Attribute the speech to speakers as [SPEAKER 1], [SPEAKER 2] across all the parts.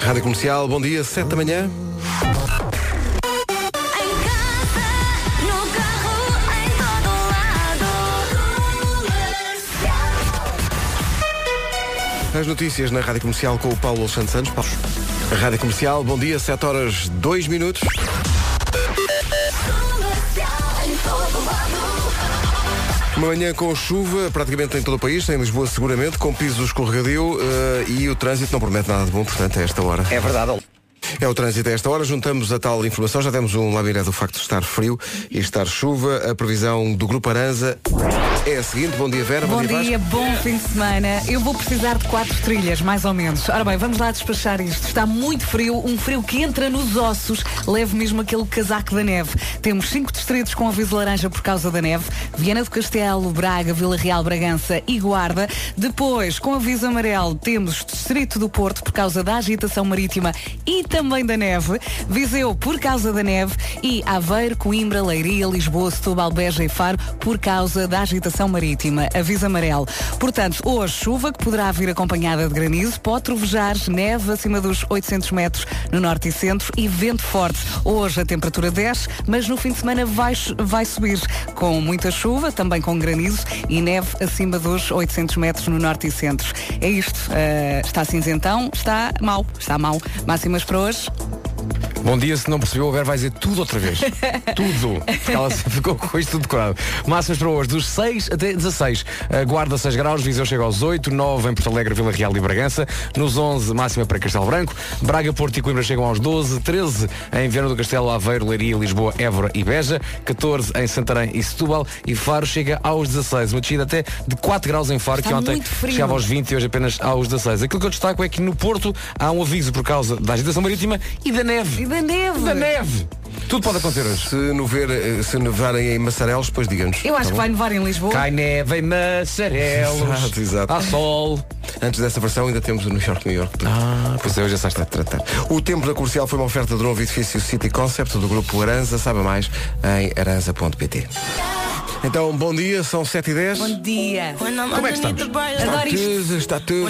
[SPEAKER 1] Rádio Comercial, bom dia, 7 da manhã.
[SPEAKER 2] Em casa, no carro, em todo lado.
[SPEAKER 1] As notícias na Rádio Comercial com o Paulo Santos Santos. Paulo. A Rádio Comercial, bom dia, 7 horas 2 minutos.
[SPEAKER 2] Em todo lado.
[SPEAKER 1] Uma manhã com chuva, praticamente em todo o país, em Lisboa seguramente, com piso escorregadio eh, e o trânsito não promete nada de bom, portanto, a esta hora.
[SPEAKER 3] É verdade. Al-
[SPEAKER 1] É o trânsito a esta hora, juntamos a tal informação, já temos um lamiré do facto de estar frio e estar chuva. A previsão do Grupo Aranza é a seguinte. Bom dia, Vera.
[SPEAKER 4] Bom
[SPEAKER 1] Vasco.
[SPEAKER 4] dia, bom fim de semana. Eu vou precisar de quatro trilhas, mais ou menos. Ora bem, vamos lá despachar isto. Está muito frio, um frio que entra nos ossos. Leve mesmo aquele casaco da neve. Temos cinco distritos com aviso laranja por causa da neve. Viana do Castelo, Braga, Vila Real, Bragança e Guarda. Depois, com aviso amarelo, temos Distrito do Porto por causa da agitação marítima e também da neve. Viseu por causa da neve e Aveiro, Coimbra, Leiria, Lisboa, Setúbal, Beja e Faro por causa da agitação marítima. Aviso amarelo. Portanto, hoje chuva que poderá vir acompanhada de granizo, pode trovejar, neve acima dos 800 metros no norte e centro e vento forte. Hoje a temperatura desce, mas no fim de semana vai, chu- vai subir com muita chuva, também com granizo e neve acima dos 800 metros no norte e centro. É isto. Eh, está cinzentão, está mau, está mau. Máximas para hoje.
[SPEAKER 5] Bom dia, se não percebeu, o Vera vai dizer tudo outra vez. tudo. Porque ela ficou com isto tudo decorado. Máximas para hoje, dos 6 até 16. Eh, Guarda 6 graus, Viseu chega aos 8, 9 em Porto Alegre, Vila Real e Bragança. Nos 11, máxima para Castelo Branco. Braga, Porto e Coimbra chegam aos 12, 13 em Viana do Castelo, Aveiro, Leiria, Lisboa, Évora e Beja. 14 em Santarém e Setúbal. E Faro chega aos 16. Uma descida até de 4 graus em Faro,
[SPEAKER 4] Está
[SPEAKER 5] que ontem
[SPEAKER 4] muito frio.
[SPEAKER 5] chegava aos 20 e hoje apenas aos 16. Aquilo que eu destaco é que no Porto há um aviso por causa da agitação marítima e da neve.
[SPEAKER 4] E da neve.
[SPEAKER 5] Da neve! Tudo pode acontecer hoje.
[SPEAKER 1] Se, never, eh, se nevarem em Massarelos, depois digamos.
[SPEAKER 4] Eu acho que vai nevar em Lisboa.
[SPEAKER 5] Cai neve em maçarelos.
[SPEAKER 1] Exato, exato.
[SPEAKER 5] Há sol.
[SPEAKER 1] Antes dessa versão ainda temos o New York, New York.
[SPEAKER 5] Ah, pois é, hoje é
[SPEAKER 1] A
[SPEAKER 5] sexta.
[SPEAKER 1] tratar. O tempo da comercial foi uma oferta de novo edifício City Concept do grupo Aranza. Saiba mais em aranza.pt. Então, bom dia, são 7h10.
[SPEAKER 4] Bom dia.
[SPEAKER 2] Como é que estamos?
[SPEAKER 4] Adoro isto.
[SPEAKER 1] Tudo, está tudo.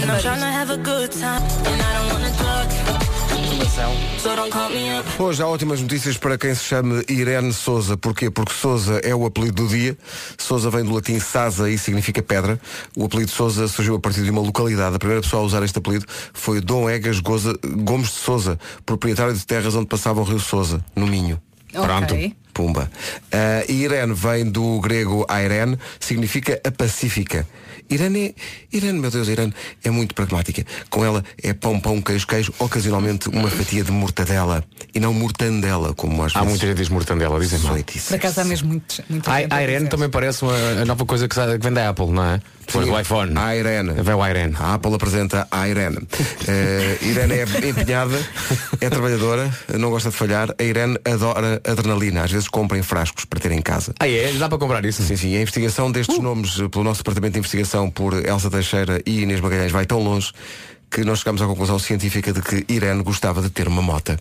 [SPEAKER 1] Hoje há ótimas notícias para quem se chama Irene Souza. Porquê? Porque Souza é o apelido do dia. Souza vem do latim sasa e significa pedra. O apelido Souza surgiu a partir de uma localidade. A primeira pessoa a usar este apelido foi Dom Egas Goza- Gomes de Souza, proprietário de terras onde passava o rio Souza, no Minho.
[SPEAKER 4] Ok. Pronto.
[SPEAKER 1] Pumba. Ah, E Irene vem do grego Irene, significa a pacífica. Irene, é, Irene, meu Deus, Irene é muito pragmática. Com ela é pão, pão, queijo, queijo, ocasionalmente uma fatia de mortadela. E não mortandela, como às
[SPEAKER 5] Há
[SPEAKER 1] vezes.
[SPEAKER 5] muita gente que diz mortandela, dizem mal.
[SPEAKER 4] Por acaso há mesmo muito, muita gente
[SPEAKER 5] A Irene
[SPEAKER 4] dizer.
[SPEAKER 5] também parece uma a nova coisa que, sai- que vem da Apple, não é? Foi
[SPEAKER 1] Sim.
[SPEAKER 5] do iPhone. É
[SPEAKER 1] A Irene.
[SPEAKER 5] Vem o Irene.
[SPEAKER 1] A Apple apresenta a Irene. Eh, Irene é empenhada, é trabalhadora, não gosta de falhar. A Irene adora adrenalina. Às vezes compra em frascos para ter em casa.
[SPEAKER 5] Ah, é? Dá para comprar isso?
[SPEAKER 1] Sim, sim. A investigação destes
[SPEAKER 4] Uh.
[SPEAKER 1] nomes eh, pelo nosso Departamento de Investigação por Elsa Teixeira e Inês Magalhães vai tão longe que nós chegamos à conclusão científica de que Irene gostava de ter uma mota.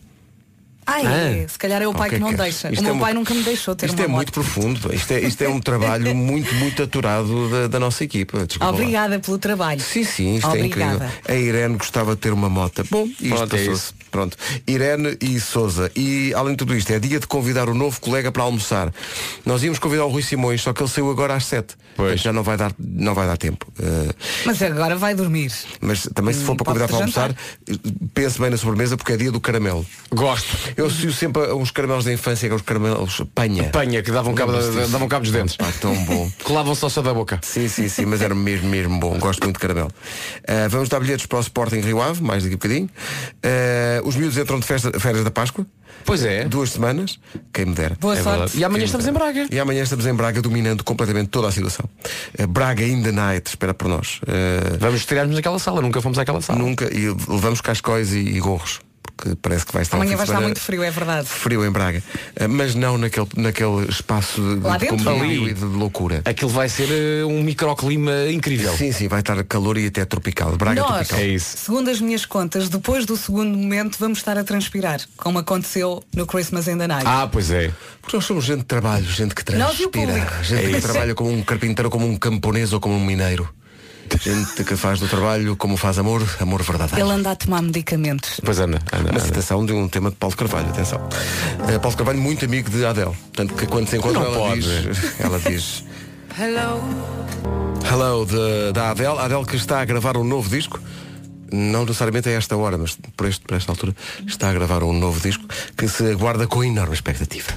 [SPEAKER 4] Ah, é. Se calhar é o pai
[SPEAKER 1] Oh,
[SPEAKER 4] que,
[SPEAKER 1] é
[SPEAKER 4] não
[SPEAKER 1] é?
[SPEAKER 4] deixa.
[SPEAKER 1] Isto
[SPEAKER 4] o meu
[SPEAKER 1] é mu-
[SPEAKER 4] pai nunca me deixou ter
[SPEAKER 1] Isto
[SPEAKER 4] uma
[SPEAKER 1] é
[SPEAKER 4] moto.
[SPEAKER 1] muito profundo. Isto é, isto é um trabalho muito, muito aturado da, da nossa equipa. Desculpa lá.
[SPEAKER 4] Obrigada pelo trabalho.
[SPEAKER 1] Sim, sim, isto é
[SPEAKER 4] Obrigada.
[SPEAKER 1] incrível. A Irene gostava de ter uma mota. Bom, e isto
[SPEAKER 5] Pronto, é
[SPEAKER 1] passou-se.
[SPEAKER 5] isso.
[SPEAKER 1] Pronto. Irene e Souza. E além de tudo isto, é dia de convidar o novo colega para almoçar. Nós íamos convidar o Rui Simões, só que ele saiu agora às 7.
[SPEAKER 5] Pois.
[SPEAKER 1] Já não vai dar, não vai dar tempo. Eh,
[SPEAKER 4] Mas é agora vai dormir.
[SPEAKER 1] mas também se for
[SPEAKER 4] Hum,
[SPEAKER 1] para convidar para
[SPEAKER 4] pode
[SPEAKER 1] almoçar, eh, pense bem na sobremesa porque é dia do caramelo.
[SPEAKER 5] Gosto.
[SPEAKER 1] Eu associo sempre a uns caramelos da infância, que é os caramelos panha.
[SPEAKER 5] Panha, que davam cabo,
[SPEAKER 1] Lembras-te disso?
[SPEAKER 5] davam cabo dos dentes.
[SPEAKER 1] Pá, tão bom.
[SPEAKER 5] Colavam-se ao céu da boca.
[SPEAKER 1] Sim, sim, sim, mas era mesmo, mesmo bom. Gosto muito de caramelo. Ah, vamos dar bilhetes para o Sporting Rio Ave, mais daqui a bocadinho. Ah, os miúdos entram de festa- férias da Páscoa,
[SPEAKER 5] Pois é.
[SPEAKER 1] duas semanas, quem me dera.
[SPEAKER 4] Boa
[SPEAKER 5] É
[SPEAKER 4] sorte.
[SPEAKER 5] verdade. E amanhã
[SPEAKER 1] Quem
[SPEAKER 5] estamos
[SPEAKER 1] me
[SPEAKER 5] em
[SPEAKER 1] dera.
[SPEAKER 5] Braga.
[SPEAKER 1] E amanhã estamos em Braga, dominando completamente toda a situação. Ah, Braga in the night, espera por nós. Ah,
[SPEAKER 5] Vamos tirar-nos daquela sala, nunca fomos àquela sala.
[SPEAKER 1] nunca, e levamos cascóis e, e gorros, porque parece que vai estar um
[SPEAKER 4] Amanhã
[SPEAKER 1] fim
[SPEAKER 4] vai
[SPEAKER 1] de
[SPEAKER 4] estar
[SPEAKER 1] semana
[SPEAKER 4] muito frio, é verdade.
[SPEAKER 1] frio em Braga. Ah, mas não naquele, naquele espaço de,
[SPEAKER 4] Lá
[SPEAKER 1] de
[SPEAKER 4] dentro?
[SPEAKER 1] convívio
[SPEAKER 5] Ali.
[SPEAKER 1] e de loucura.
[SPEAKER 5] Aquilo vai ser eh, um microclima incrível.
[SPEAKER 1] Sim, sim, vai estar calor e até tropical. Braga
[SPEAKER 4] Nós,
[SPEAKER 1] tropical.
[SPEAKER 5] É isso.
[SPEAKER 4] segundo as minhas contas, depois do segundo momento vamos estar a transpirar, como aconteceu no Christmas in the Night.
[SPEAKER 5] Ah, pois é.
[SPEAKER 1] Porque nós somos gente de trabalho, gente que
[SPEAKER 4] Nós e o
[SPEAKER 1] transpira,
[SPEAKER 4] público.
[SPEAKER 1] gente
[SPEAKER 4] É
[SPEAKER 1] que
[SPEAKER 4] isso.
[SPEAKER 1] trabalha como um carpinteiro, como um camponês ou como um mineiro. Gente que faz do trabalho como faz amor, amor verdadeiro.
[SPEAKER 4] Ele anda a tomar medicamentos.
[SPEAKER 5] Pois anda, anda,
[SPEAKER 1] Uma
[SPEAKER 5] anda.
[SPEAKER 1] citação de um tema de Paulo Carvalho, atenção. Eh, Paulo Carvalho, muito amigo de Adele. Tanto que quando se encontra,
[SPEAKER 5] Não
[SPEAKER 1] ela
[SPEAKER 5] pode.
[SPEAKER 1] diz, ela diz. Hello. Hello, de- da Adele. A Adele que está a gravar um novo disco. Não necessariamente a esta hora, mas por, este- por esta altura está a gravar um novo disco que se aguarda com enorme expectativa.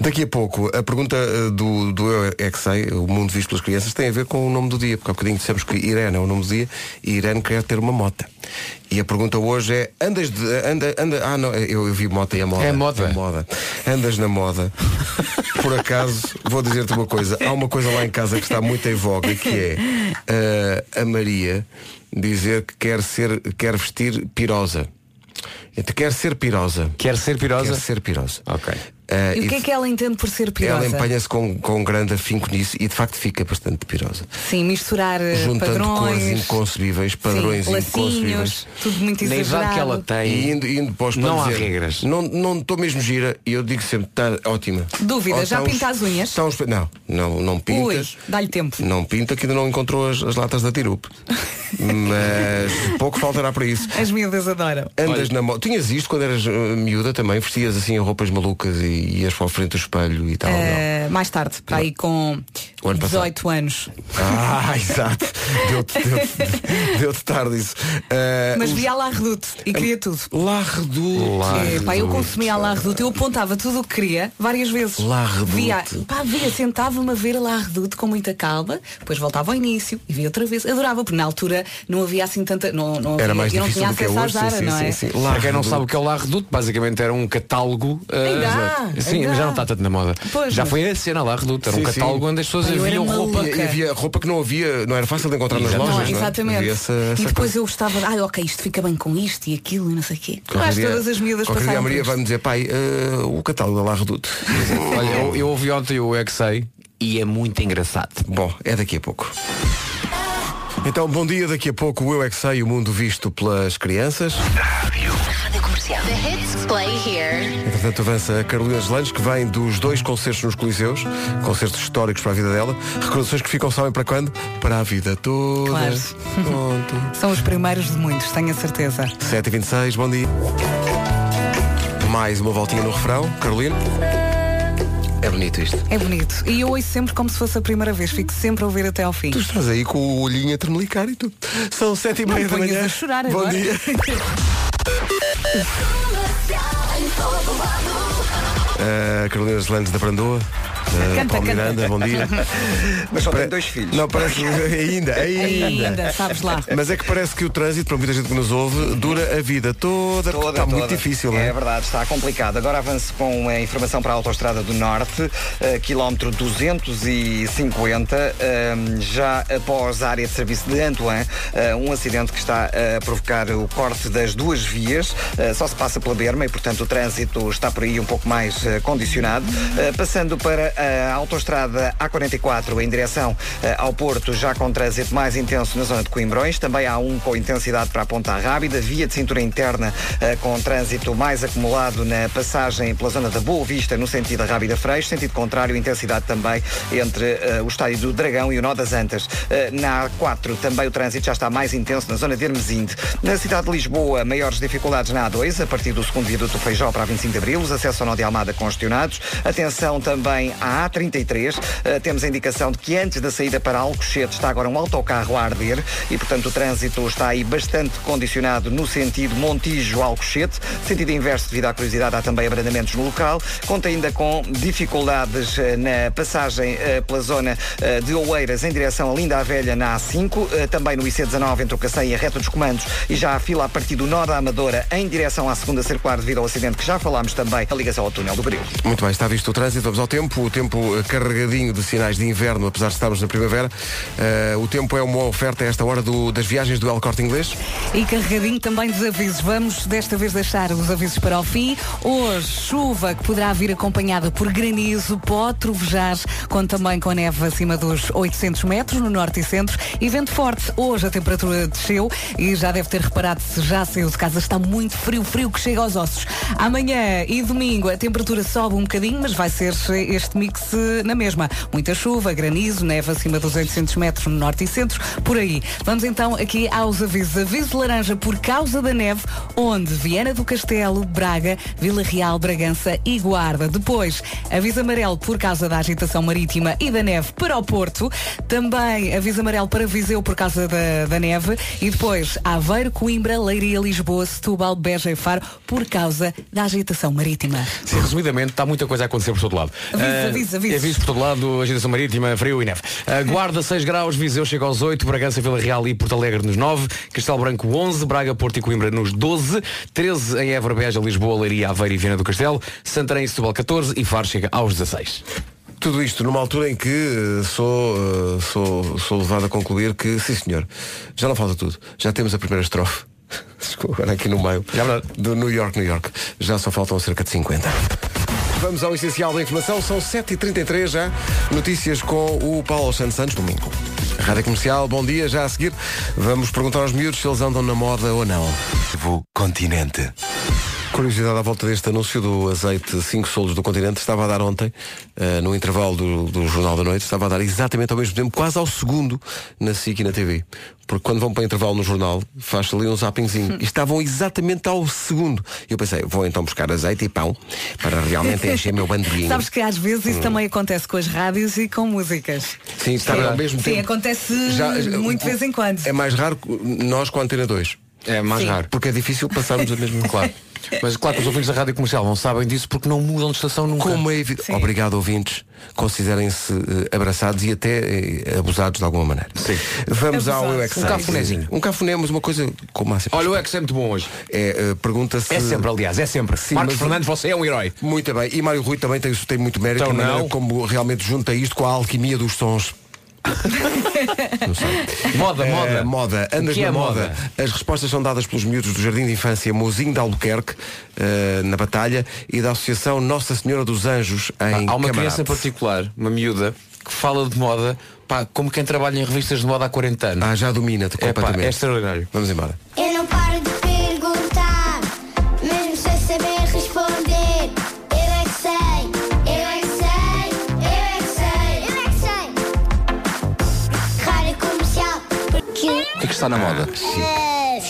[SPEAKER 1] Daqui a pouco, a pergunta eh, do, do Eu É Que Sei, o mundo visto pelas crianças, tem a ver com o nome do dia, porque há bocadinho dissemos que Irene é o nome do dia e Irene quer ter uma mota. E a pergunta hoje é, andas de. Anda, anda, ah, não, eu, eu vi mota e a moda.
[SPEAKER 5] É moda.
[SPEAKER 1] É moda. Andas na moda. Por acaso, vou dizer-te uma coisa. Há uma coisa lá em casa que está muito em voga, que é eh, a Maria dizer que quer, ser, quer vestir pirosa. Então, Quer ser pirosa.
[SPEAKER 5] Quer ser pirosa?
[SPEAKER 1] Quer ser pirosa.
[SPEAKER 5] Ok.
[SPEAKER 1] Eh,
[SPEAKER 4] E o que é que ela entende por ser
[SPEAKER 1] ela
[SPEAKER 4] pirosa?
[SPEAKER 1] empenha-se com, com grande afinco nisso e de facto fica bastante pirosa.
[SPEAKER 4] Sim, misturar eh,
[SPEAKER 1] Juntando cores
[SPEAKER 4] padrões.
[SPEAKER 1] inconcebíveis, padrões
[SPEAKER 4] sim,
[SPEAKER 1] inconcebíveis.
[SPEAKER 4] lacinhos, tudo muito
[SPEAKER 5] Na
[SPEAKER 4] exagerado.
[SPEAKER 5] idade que ela tem,
[SPEAKER 1] E indo, indo para os
[SPEAKER 5] não há
[SPEAKER 1] dizer,
[SPEAKER 5] regras.
[SPEAKER 1] Não não estou mesmo gira e eu digo sempre, está ótima.
[SPEAKER 4] Dúvida,
[SPEAKER 1] Ou
[SPEAKER 4] já
[SPEAKER 1] tá uns-
[SPEAKER 4] pinta as unhas?
[SPEAKER 1] tá uns- não, não, não
[SPEAKER 4] Ui,
[SPEAKER 1] pintas.
[SPEAKER 4] dá-lhe tempo.
[SPEAKER 1] Não pinta que ainda não encontrou as, as latas da Tirup. Mas pouco faltará para isso.
[SPEAKER 4] As miúdas adoram.
[SPEAKER 1] Andas na moda. Tinhas isto quando eras eh, miúda também? Vestias assim roupas malucas e ias para a frente do espelho e tal? não?
[SPEAKER 4] Eh, mais tarde, para aí com
[SPEAKER 1] Ah, O ano passado.
[SPEAKER 4] 18 anos.
[SPEAKER 1] Ah, exato. Deu-te deu tarde isso. Eh,
[SPEAKER 4] Mas
[SPEAKER 1] os-
[SPEAKER 4] via lá reduto e queria tudo.
[SPEAKER 1] Lá reduto.
[SPEAKER 4] É, pá, eu consumia a La Redoute, eu apontava tudo o que queria várias vezes.
[SPEAKER 1] La Redoute.
[SPEAKER 4] Via, pá, via, sentava-me a ver a La Redoute com muita calma, depois voltava ao início e via outra vez. Adorava, porque na altura não havia assim tanta. Não, não
[SPEAKER 1] Era
[SPEAKER 4] havia-
[SPEAKER 1] mais
[SPEAKER 4] eu não
[SPEAKER 1] difícil
[SPEAKER 4] tinha
[SPEAKER 1] do que é
[SPEAKER 4] acesso à
[SPEAKER 1] hoje.
[SPEAKER 4] Zara,
[SPEAKER 1] sim,
[SPEAKER 4] não
[SPEAKER 1] sim,
[SPEAKER 4] é?
[SPEAKER 1] sim, sim.
[SPEAKER 5] Para quem não
[SPEAKER 1] Reduto.
[SPEAKER 5] sabe o que é o La Reduto, basicamente era um catálogo. ah,
[SPEAKER 4] Ainda há,
[SPEAKER 5] sim,
[SPEAKER 4] ainda
[SPEAKER 5] já
[SPEAKER 4] há.
[SPEAKER 5] não está tanto na moda.
[SPEAKER 4] Pois,
[SPEAKER 5] já
[SPEAKER 4] mas-
[SPEAKER 5] foi a cena La Reduto, era um
[SPEAKER 1] Sim, sim.
[SPEAKER 5] catálogo onde as pessoas
[SPEAKER 4] Pá, eu era
[SPEAKER 5] haviam roupa.
[SPEAKER 1] E, e havia roupa que não havia, não era fácil de encontrar nas
[SPEAKER 5] Exato.
[SPEAKER 1] lojas.
[SPEAKER 4] Não,
[SPEAKER 1] não é?
[SPEAKER 4] é exatamente.
[SPEAKER 1] Havia essa-
[SPEAKER 4] e
[SPEAKER 1] essa
[SPEAKER 4] depois
[SPEAKER 1] coisa.
[SPEAKER 4] eu gostava, ah, ok, isto fica bem com isto e aquilo e não sei o quê. Eu
[SPEAKER 1] Qualquer
[SPEAKER 4] acho que
[SPEAKER 1] dia-
[SPEAKER 4] todas as miúdas
[SPEAKER 1] qualquer dia a
[SPEAKER 4] passaram.
[SPEAKER 1] Maria
[SPEAKER 4] por
[SPEAKER 1] vai-me dizer, pai, eh, o catálogo da La Reduto.
[SPEAKER 5] Olha, eu, eu ouvi ontem o É que sei e é muito engraçado.
[SPEAKER 1] Bom, é daqui a pouco. Então, bom dia, daqui a pouco o Eu É Que Sei, o mundo visto pelas crianças.
[SPEAKER 2] The hits play here.
[SPEAKER 1] Entretanto, avança a Carolina Gelandes, que vem dos dois concertos nos Coliseus, concertos históricos para a vida dela, recordações que ficam, sabem para quando? Para a vida toda.
[SPEAKER 4] Claro.
[SPEAKER 1] Pronto.
[SPEAKER 4] São os primeiros de muitos, tenho a certeza.
[SPEAKER 1] 7h26, bom dia. Mais uma voltinha no refrão, Carolina. É bonito isto.
[SPEAKER 4] É bonito. E eu ouço sempre como se fosse a primeira vez, fico sempre a ouvir até ao fim.
[SPEAKER 1] Tu estás aí com o olhinho a tremelicar e tudo. São 7h30
[SPEAKER 4] Não
[SPEAKER 1] da
[SPEAKER 4] ponhas
[SPEAKER 1] manhã.
[SPEAKER 4] a chorar
[SPEAKER 1] bom
[SPEAKER 4] agora.
[SPEAKER 1] dia. Uh, Carolina Zelandes da Brandoa. Uh,
[SPEAKER 4] Canta,
[SPEAKER 1] Paulo
[SPEAKER 4] canta.
[SPEAKER 1] Miranda, bom dia.
[SPEAKER 3] Mas só
[SPEAKER 1] Pare-
[SPEAKER 3] tenho dois filhos.
[SPEAKER 1] Não, parece ainda, ainda.
[SPEAKER 4] Ainda, sabes lá.
[SPEAKER 1] Mas é que parece que o trânsito, para muita gente que nos ouve, dura a vida toda.
[SPEAKER 3] Toda,
[SPEAKER 1] está muito
[SPEAKER 3] toda.
[SPEAKER 1] difícil, não
[SPEAKER 3] é? verdade, está complicado. Agora avanço com a informação para a Autostrada do Norte, eh, quilómetro 250, eh, já após a área de serviço de Antoine, eh, um acidente que está a provocar o corte das duas vias, eh, só se passa pela Berma e, portanto, o trânsito está por aí um pouco mais eh, condicionado. Eh, Passando para a Autostrada A44 em direção eh, ao Porto, já com trânsito mais intenso na zona de Coimbrões, também há um com intensidade para a Ponta Rábida, via de cintura interna eh, com trânsito mais acumulado na passagem pela zona da Boa Vista no sentido da Rábida Freixo, sentido contrário, intensidade também entre eh, o estádio do Dragão e o Nó das Antas. Eh, na A4 também o trânsito já está mais intenso na zona de Hermesinde. Na cidade de Lisboa, maiores dificuldades na A2, a partir do segundo viaduto do Feijó para a 25 de Abril, os acessos ao Nó de Almada congestionados. Atenção também à A33, eh, temos a indicação de que antes da saída para Alcochete está agora um autocarro a arder e, portanto, o trânsito está aí bastante condicionado no sentido Montijo-Alcochete. Sentido inverso, devido à curiosidade, há também abrandamentos no local. Conta ainda com dificuldades eh, na passagem eh, pela zona eh, de Oeiras em direção a Linda a Velha na A5, eh, também no IC19 entre o Cacém e a Reta dos Comandos e já a fila a partir do Nó da Amadora em direção à segunda circular devido ao acidente que já falámos também, a ligação ao túnel do Bril.
[SPEAKER 1] Muito bem, está visto o trânsito, vamos ao tempo. O tempo eh, carregadinho de sinais de inverno, apesar de estarmos na primavera. Eh, o tempo é uma oferta a esta hora do- das viagens do El Corte Inglês.
[SPEAKER 4] E carregadinho também dos avisos. Vamos desta vez deixar os avisos para o fim. Hoje, chuva que poderá vir acompanhada por granizo, pode trovejar, com também com neve acima dos 800 metros no norte e centro. E vento forte. Hoje a temperatura desceu e já deve ter reparado se já saiu de casa. Está muito frio, frio que chega aos ossos. Amanhã e domingo a temperatura sobe um bocadinho, mas vai ser este mix eh, na mesma. Muita chuva, granizo, neve acima dos 800 metros no norte e centro, por aí. Vamos então aqui aos avisos. Aviso laranja por causa da neve, onde Viana do Castelo, Braga, Vila Real, Bragança e Guarda. Depois, aviso amarelo por causa da agitação marítima e da neve para o Porto. Também aviso amarelo para Viseu por causa da, da neve. E depois, Aveiro, Coimbra, Leiria, Lisboa, Setúbal, Beja e Faro por causa da agitação marítima.
[SPEAKER 5] Sim, resumidamente, está muita coisa a acontecer por todo lado.
[SPEAKER 4] Avisos,
[SPEAKER 5] Ah,
[SPEAKER 4] avisos, avisos.
[SPEAKER 5] Avisos por todo lado, agitação marítima, frio e neve. Ah, Guarda 6 graus, Viseu chega aos 8, Bragança, Vila Real e Porto Alegre nos 9, Castelo Branco 11, Braga, Porto e Coimbra nos 12, 13 em Évora, Beja, Lisboa, Leiria, Aveiro e Viana do Castelo, Santarém e Setúbal 14 e Faro chega aos 16.
[SPEAKER 1] Tudo isto numa altura em que eh, sou, eh, sou, sou levado a concluir que, sim senhor, já não falta tudo. Já temos a primeira estrofe. Desculpa, agora aqui no meio.
[SPEAKER 5] Já é verdade.
[SPEAKER 1] do New York, New York. Já só faltam cerca de 50. Vamos ao essencial da informação. São 7h33 já. Notícias com o Paulo Santos Santos domingo. Rádio Comercial, bom dia. Já a seguir vamos perguntar aos miúdos se eles andam na moda ou não.
[SPEAKER 6] Novo continente.
[SPEAKER 1] Curiosidade à volta deste anúncio do azeite 5 solos do continente estava a dar ontem, eh, no intervalo do, do Jornal da Noite, estava a dar exatamente ao mesmo tempo, quase ao segundo, na SIC e na TV. Porque quando vão para intervalo no jornal, faz ali um zappingzinho. E estavam exatamente ao segundo. E eu pensei, vou então buscar azeite e pão para realmente encher meu bandolinho.
[SPEAKER 4] Sabes que às vezes isso também acontece com as rádios e com músicas.
[SPEAKER 1] Sim, estava
[SPEAKER 4] Sim.
[SPEAKER 1] ao mesmo
[SPEAKER 4] Sim,
[SPEAKER 1] tempo. eh,
[SPEAKER 4] acontece muito de vez em quando.
[SPEAKER 1] É mais raro que nós com a Antena 2.
[SPEAKER 5] É mais
[SPEAKER 4] Sim.
[SPEAKER 5] raro.
[SPEAKER 1] Porque é difícil passarmos a mesma
[SPEAKER 5] Claro. Mas claro que os ouvintes da rádio comercial não sabem disso porque não mudam de estação nunca.
[SPEAKER 1] Como é evidente.
[SPEAKER 4] Sim.
[SPEAKER 1] Obrigado, ouvintes. Considerem-se eh, abraçados e até eh, abusados de alguma maneira.
[SPEAKER 5] Sim.
[SPEAKER 1] Vamos ao
[SPEAKER 4] Abusados.
[SPEAKER 1] Eu é que
[SPEAKER 4] Um
[SPEAKER 1] Sei.
[SPEAKER 5] cafunézinho.
[SPEAKER 1] Um cafuné, mas uma coisa com máximo.
[SPEAKER 5] Olha, o X é muito bom hoje.
[SPEAKER 1] É, eh, pergunta-se.
[SPEAKER 5] É sempre, aliás, é sempre.
[SPEAKER 1] Sim,
[SPEAKER 5] Marcos
[SPEAKER 1] mas-
[SPEAKER 5] Fernandes, você é um herói.
[SPEAKER 1] Muito bem. E Mário Rui também tem, tem muito mérito
[SPEAKER 5] Então
[SPEAKER 1] na maneira
[SPEAKER 5] não.
[SPEAKER 1] como realmente junta isto com a alquimia dos sons. Não sei.
[SPEAKER 5] Moda,
[SPEAKER 1] Eh,
[SPEAKER 5] moda.
[SPEAKER 1] moda. Andas
[SPEAKER 5] que
[SPEAKER 1] na
[SPEAKER 5] é
[SPEAKER 1] moda.
[SPEAKER 5] moda?
[SPEAKER 1] As respostas são dadas pelos miúdos do Jardim de Infância Mozinho de Albuquerque, eh, na Batalha, e da Associação Nossa Senhora dos Anjos, em
[SPEAKER 5] Há uma
[SPEAKER 1] Camarate.
[SPEAKER 5] criança em particular, uma miúda, que fala de moda, pá, como quem trabalha em revistas de moda há 40 anos.
[SPEAKER 1] Ah, já domina-te
[SPEAKER 5] é, pá,
[SPEAKER 1] completamente.
[SPEAKER 5] é extraordinário.
[SPEAKER 1] Vamos embora.
[SPEAKER 2] Eu não paro de perguntar, mesmo sem saber responder. Eu é que sei, eu é que sei, eu é que sei, eu é que sei. Rádio comercial, porque.
[SPEAKER 5] O que é que está na moda?
[SPEAKER 2] É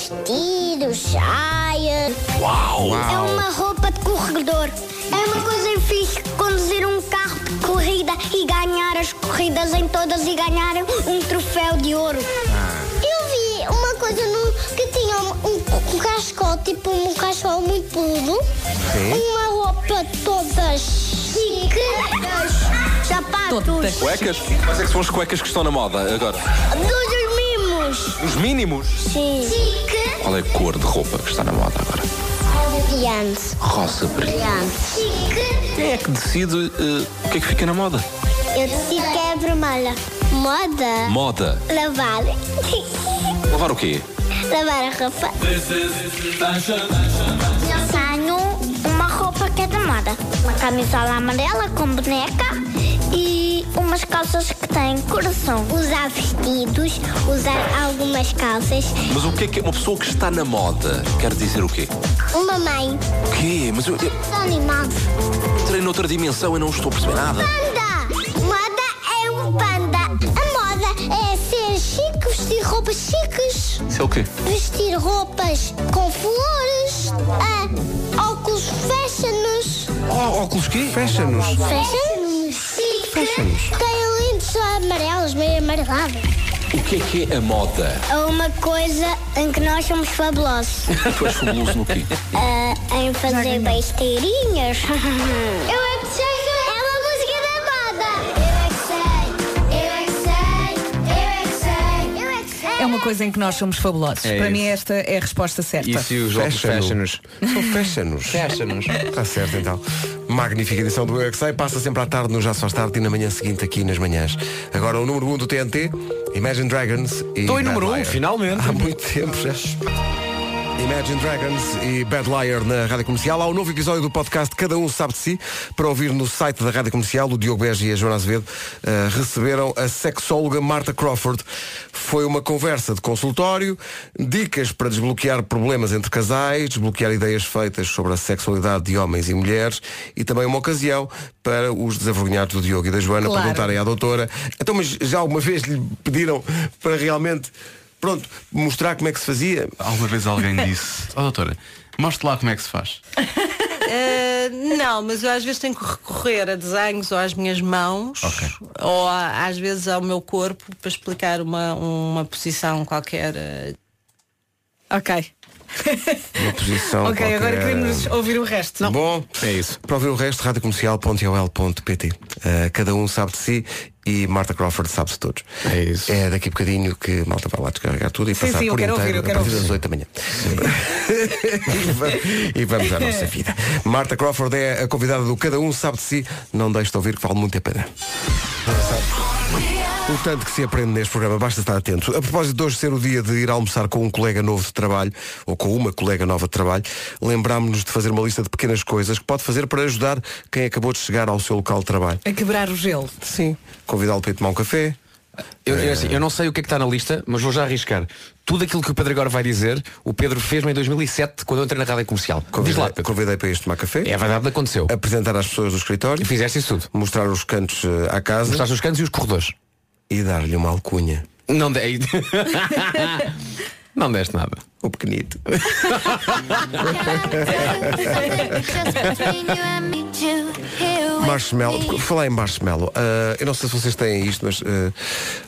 [SPEAKER 2] vestido, saia. É uma roupa de corredor. É uma coisa fixe conduzir um carro de corrida e ganhar as corridas em todas e ganhar um troféu de ouro. Eu vi uma coisa no- que tinha um, um, um cachecol, tipo um cachecol muito peludo. Uma roupa toda chique. Sapatos.
[SPEAKER 4] Todas.
[SPEAKER 6] Cuecas? Quais é que são as cuecas que estão na moda agora?
[SPEAKER 2] Dos mimos.
[SPEAKER 6] Os mínimos?
[SPEAKER 2] Sim. Chique.
[SPEAKER 6] Qual é a cor de roupa que está na moda agora?
[SPEAKER 2] Brilhante.
[SPEAKER 6] Rosa brilhante.
[SPEAKER 2] Brilhante. Chique.
[SPEAKER 6] Quem é que decide eh, o que é que fica na moda?
[SPEAKER 2] Eu decido que é vermelha. Moda?
[SPEAKER 6] Moda.
[SPEAKER 2] Lavar.
[SPEAKER 6] Lavar o quê?
[SPEAKER 2] Lavar a roupa. Eu tenho uma roupa que é de moda. Uma camisola amarela com boneca e umas calças que têm coração. Usar vestidos, usar algumas calças.
[SPEAKER 6] Mas o que é que uma pessoa que está na moda quer dizer o quê?
[SPEAKER 2] Uma mãe.
[SPEAKER 6] O quê? Mas eu, eu
[SPEAKER 2] Animal.
[SPEAKER 6] entrei noutra dimensão e não estou a perceber nada.
[SPEAKER 2] Panda! Moda é um panda. A moda é ser chique, vestir roupas chiques.
[SPEAKER 6] Isso é o quê?
[SPEAKER 2] vestir roupas com flores, ah, óculos fashions.
[SPEAKER 6] Ó- óculos quê?
[SPEAKER 1] Fecha-nos.
[SPEAKER 2] Fashions? Fashions. Tem lindos amarelos, meio amarelado.
[SPEAKER 6] O que é que é a moda?
[SPEAKER 2] É uma coisa em que nós somos fabulosos.
[SPEAKER 6] Tu és fabuloso no quê?
[SPEAKER 2] Ah, em fazer besteirinhas. Eu é que sei. É uma música da moda. Eu é que sei. Eu é que sei. Eu é que sei. Eu é que sei.
[SPEAKER 4] É uma coisa em que nós somos fabulosos.
[SPEAKER 5] É
[SPEAKER 4] Para
[SPEAKER 5] isso.
[SPEAKER 4] mim esta é a resposta certa.
[SPEAKER 5] Isso e os óculos
[SPEAKER 1] Fecha-nos.
[SPEAKER 5] fashion-nos.
[SPEAKER 1] Só fecha-nos.
[SPEAKER 5] Fecha-nos.
[SPEAKER 1] Está certo então. Magnífica edição do Eu É Que Sei. Passa sempre à tarde no Já Só Tarde e na manhã seguinte aqui nas manhãs. Agora o número 1 um do TNT, Imagine Dragons e.
[SPEAKER 5] Estou em
[SPEAKER 1] Bad
[SPEAKER 5] número um,
[SPEAKER 1] Liar.
[SPEAKER 5] finalmente.
[SPEAKER 1] Há muito tempo já. Imagine Dragons e Bad Liar na Rádio Comercial. Há um novo episódio do podcast Cada Um Sabe de Si para ouvir no site da Rádio Comercial. O Diogo Beja e a Joana Azevedo eh, receberam a sexóloga Marta Crawford. Foi uma conversa de consultório, dicas para desbloquear problemas entre casais, desbloquear ideias feitas sobre a sexualidade de homens e mulheres e também uma ocasião para os desavergonhados do Diogo e da Joana
[SPEAKER 4] Claro.
[SPEAKER 1] perguntarem à doutora. Então, mas já alguma vez lhe pediram para realmente, pronto, mostrar como é que se fazia?
[SPEAKER 7] Alguma vez alguém disse, ó doutora, mostre lá como é que se faz.
[SPEAKER 8] Eh, não, mas eu às vezes tenho que recorrer a desenhos ou às minhas mãos
[SPEAKER 7] Ok.
[SPEAKER 8] ou a- às vezes ao meu corpo para explicar uma, uma posição qualquer. eh.
[SPEAKER 4] Ok.
[SPEAKER 1] é Uma posição.
[SPEAKER 4] ok,
[SPEAKER 1] qualquer.
[SPEAKER 4] agora queremos ouvir o resto.
[SPEAKER 1] Bom,
[SPEAKER 5] É isso.
[SPEAKER 1] para ouvir o resto, radiocomercial.ol.pt. Uh, cada um sabe de si e Marta Crawford sabe de todos.
[SPEAKER 5] É isso.
[SPEAKER 1] É daqui a bocadinho que a Malta vai lá descarregar tudo e
[SPEAKER 4] Sim,
[SPEAKER 1] passar
[SPEAKER 4] sim, eu
[SPEAKER 1] por
[SPEAKER 4] quero
[SPEAKER 1] inteiro
[SPEAKER 4] ouvir, eu quero
[SPEAKER 1] a partir
[SPEAKER 4] ouvir.
[SPEAKER 1] das 8 da manhã. e, va- e vamos à nossa vida. Marta Crawford é a convidada do Cada Um Sabe de Si. Não deixe de ouvir que vale muito a pena. O tanto que se aprende neste programa, basta estar atento. A propósito de hoje ser o dia de ir almoçar com um colega novo de trabalho, ou com uma colega nova de trabalho, lembrámos-nos de fazer uma lista de pequenas coisas que pode fazer para ajudar quem acabou de chegar ao seu local de trabalho.
[SPEAKER 4] A quebrar o gelo.
[SPEAKER 1] Sim. Convidá-lo para ir tomar um café.
[SPEAKER 5] Eu, eu,
[SPEAKER 6] Eh.
[SPEAKER 5] assim, eu não sei o que é que está na lista, mas vou já arriscar. Tudo aquilo que o Pedro agora vai dizer, o Pedro fez-me em 2007, quando eu entrei na rádio comercial. Diz lá,
[SPEAKER 1] Convidei,
[SPEAKER 5] Pedro.
[SPEAKER 1] convidei para ir tomar café.
[SPEAKER 5] É verdade, aconteceu.
[SPEAKER 1] Apresentar às pessoas do escritório.
[SPEAKER 5] E fizeste isso tudo.
[SPEAKER 1] Mostrar os cantos eh, à casa
[SPEAKER 5] Mostraste os cantos e os corredores.
[SPEAKER 1] e dar-lhe uma alcunha.
[SPEAKER 5] Não dei. não deste nada.
[SPEAKER 1] O pequenito. Marshmallow, falar em marshmallow, ah, eu não sei se vocês têm isto, mas ah,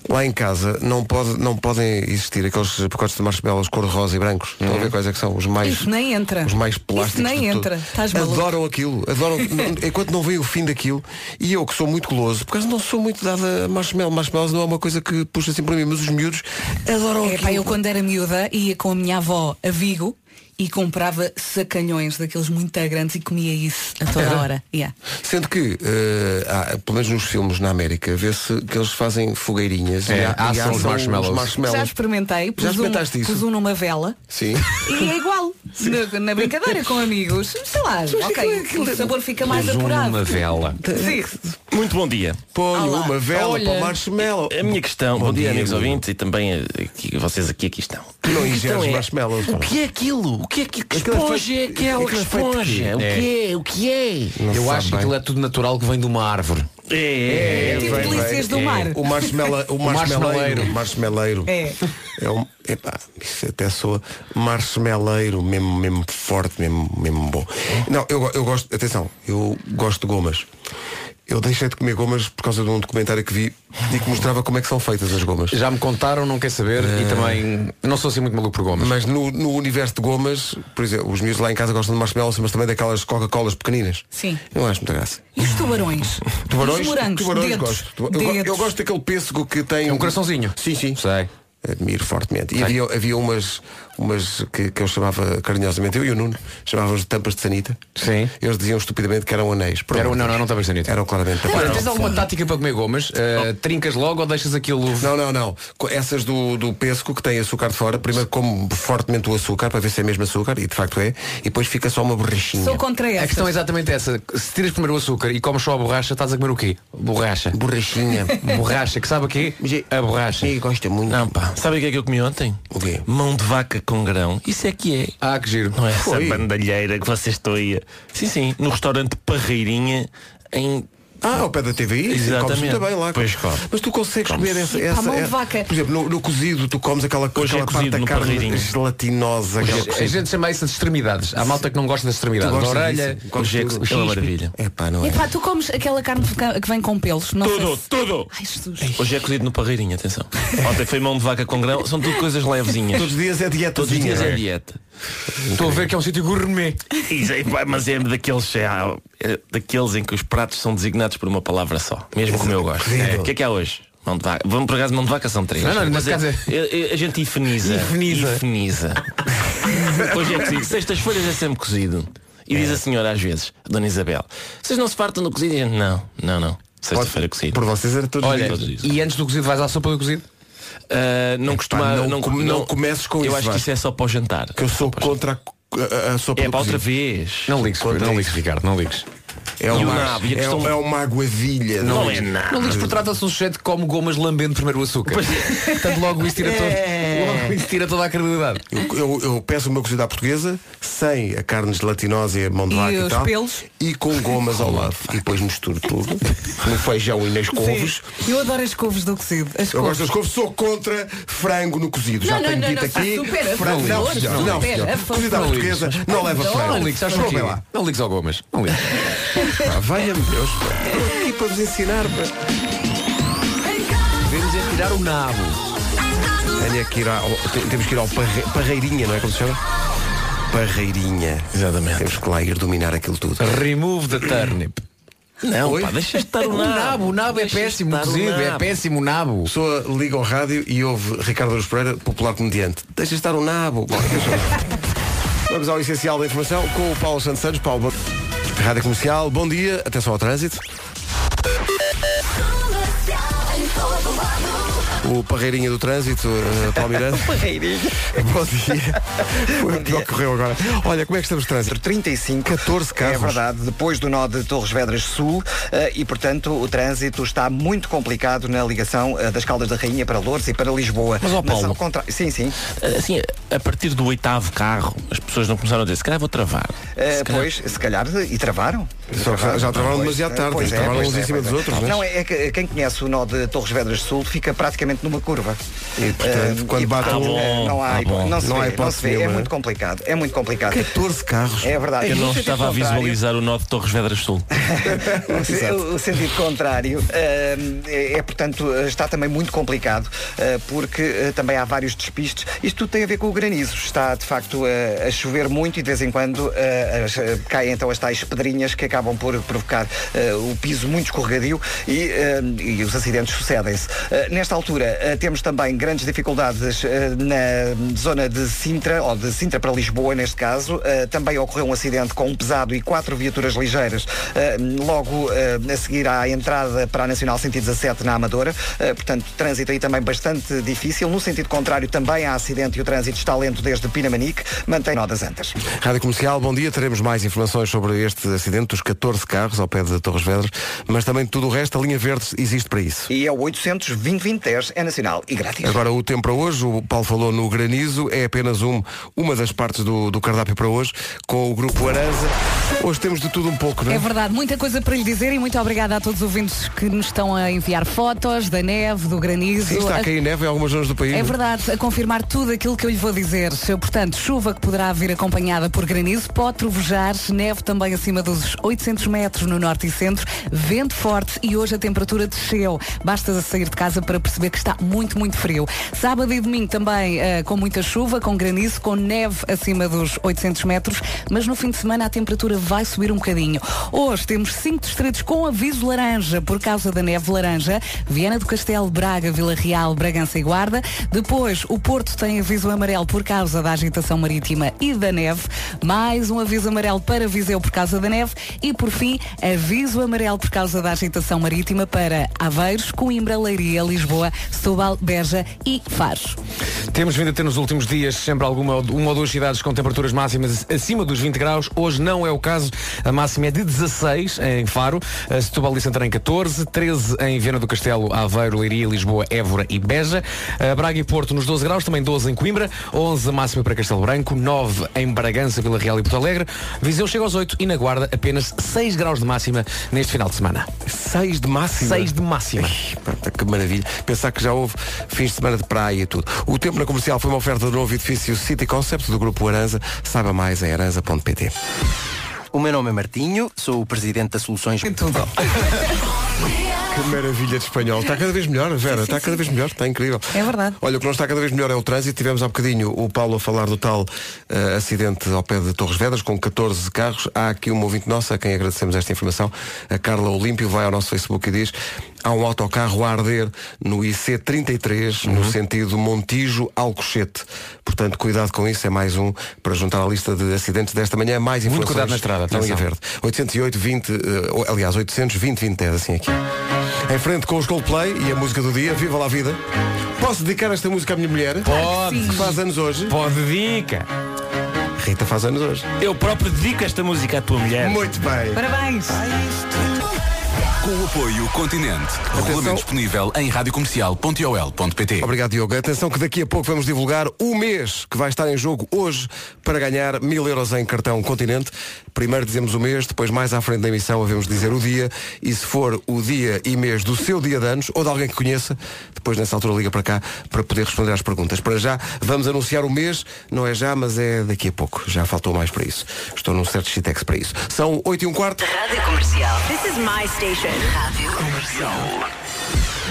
[SPEAKER 1] lá em casa não, pode, não podem existir aqueles pacotes de marshmallows cor-de-rosa e brancos. Estão a
[SPEAKER 5] Uhum.
[SPEAKER 1] ver quais é que são? Os mais.
[SPEAKER 4] Isso nem entra.
[SPEAKER 1] Os mais plásticos.
[SPEAKER 4] Isso nem
[SPEAKER 1] de tudo.
[SPEAKER 4] entra. Estás maluco.
[SPEAKER 1] adoram aquilo. Adoram. não- enquanto não veio o fim daquilo, e eu que sou muito goloso, por acaso não sou muito dada a marshmallow. Marshmallows não é uma coisa que puxa assim para mim, mas os miúdos adoram
[SPEAKER 4] É,
[SPEAKER 1] aquilo.
[SPEAKER 4] pá, eu quando era miúda ia com a minha avó a Vigo e comprava sacanhões daqueles muito grandes e comia isso a toda
[SPEAKER 1] Era?
[SPEAKER 4] hora. Yeah.
[SPEAKER 1] Sendo que, eh, há- pelo menos nos filmes na América, vê-se que eles fazem fogueirinhas
[SPEAKER 5] É,
[SPEAKER 1] há-
[SPEAKER 5] assam os
[SPEAKER 1] assam
[SPEAKER 5] marshmallows.
[SPEAKER 4] Já
[SPEAKER 1] marshmallows.
[SPEAKER 4] experimentei, pus,
[SPEAKER 1] experimentaste
[SPEAKER 4] um,
[SPEAKER 1] isso?
[SPEAKER 4] pus um numa vela
[SPEAKER 1] Sim.
[SPEAKER 4] e é igual. Na, na brincadeira com amigos, sei lá, ok, o sabor fica mais apurado.
[SPEAKER 5] Uma vela.
[SPEAKER 4] Sim.
[SPEAKER 9] Muito bom dia.
[SPEAKER 1] Ponho
[SPEAKER 4] Olá.
[SPEAKER 1] uma vela
[SPEAKER 9] Olha.
[SPEAKER 1] para o marshmallow.
[SPEAKER 9] A minha questão, bom, dia,
[SPEAKER 1] dia,
[SPEAKER 9] amigos
[SPEAKER 1] Nuno.
[SPEAKER 9] ouvintes e também eh, aqui, vocês aqui aqui estão.
[SPEAKER 1] Não
[SPEAKER 9] A
[SPEAKER 1] ingeres
[SPEAKER 9] questão é,
[SPEAKER 1] marshmallows.
[SPEAKER 9] O que é aquilo? O que é que, que
[SPEAKER 1] Aquilo é
[SPEAKER 9] esponja é
[SPEAKER 1] feito-
[SPEAKER 9] aquela?
[SPEAKER 1] aquilo é feito de
[SPEAKER 9] Que esponja? O
[SPEAKER 5] quê?
[SPEAKER 9] que é? O que é?
[SPEAKER 5] eu
[SPEAKER 1] sabe
[SPEAKER 5] acho que
[SPEAKER 1] bem.
[SPEAKER 5] aquilo é tudo natural que vem de uma árvore.
[SPEAKER 9] É,
[SPEAKER 4] Tipo
[SPEAKER 1] Vai, vai.
[SPEAKER 4] delícias do
[SPEAKER 5] É.
[SPEAKER 4] mar.
[SPEAKER 1] O marshmallow, o marshmallow,
[SPEAKER 5] marshmalloweiro.
[SPEAKER 1] o marshmalloweiro.
[SPEAKER 4] É.
[SPEAKER 1] É um, epá, isso até soa marshmalloweiro, mesmo, mesmo forte, mesmo, mesmo bom. Não, eu, go- eu gosto, atenção, eu gosto de gomas. Eu deixei de comer gomas por causa de um documentário que vi e que mostrava como é que são feitas as gomas.
[SPEAKER 5] Já me contaram, não quer saber, e também não sou assim muito maluco por gomas.
[SPEAKER 1] Mas no, no universo de gomas, por exemplo, os meus lá em casa gostam de marshmallows, mas também daquelas Coca-Colas pequeninas.
[SPEAKER 4] Sim.
[SPEAKER 1] Eu acho muita graça.
[SPEAKER 4] E os tubarões?
[SPEAKER 1] Tubarões,
[SPEAKER 4] os morangos,
[SPEAKER 1] tubarões
[SPEAKER 4] dedos,
[SPEAKER 1] gosto. Tuba- Eu, go-
[SPEAKER 4] dedos.
[SPEAKER 1] eu gosto daquele pêssego que tem.
[SPEAKER 5] É um coraçãozinho.
[SPEAKER 1] Sim, sim.
[SPEAKER 5] Sei.
[SPEAKER 1] Admiro fortemente. E havia, havia umas, umas que, que eu chamava carinhosamente, eu e o Nuno, chamávamos de tampas de sanita.
[SPEAKER 5] Sim.
[SPEAKER 1] Eles diziam estupidamente que eram anéis. Por
[SPEAKER 5] Era,
[SPEAKER 1] amor de
[SPEAKER 5] não, não,
[SPEAKER 1] Deus.
[SPEAKER 5] não estava sanita.
[SPEAKER 1] Eram claramente tampas.
[SPEAKER 5] Olha, tens alguma tática para comer gomas? Eh, trincas logo ou deixas aquilo.
[SPEAKER 1] Não, não, não. Co- Essas do, do pesco que tem açúcar de fora, primeiro como fortemente o açúcar para ver se é mesmo açúcar, e de facto é, e depois fica só uma borrachinha.
[SPEAKER 4] Sou contra
[SPEAKER 5] A
[SPEAKER 4] essas.
[SPEAKER 5] questão é exatamente essa. Se tiras primeiro o açúcar e comes só a borracha, estás a comer o quê? Borracha.
[SPEAKER 1] Borrachinha.
[SPEAKER 5] Borracha, que sabe o quê?
[SPEAKER 1] Mas é-
[SPEAKER 5] A borracha.
[SPEAKER 1] E gosta muito.
[SPEAKER 9] Não, pá. Sabe o que é que eu comi ontem?
[SPEAKER 1] O quê?
[SPEAKER 9] Mão de vaca com grão. Isso é que é.
[SPEAKER 5] Ah, que giro.
[SPEAKER 9] Não é essa
[SPEAKER 1] Foi.
[SPEAKER 9] bandalheira que vocês estão aí. a- Sim, sim. No restaurante Parreirinha em.
[SPEAKER 1] Ah, ao pé da TVI?
[SPEAKER 9] Exatamente.
[SPEAKER 1] Comes também lá.
[SPEAKER 9] Pois come.
[SPEAKER 1] Mas tu consegues comer essa,
[SPEAKER 4] Sim, pá,
[SPEAKER 1] essa,
[SPEAKER 4] mão de
[SPEAKER 1] essa-
[SPEAKER 4] vaca.
[SPEAKER 1] Por exemplo, no, no cozido tu comes aquela,
[SPEAKER 9] Hoje é
[SPEAKER 1] aquela parte
[SPEAKER 9] cozido
[SPEAKER 1] da
[SPEAKER 9] no
[SPEAKER 1] carne
[SPEAKER 9] parreirinho. é
[SPEAKER 1] gelatinosa. aquela
[SPEAKER 5] A
[SPEAKER 1] coisa.
[SPEAKER 5] gente chama isso de extremidades. Há malta que não gosta das extremidades.
[SPEAKER 1] Tu
[SPEAKER 5] Da
[SPEAKER 1] gostas
[SPEAKER 5] orelha,
[SPEAKER 1] disso?
[SPEAKER 5] o
[SPEAKER 9] Hoje é
[SPEAKER 5] o
[SPEAKER 9] que- é uma
[SPEAKER 5] chispe.
[SPEAKER 9] maravilha.
[SPEAKER 1] É pá, não é?
[SPEAKER 4] E pá, tu comes aquela carne de ca- que vem com pelos. Não sei
[SPEAKER 9] Tudo,
[SPEAKER 4] se-
[SPEAKER 9] tudo!
[SPEAKER 4] Ai, Jesus.
[SPEAKER 9] Hoje é cozido no Parreirinha, atenção. Ontem foi mão de vaca com grão. São tudo coisas levezinhas.
[SPEAKER 1] Todos os dias é
[SPEAKER 9] Todos os dias
[SPEAKER 1] dietazinha.
[SPEAKER 9] é
[SPEAKER 1] É.
[SPEAKER 9] dieta.
[SPEAKER 5] Estou a ver que é um sítio gourmet.
[SPEAKER 9] Isso aí, pá, mas é daqueles, é, é daqueles em que os pratos são designados por uma palavra só, mesmo como eu gosto.
[SPEAKER 1] Incrível.
[SPEAKER 9] O que é que há hoje? Mão de vaca. Vamos por acaso mão de vaca são três.
[SPEAKER 5] Não, não,
[SPEAKER 9] mas
[SPEAKER 5] nesse caso
[SPEAKER 9] é-
[SPEAKER 5] é-
[SPEAKER 9] é- é- a gente infiniza.
[SPEAKER 5] Infiniza.
[SPEAKER 9] Infiniza. hoje é cozido. Sextas-feiras é sempre cozido. E diz a senhora às vezes, a Dona Isabel, vocês não se fartam do cozido? E a gente, não, não, não. Sexta-feira é cozido.
[SPEAKER 1] Por vocês era todos
[SPEAKER 5] Olha,
[SPEAKER 1] os dias.
[SPEAKER 5] e antes do cozido vais à sopa do cozido?
[SPEAKER 9] Ah, não costumava.
[SPEAKER 1] não com- não comeces com
[SPEAKER 9] eu
[SPEAKER 1] isso,
[SPEAKER 9] acho que
[SPEAKER 1] Vasco.
[SPEAKER 9] isso é só para o jantar.
[SPEAKER 1] Que eu sou contra a, a, a sopa
[SPEAKER 9] É
[SPEAKER 1] do
[SPEAKER 9] para
[SPEAKER 1] cozido.
[SPEAKER 9] outra vez.
[SPEAKER 5] Não ligues,
[SPEAKER 1] Contra
[SPEAKER 5] não
[SPEAKER 1] isso.
[SPEAKER 5] ligues, Ricardo, não ligues.
[SPEAKER 1] É
[SPEAKER 9] E o
[SPEAKER 1] uma,
[SPEAKER 9] nabo, e a
[SPEAKER 1] é,
[SPEAKER 9] questão-
[SPEAKER 1] é uma aguadilha.
[SPEAKER 9] Não, é
[SPEAKER 1] ligues.
[SPEAKER 9] nada.
[SPEAKER 5] Não ligues porque trata-se de um sujeito que come gomas lambendo primeiro o açúcar. Portanto, logo isso tira, todo, logo isso tira toda a credibilidade.
[SPEAKER 1] Eu, eu- eu peço o meu cozido à portuguesa, sem a carne gelatinosa e a mão de
[SPEAKER 4] E
[SPEAKER 1] vaca
[SPEAKER 4] os
[SPEAKER 1] e tal.
[SPEAKER 4] pelos?
[SPEAKER 1] E com gomas ao lado. E depois misturo tudo. No feijão e nas couves.
[SPEAKER 4] Sim. Eu adoro as couves do cozido. As
[SPEAKER 1] Eu
[SPEAKER 4] couves.
[SPEAKER 1] gosto das couves, sou contra frango no cozido. Já
[SPEAKER 4] Não, não,
[SPEAKER 1] tenho
[SPEAKER 4] não,
[SPEAKER 1] dito
[SPEAKER 4] não,
[SPEAKER 1] aqui.
[SPEAKER 4] supera, a
[SPEAKER 1] frango, não,
[SPEAKER 4] favor,
[SPEAKER 1] senhor, não,
[SPEAKER 4] supera,
[SPEAKER 1] senhor.
[SPEAKER 4] a favor.
[SPEAKER 1] Cozida à
[SPEAKER 4] Não
[SPEAKER 5] ligues.
[SPEAKER 1] portuguesa não leva frango.
[SPEAKER 5] Não ligues, sabes
[SPEAKER 1] Provem
[SPEAKER 5] porquê?
[SPEAKER 1] lá.
[SPEAKER 5] Não ligues ao gomas. Não ligues.
[SPEAKER 1] Pá, Valha-me Deus. pá. Estou aqui para vos ensinar. pá.
[SPEAKER 5] Devemos é tirar o nabo.
[SPEAKER 1] Tenho que ir ao, te- temos que ir ao parre, Parreirinha, não é como se chama? Parreirinha. Exatamente. Temos que lá ir dominar aquilo tudo.
[SPEAKER 5] Remove the turnip.
[SPEAKER 9] Não,
[SPEAKER 1] Oi?
[SPEAKER 9] pá, deixa estar o
[SPEAKER 5] O nabo,
[SPEAKER 9] nabo.
[SPEAKER 5] o nabo é
[SPEAKER 9] Deixa
[SPEAKER 5] péssimo,
[SPEAKER 9] estar o
[SPEAKER 5] cozido, é
[SPEAKER 9] nabo.
[SPEAKER 5] péssimo o nabo.
[SPEAKER 1] pessoa liga ao rádio e ouve Ricardo Aruz Pereira, popular comediante. Deixa estar o nabo. Bom, deixa- Vamos ao essencial da informação com o Paulo Santos Santos. Paulo, bom- Rádio Comercial, bom dia, atenção ao trânsito. O Parreirinha do Trânsito, eh, Paulo Miranda.
[SPEAKER 3] Parreirinha.
[SPEAKER 1] Bom dia. Foi o que ocorreu agora. Olha, como é que estamos de trânsito?
[SPEAKER 3] 35.
[SPEAKER 1] 14 carros.
[SPEAKER 3] É verdade, depois do nó de Torres Vedras Sul eh, e, portanto, o trânsito está muito complicado na ligação eh, das Caldas da Rainha para Lourdes e para Lisboa.
[SPEAKER 9] Mas, ó, Paulo.
[SPEAKER 3] contra... Sim, sim.
[SPEAKER 9] Assim, a partir do oitavo carro, as pessoas não começaram a dizer, se calhar vou travar.
[SPEAKER 3] Eh,
[SPEAKER 1] É,
[SPEAKER 9] Se calhar-
[SPEAKER 3] pois, se calhar, e travaram.
[SPEAKER 1] Só que já- já travaram
[SPEAKER 3] Pois,
[SPEAKER 1] demasiado tarde,
[SPEAKER 3] pois é,
[SPEAKER 1] travaram
[SPEAKER 3] pois
[SPEAKER 1] uns
[SPEAKER 3] é,
[SPEAKER 1] em cima
[SPEAKER 3] pois
[SPEAKER 1] dos
[SPEAKER 3] é.
[SPEAKER 1] outros, mas-
[SPEAKER 3] Não, é que quem conhece o nó de Torres Vedras Sul fica praticamente numa curva. Eh,
[SPEAKER 1] E, portanto, quando bate
[SPEAKER 3] portanto,
[SPEAKER 9] um-
[SPEAKER 3] eh, não há
[SPEAKER 9] Ah,
[SPEAKER 3] hipó-
[SPEAKER 9] bom.
[SPEAKER 3] não se
[SPEAKER 1] Não há
[SPEAKER 3] vê, não
[SPEAKER 1] hipótese
[SPEAKER 3] se vê. É
[SPEAKER 1] nenhuma.
[SPEAKER 3] muito complicado. É muito complicado.
[SPEAKER 1] 14 carros.
[SPEAKER 3] É verdade.
[SPEAKER 9] Eu
[SPEAKER 3] No
[SPEAKER 9] não
[SPEAKER 3] sentido
[SPEAKER 9] estava a
[SPEAKER 3] contrário-
[SPEAKER 9] visualizar o nó de Torres Vedras Sul.
[SPEAKER 3] o, se- o sentido contrário eh, é, é, portanto, eh, está também muito complicado, eh, porque eh, também há vários despistes. Isto tudo tem a ver com o granizo. Está, de facto, eh, a chover muito e, de vez em quando, eh, as- eh, caem então as tais pedrinhas que acabam por provocar eh, o piso muito escorregadio e, eh, e os acidentes sucedem-se. Eh, nesta altura, eh, temos também grandes dificuldades eh, na zona de Sintra, ou de Sintra para Lisboa, neste caso. Eh, também ocorreu um acidente com um pesado e quatro viaturas ligeiras eh, logo eh, a seguir à entrada para a Nacional 117 na Amadora. Eh, portanto, trânsito aí também bastante difícil. No sentido contrário, também há acidente e o trânsito está lento desde Pinamanique. Mantém nó das Antas.
[SPEAKER 1] Rádio Comercial, bom dia. Teremos mais informações sobre este acidente dos 14 carros ao pé de Torres Vedras, mas também tudo o resto, a linha verde existe para isso.
[SPEAKER 3] E é o 800 é nacional e grátis.
[SPEAKER 1] Agora o tempo para hoje, o Paulo falou no granizo, é apenas um, uma das partes do, do cardápio para hoje, com o grupo Aranza. Hoje temos de tudo um pouco, não
[SPEAKER 4] É
[SPEAKER 1] é?
[SPEAKER 4] verdade, muita coisa para lhe dizer e muito obrigada a todos os ouvintes que nos estão a enviar fotos da neve, do granizo.
[SPEAKER 1] Sim, está
[SPEAKER 4] A-
[SPEAKER 1] a cair neve em algumas zonas do país.
[SPEAKER 4] É
[SPEAKER 1] não
[SPEAKER 4] verdade, a confirmar tudo aquilo que eu lhe vou dizer. Portanto, chuva que poderá vir acompanhada por granizo, pode trovejar, neve também acima dos 800 metros no norte e centro, vento forte e hoje a temperatura desceu. Basta sair de casa para perceber que está muito, muito frio. Sábado e domingo também eh, com muita chuva, com granizo, com neve acima dos 800 metros, mas no fim de semana a temperatura vai subir um bocadinho. Hoje temos cinco distritos com aviso laranja por causa da neve laranja. Viana do Castelo, Braga, Vila Real, Bragança e Guarda. Depois, o Porto tem aviso amarelo por causa da agitação marítima e da neve. Mais um aviso amarelo para Viseu por causa da neve. E, por fim, aviso amarelo por causa da agitação marítima para Aveiros, Coimbra, Leiria, Lisboa, Setúbal, Beja e Faro.
[SPEAKER 5] Temos vindo a ter nos últimos dias sempre alguma uma ou duas cidades com temperaturas máximas acima dos 20 graus. Hoje não é o caso. A máxima é de 16 em Faro, a Setúbal e Santarém 14, 13 em Viana do Castelo, Aveiro, Leiria, Lisboa, Évora e Beja. A Braga e Porto nos 12 graus, também 12 em Coimbra, 11 a máxima para Castelo Branco, 9 em Bragança, Vila Real e Porto Alegre. Viseu chega aos 8 e na Guarda apenas 6 graus de máxima neste final de semana.
[SPEAKER 1] 6 de máximo.
[SPEAKER 5] 6 de máxima.
[SPEAKER 1] Pronto, que maravilha. Pensar que já houve fins de semana de praia e tudo. O tempo na comercial foi uma oferta do novo edifício City Concept do grupo Aranza. Saiba mais em aranza.pt.
[SPEAKER 10] O meu nome é Martinho, sou o presidente das Soluções.
[SPEAKER 4] Tudo.
[SPEAKER 1] Que maravilha de espanhol. Está cada vez melhor, Vera. está cada vez melhor. Está incrível.
[SPEAKER 4] É verdade.
[SPEAKER 1] Olha, o que não está cada vez melhor é o trânsito. Tivemos há bocadinho o Paulo a falar do tal eh, acidente ao pé de Torres Vedras com 14 carros. Há aqui um ouvinte nosso a quem agradecemos esta informação. A Carla Olímpio vai ao nosso Facebook e diz há um autocarro a arder no IC 33, no sentido Montijo-Alcochete. Portanto, cuidado com isso. É mais um para juntar à lista de acidentes desta manhã. Mais informações.
[SPEAKER 5] cuidado na estrada,
[SPEAKER 1] na linha
[SPEAKER 5] atenção.
[SPEAKER 1] verde. 808 20, eh, aliás, 820 20 10, é assim aqui. Em frente com os Coldplay e a música do dia, Viva lá a Vida. Posso dedicar esta música à minha mulher?
[SPEAKER 9] Pode.
[SPEAKER 1] Que faz anos hoje.
[SPEAKER 5] Pode, dedica.
[SPEAKER 1] Rita faz anos hoje.
[SPEAKER 9] Eu próprio dedico esta música à tua mulher.
[SPEAKER 1] Muito bem.
[SPEAKER 4] Parabéns.
[SPEAKER 6] Com o apoio Continente. Regulamento disponível em radiocomercial.ol.pt
[SPEAKER 1] Obrigado, Diogo. Atenção que daqui a pouco vamos divulgar o mês que vai estar em jogo hoje para ganhar mil euros em cartão Continente. Primeiro dizemos o mês, depois mais à frente da emissão havemos de dizer o dia e se for o dia e mês do seu dia de anos ou de alguém que conheça, depois nessa altura liga para cá para poder responder às perguntas. Para já vamos anunciar o mês, não é já, mas é daqui a pouco. Já faltou mais para isso. Estou num certo shitex para isso. São 8 e um quarto.
[SPEAKER 11] Rádio Comercial. This is my station. Rádio Comercial.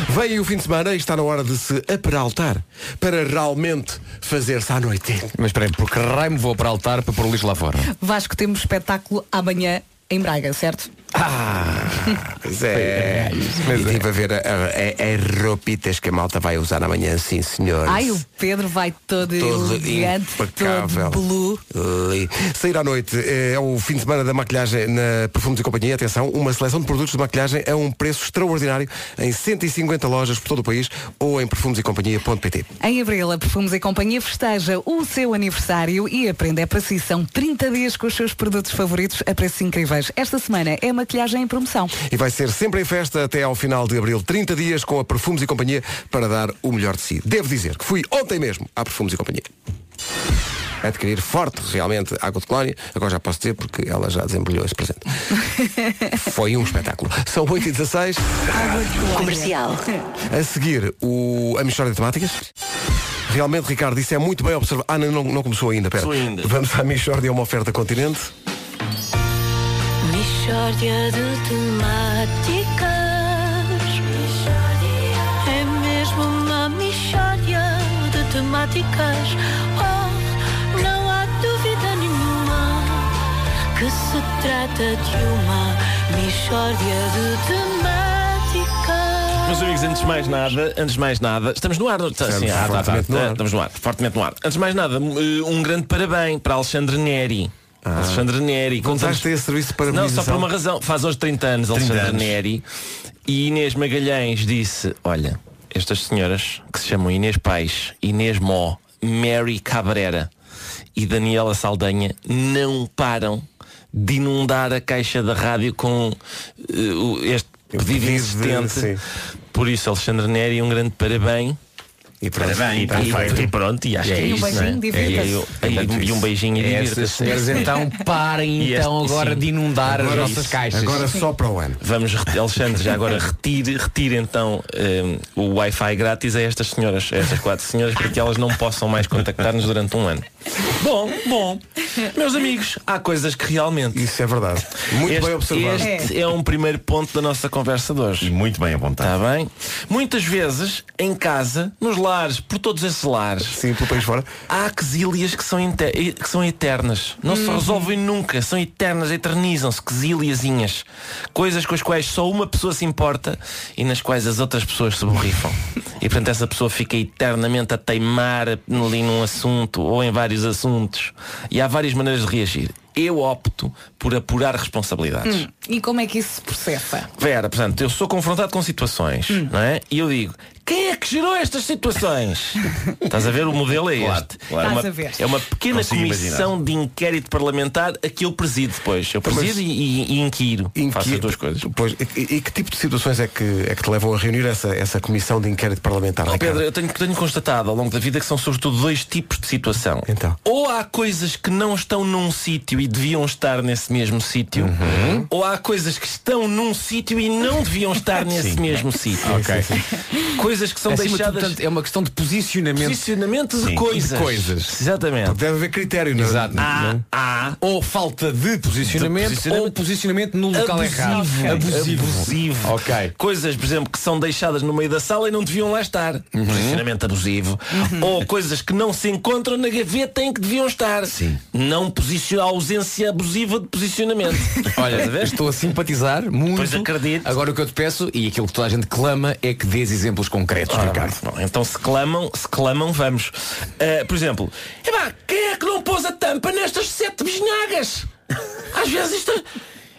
[SPEAKER 1] Vem aí o fim de semana e está na hora de se aperaltar para realmente fazer-se à noite.
[SPEAKER 5] Mas espera aí, porque raio-me vou para altar para pôr o lixo lá fora.
[SPEAKER 4] Vasco, temos espetáculo amanhã em Braga, certo?
[SPEAKER 1] Ah, Pois é. E tive a ver a- a- a- as roupitas que a malta vai usar amanhã, sim, senhores.
[SPEAKER 4] Ai, o Pedro vai todo,
[SPEAKER 1] Todo
[SPEAKER 4] elegante,
[SPEAKER 1] impecável.
[SPEAKER 4] todo blue.
[SPEAKER 1] Ali. Sair à noite eh, é o fim de semana da maquilhagem na Perfumes e Companhia. Atenção, uma seleção de produtos de maquilhagem a um preço extraordinário em 150 lojas por todo o país ou em perfumesecompanhia.pt.
[SPEAKER 4] Em Abril, a Perfumes e Companhia festeja o seu aniversário e aprende é para si. São 30 dias com os seus produtos favoritos a preços incríveis. Esta semana é maquilhagem em promoção.
[SPEAKER 1] E vai ser sempre em festa até ao final de abril. 30 dias com a Perfumes e Companhia para dar o melhor de si. Devo dizer que fui ontem mesmo à Perfumes e Companhia. Adquirir forte, realmente, água de colónia. Agora já posso dizer porque ela já desembrulhou esse presente. Foi um espetáculo. São 8 e 16
[SPEAKER 11] Comercial.
[SPEAKER 1] A seguir, o, a mistória de temáticas. Realmente, Ricardo, isso é muito bem observado. Ah, não, não, não começou ainda, pera. Vamos à Michórdia, uma oferta continente.
[SPEAKER 11] Mishória de temáticas. É mesmo uma mishória de temáticas. Oh, não há dúvida nenhuma que se trata de uma mishória de temáticas.
[SPEAKER 9] Meus amigos, antes de mais nada, antes de mais nada, estamos no ar, não está? Sim, ah, tá, tá,
[SPEAKER 1] fortemente no
[SPEAKER 9] tá,
[SPEAKER 1] ar.
[SPEAKER 9] estamos no ar, fortemente no ar. Antes de mais nada, eh, um grande parabéns para Alexandre Neri. Alexandre Neri, contamos-
[SPEAKER 1] Ah. Contaste esse serviço de
[SPEAKER 9] Não,
[SPEAKER 1] parabenização.
[SPEAKER 9] só por uma razão. Faz hoje 30 anos
[SPEAKER 1] 30
[SPEAKER 9] Alexandre
[SPEAKER 1] anos.
[SPEAKER 9] Neri e Inês Magalhães disse, olha, estas senhoras que se chamam Inês Pais, Inês Mó, Mary Cabrera e Daniela Saldanha não param de inundar a caixa da rádio com eh, o- este pedido insistente. Por isso, Alexandre Neri, um grande parabéns.
[SPEAKER 1] E
[SPEAKER 9] parabéns, e,
[SPEAKER 5] perfeito.
[SPEAKER 9] e pronto, e acho
[SPEAKER 5] E
[SPEAKER 9] que é
[SPEAKER 5] um
[SPEAKER 9] isso.
[SPEAKER 5] beijinho,
[SPEAKER 9] não é?
[SPEAKER 5] divirta-se.
[SPEAKER 9] E aí,
[SPEAKER 5] É
[SPEAKER 9] aí,
[SPEAKER 5] tanto
[SPEAKER 9] e um
[SPEAKER 5] isso.
[SPEAKER 9] beijinho e
[SPEAKER 5] É,
[SPEAKER 9] divirta-se.
[SPEAKER 5] essas senhoras, então, parem,
[SPEAKER 9] E
[SPEAKER 5] então, agora
[SPEAKER 9] sim.
[SPEAKER 5] de inundar as
[SPEAKER 9] Agora
[SPEAKER 5] nossas
[SPEAKER 9] isso.
[SPEAKER 5] caixas. Agora só
[SPEAKER 1] para o ano.
[SPEAKER 9] Vamos, reti- Alexandre, já agora retire, retire então eh, o Wi-Fi grátis a estas senhoras, a estas quatro senhoras, para que elas não possam mais contactar-nos durante um ano. Bom, bom. Meus amigos, há coisas que realmente.
[SPEAKER 1] Isso é verdade. Muito
[SPEAKER 9] este,
[SPEAKER 1] bem observado.
[SPEAKER 9] Este é um primeiro ponto da nossa conversa de hoje.
[SPEAKER 12] Muito bem apontado.
[SPEAKER 9] Está bem? Muitas vezes, em casa, nos lares, por todos esses lares.
[SPEAKER 1] Sim, pelo país fora.
[SPEAKER 9] Há quesílias que são, inte- que são eternas. Não se
[SPEAKER 12] Uhum.
[SPEAKER 9] resolvem nunca. São eternas, eternizam-se. Quesíliazinhas. Coisas com as quais só uma pessoa se importa e nas quais as outras pessoas se borrifam. E portanto essa pessoa fica eternamente a teimar ali num assunto ou em vários assuntos. E há várias maneiras de reagir. Eu opto por apurar responsabilidades.
[SPEAKER 4] Hum, e como é que isso se processa?
[SPEAKER 9] Vera, portanto, eu sou confrontado com situações,
[SPEAKER 12] Hum.
[SPEAKER 9] não é? E eu digo, quem é que gerou estas situações? Estás a ver? O modelo é este.
[SPEAKER 12] claro.
[SPEAKER 9] É, uma,
[SPEAKER 12] Estás a ver.
[SPEAKER 9] é uma pequena
[SPEAKER 12] Consigo
[SPEAKER 9] comissão de inquérito parlamentar a que eu presido depois. Eu presido e, e, e inquiro. Faço as duas coisas.
[SPEAKER 1] Pois, e, e que tipo de situações é que, é que te levam a reunir essa, essa comissão de inquérito parlamentar?
[SPEAKER 9] Oh,
[SPEAKER 1] Ricardo?
[SPEAKER 9] Pedro, eu tenho, tenho constatado ao longo da vida que são sobretudo dois tipos de situação.
[SPEAKER 1] Então.
[SPEAKER 9] Ou há coisas que não estão num sítio e deviam estar nesse mesmo sítio,
[SPEAKER 5] Uhum.
[SPEAKER 9] ou há coisas que estão num sítio e não deviam estar nesse
[SPEAKER 5] Sim.
[SPEAKER 9] mesmo sítio.
[SPEAKER 5] Ok.
[SPEAKER 9] Coisas que são
[SPEAKER 5] Acima de tudo,
[SPEAKER 9] deixadas.
[SPEAKER 5] portanto, é uma questão de posicionamento.
[SPEAKER 9] Posicionamento de
[SPEAKER 5] Sim.
[SPEAKER 9] coisas.
[SPEAKER 5] De coisas.
[SPEAKER 9] Exatamente.
[SPEAKER 1] Deve haver critério, não é?
[SPEAKER 5] Exato. Ah,
[SPEAKER 9] Há,
[SPEAKER 5] Ou falta de posicionamento,
[SPEAKER 9] De posicionamento.
[SPEAKER 5] ou posicionamento no local
[SPEAKER 9] Abusivo.
[SPEAKER 5] errado.
[SPEAKER 9] Abusivo.
[SPEAKER 5] Ok.
[SPEAKER 9] Coisas, por exemplo, que são deixadas no meio da sala e não deviam lá estar.
[SPEAKER 5] Uhum.
[SPEAKER 9] Posicionamento abusivo. Ou coisas que não se encontram na gaveta em que deviam estar. Sim. Não posiciona a ausência abusiva de posicionamento. Estás a
[SPEAKER 5] Olha,
[SPEAKER 9] ver?
[SPEAKER 5] estou a simpatizar muito.
[SPEAKER 9] Pois acredito.
[SPEAKER 5] Agora o que eu te peço e aquilo que toda a gente clama é que dês exemplos concretos,
[SPEAKER 9] Ora,
[SPEAKER 5] Ricardo.
[SPEAKER 9] bom, então se clamam, se clamam, vamos. Uh, por exemplo, Epá, quem é que não pôs a tampa nestas sete bisnagas? Às vezes isto.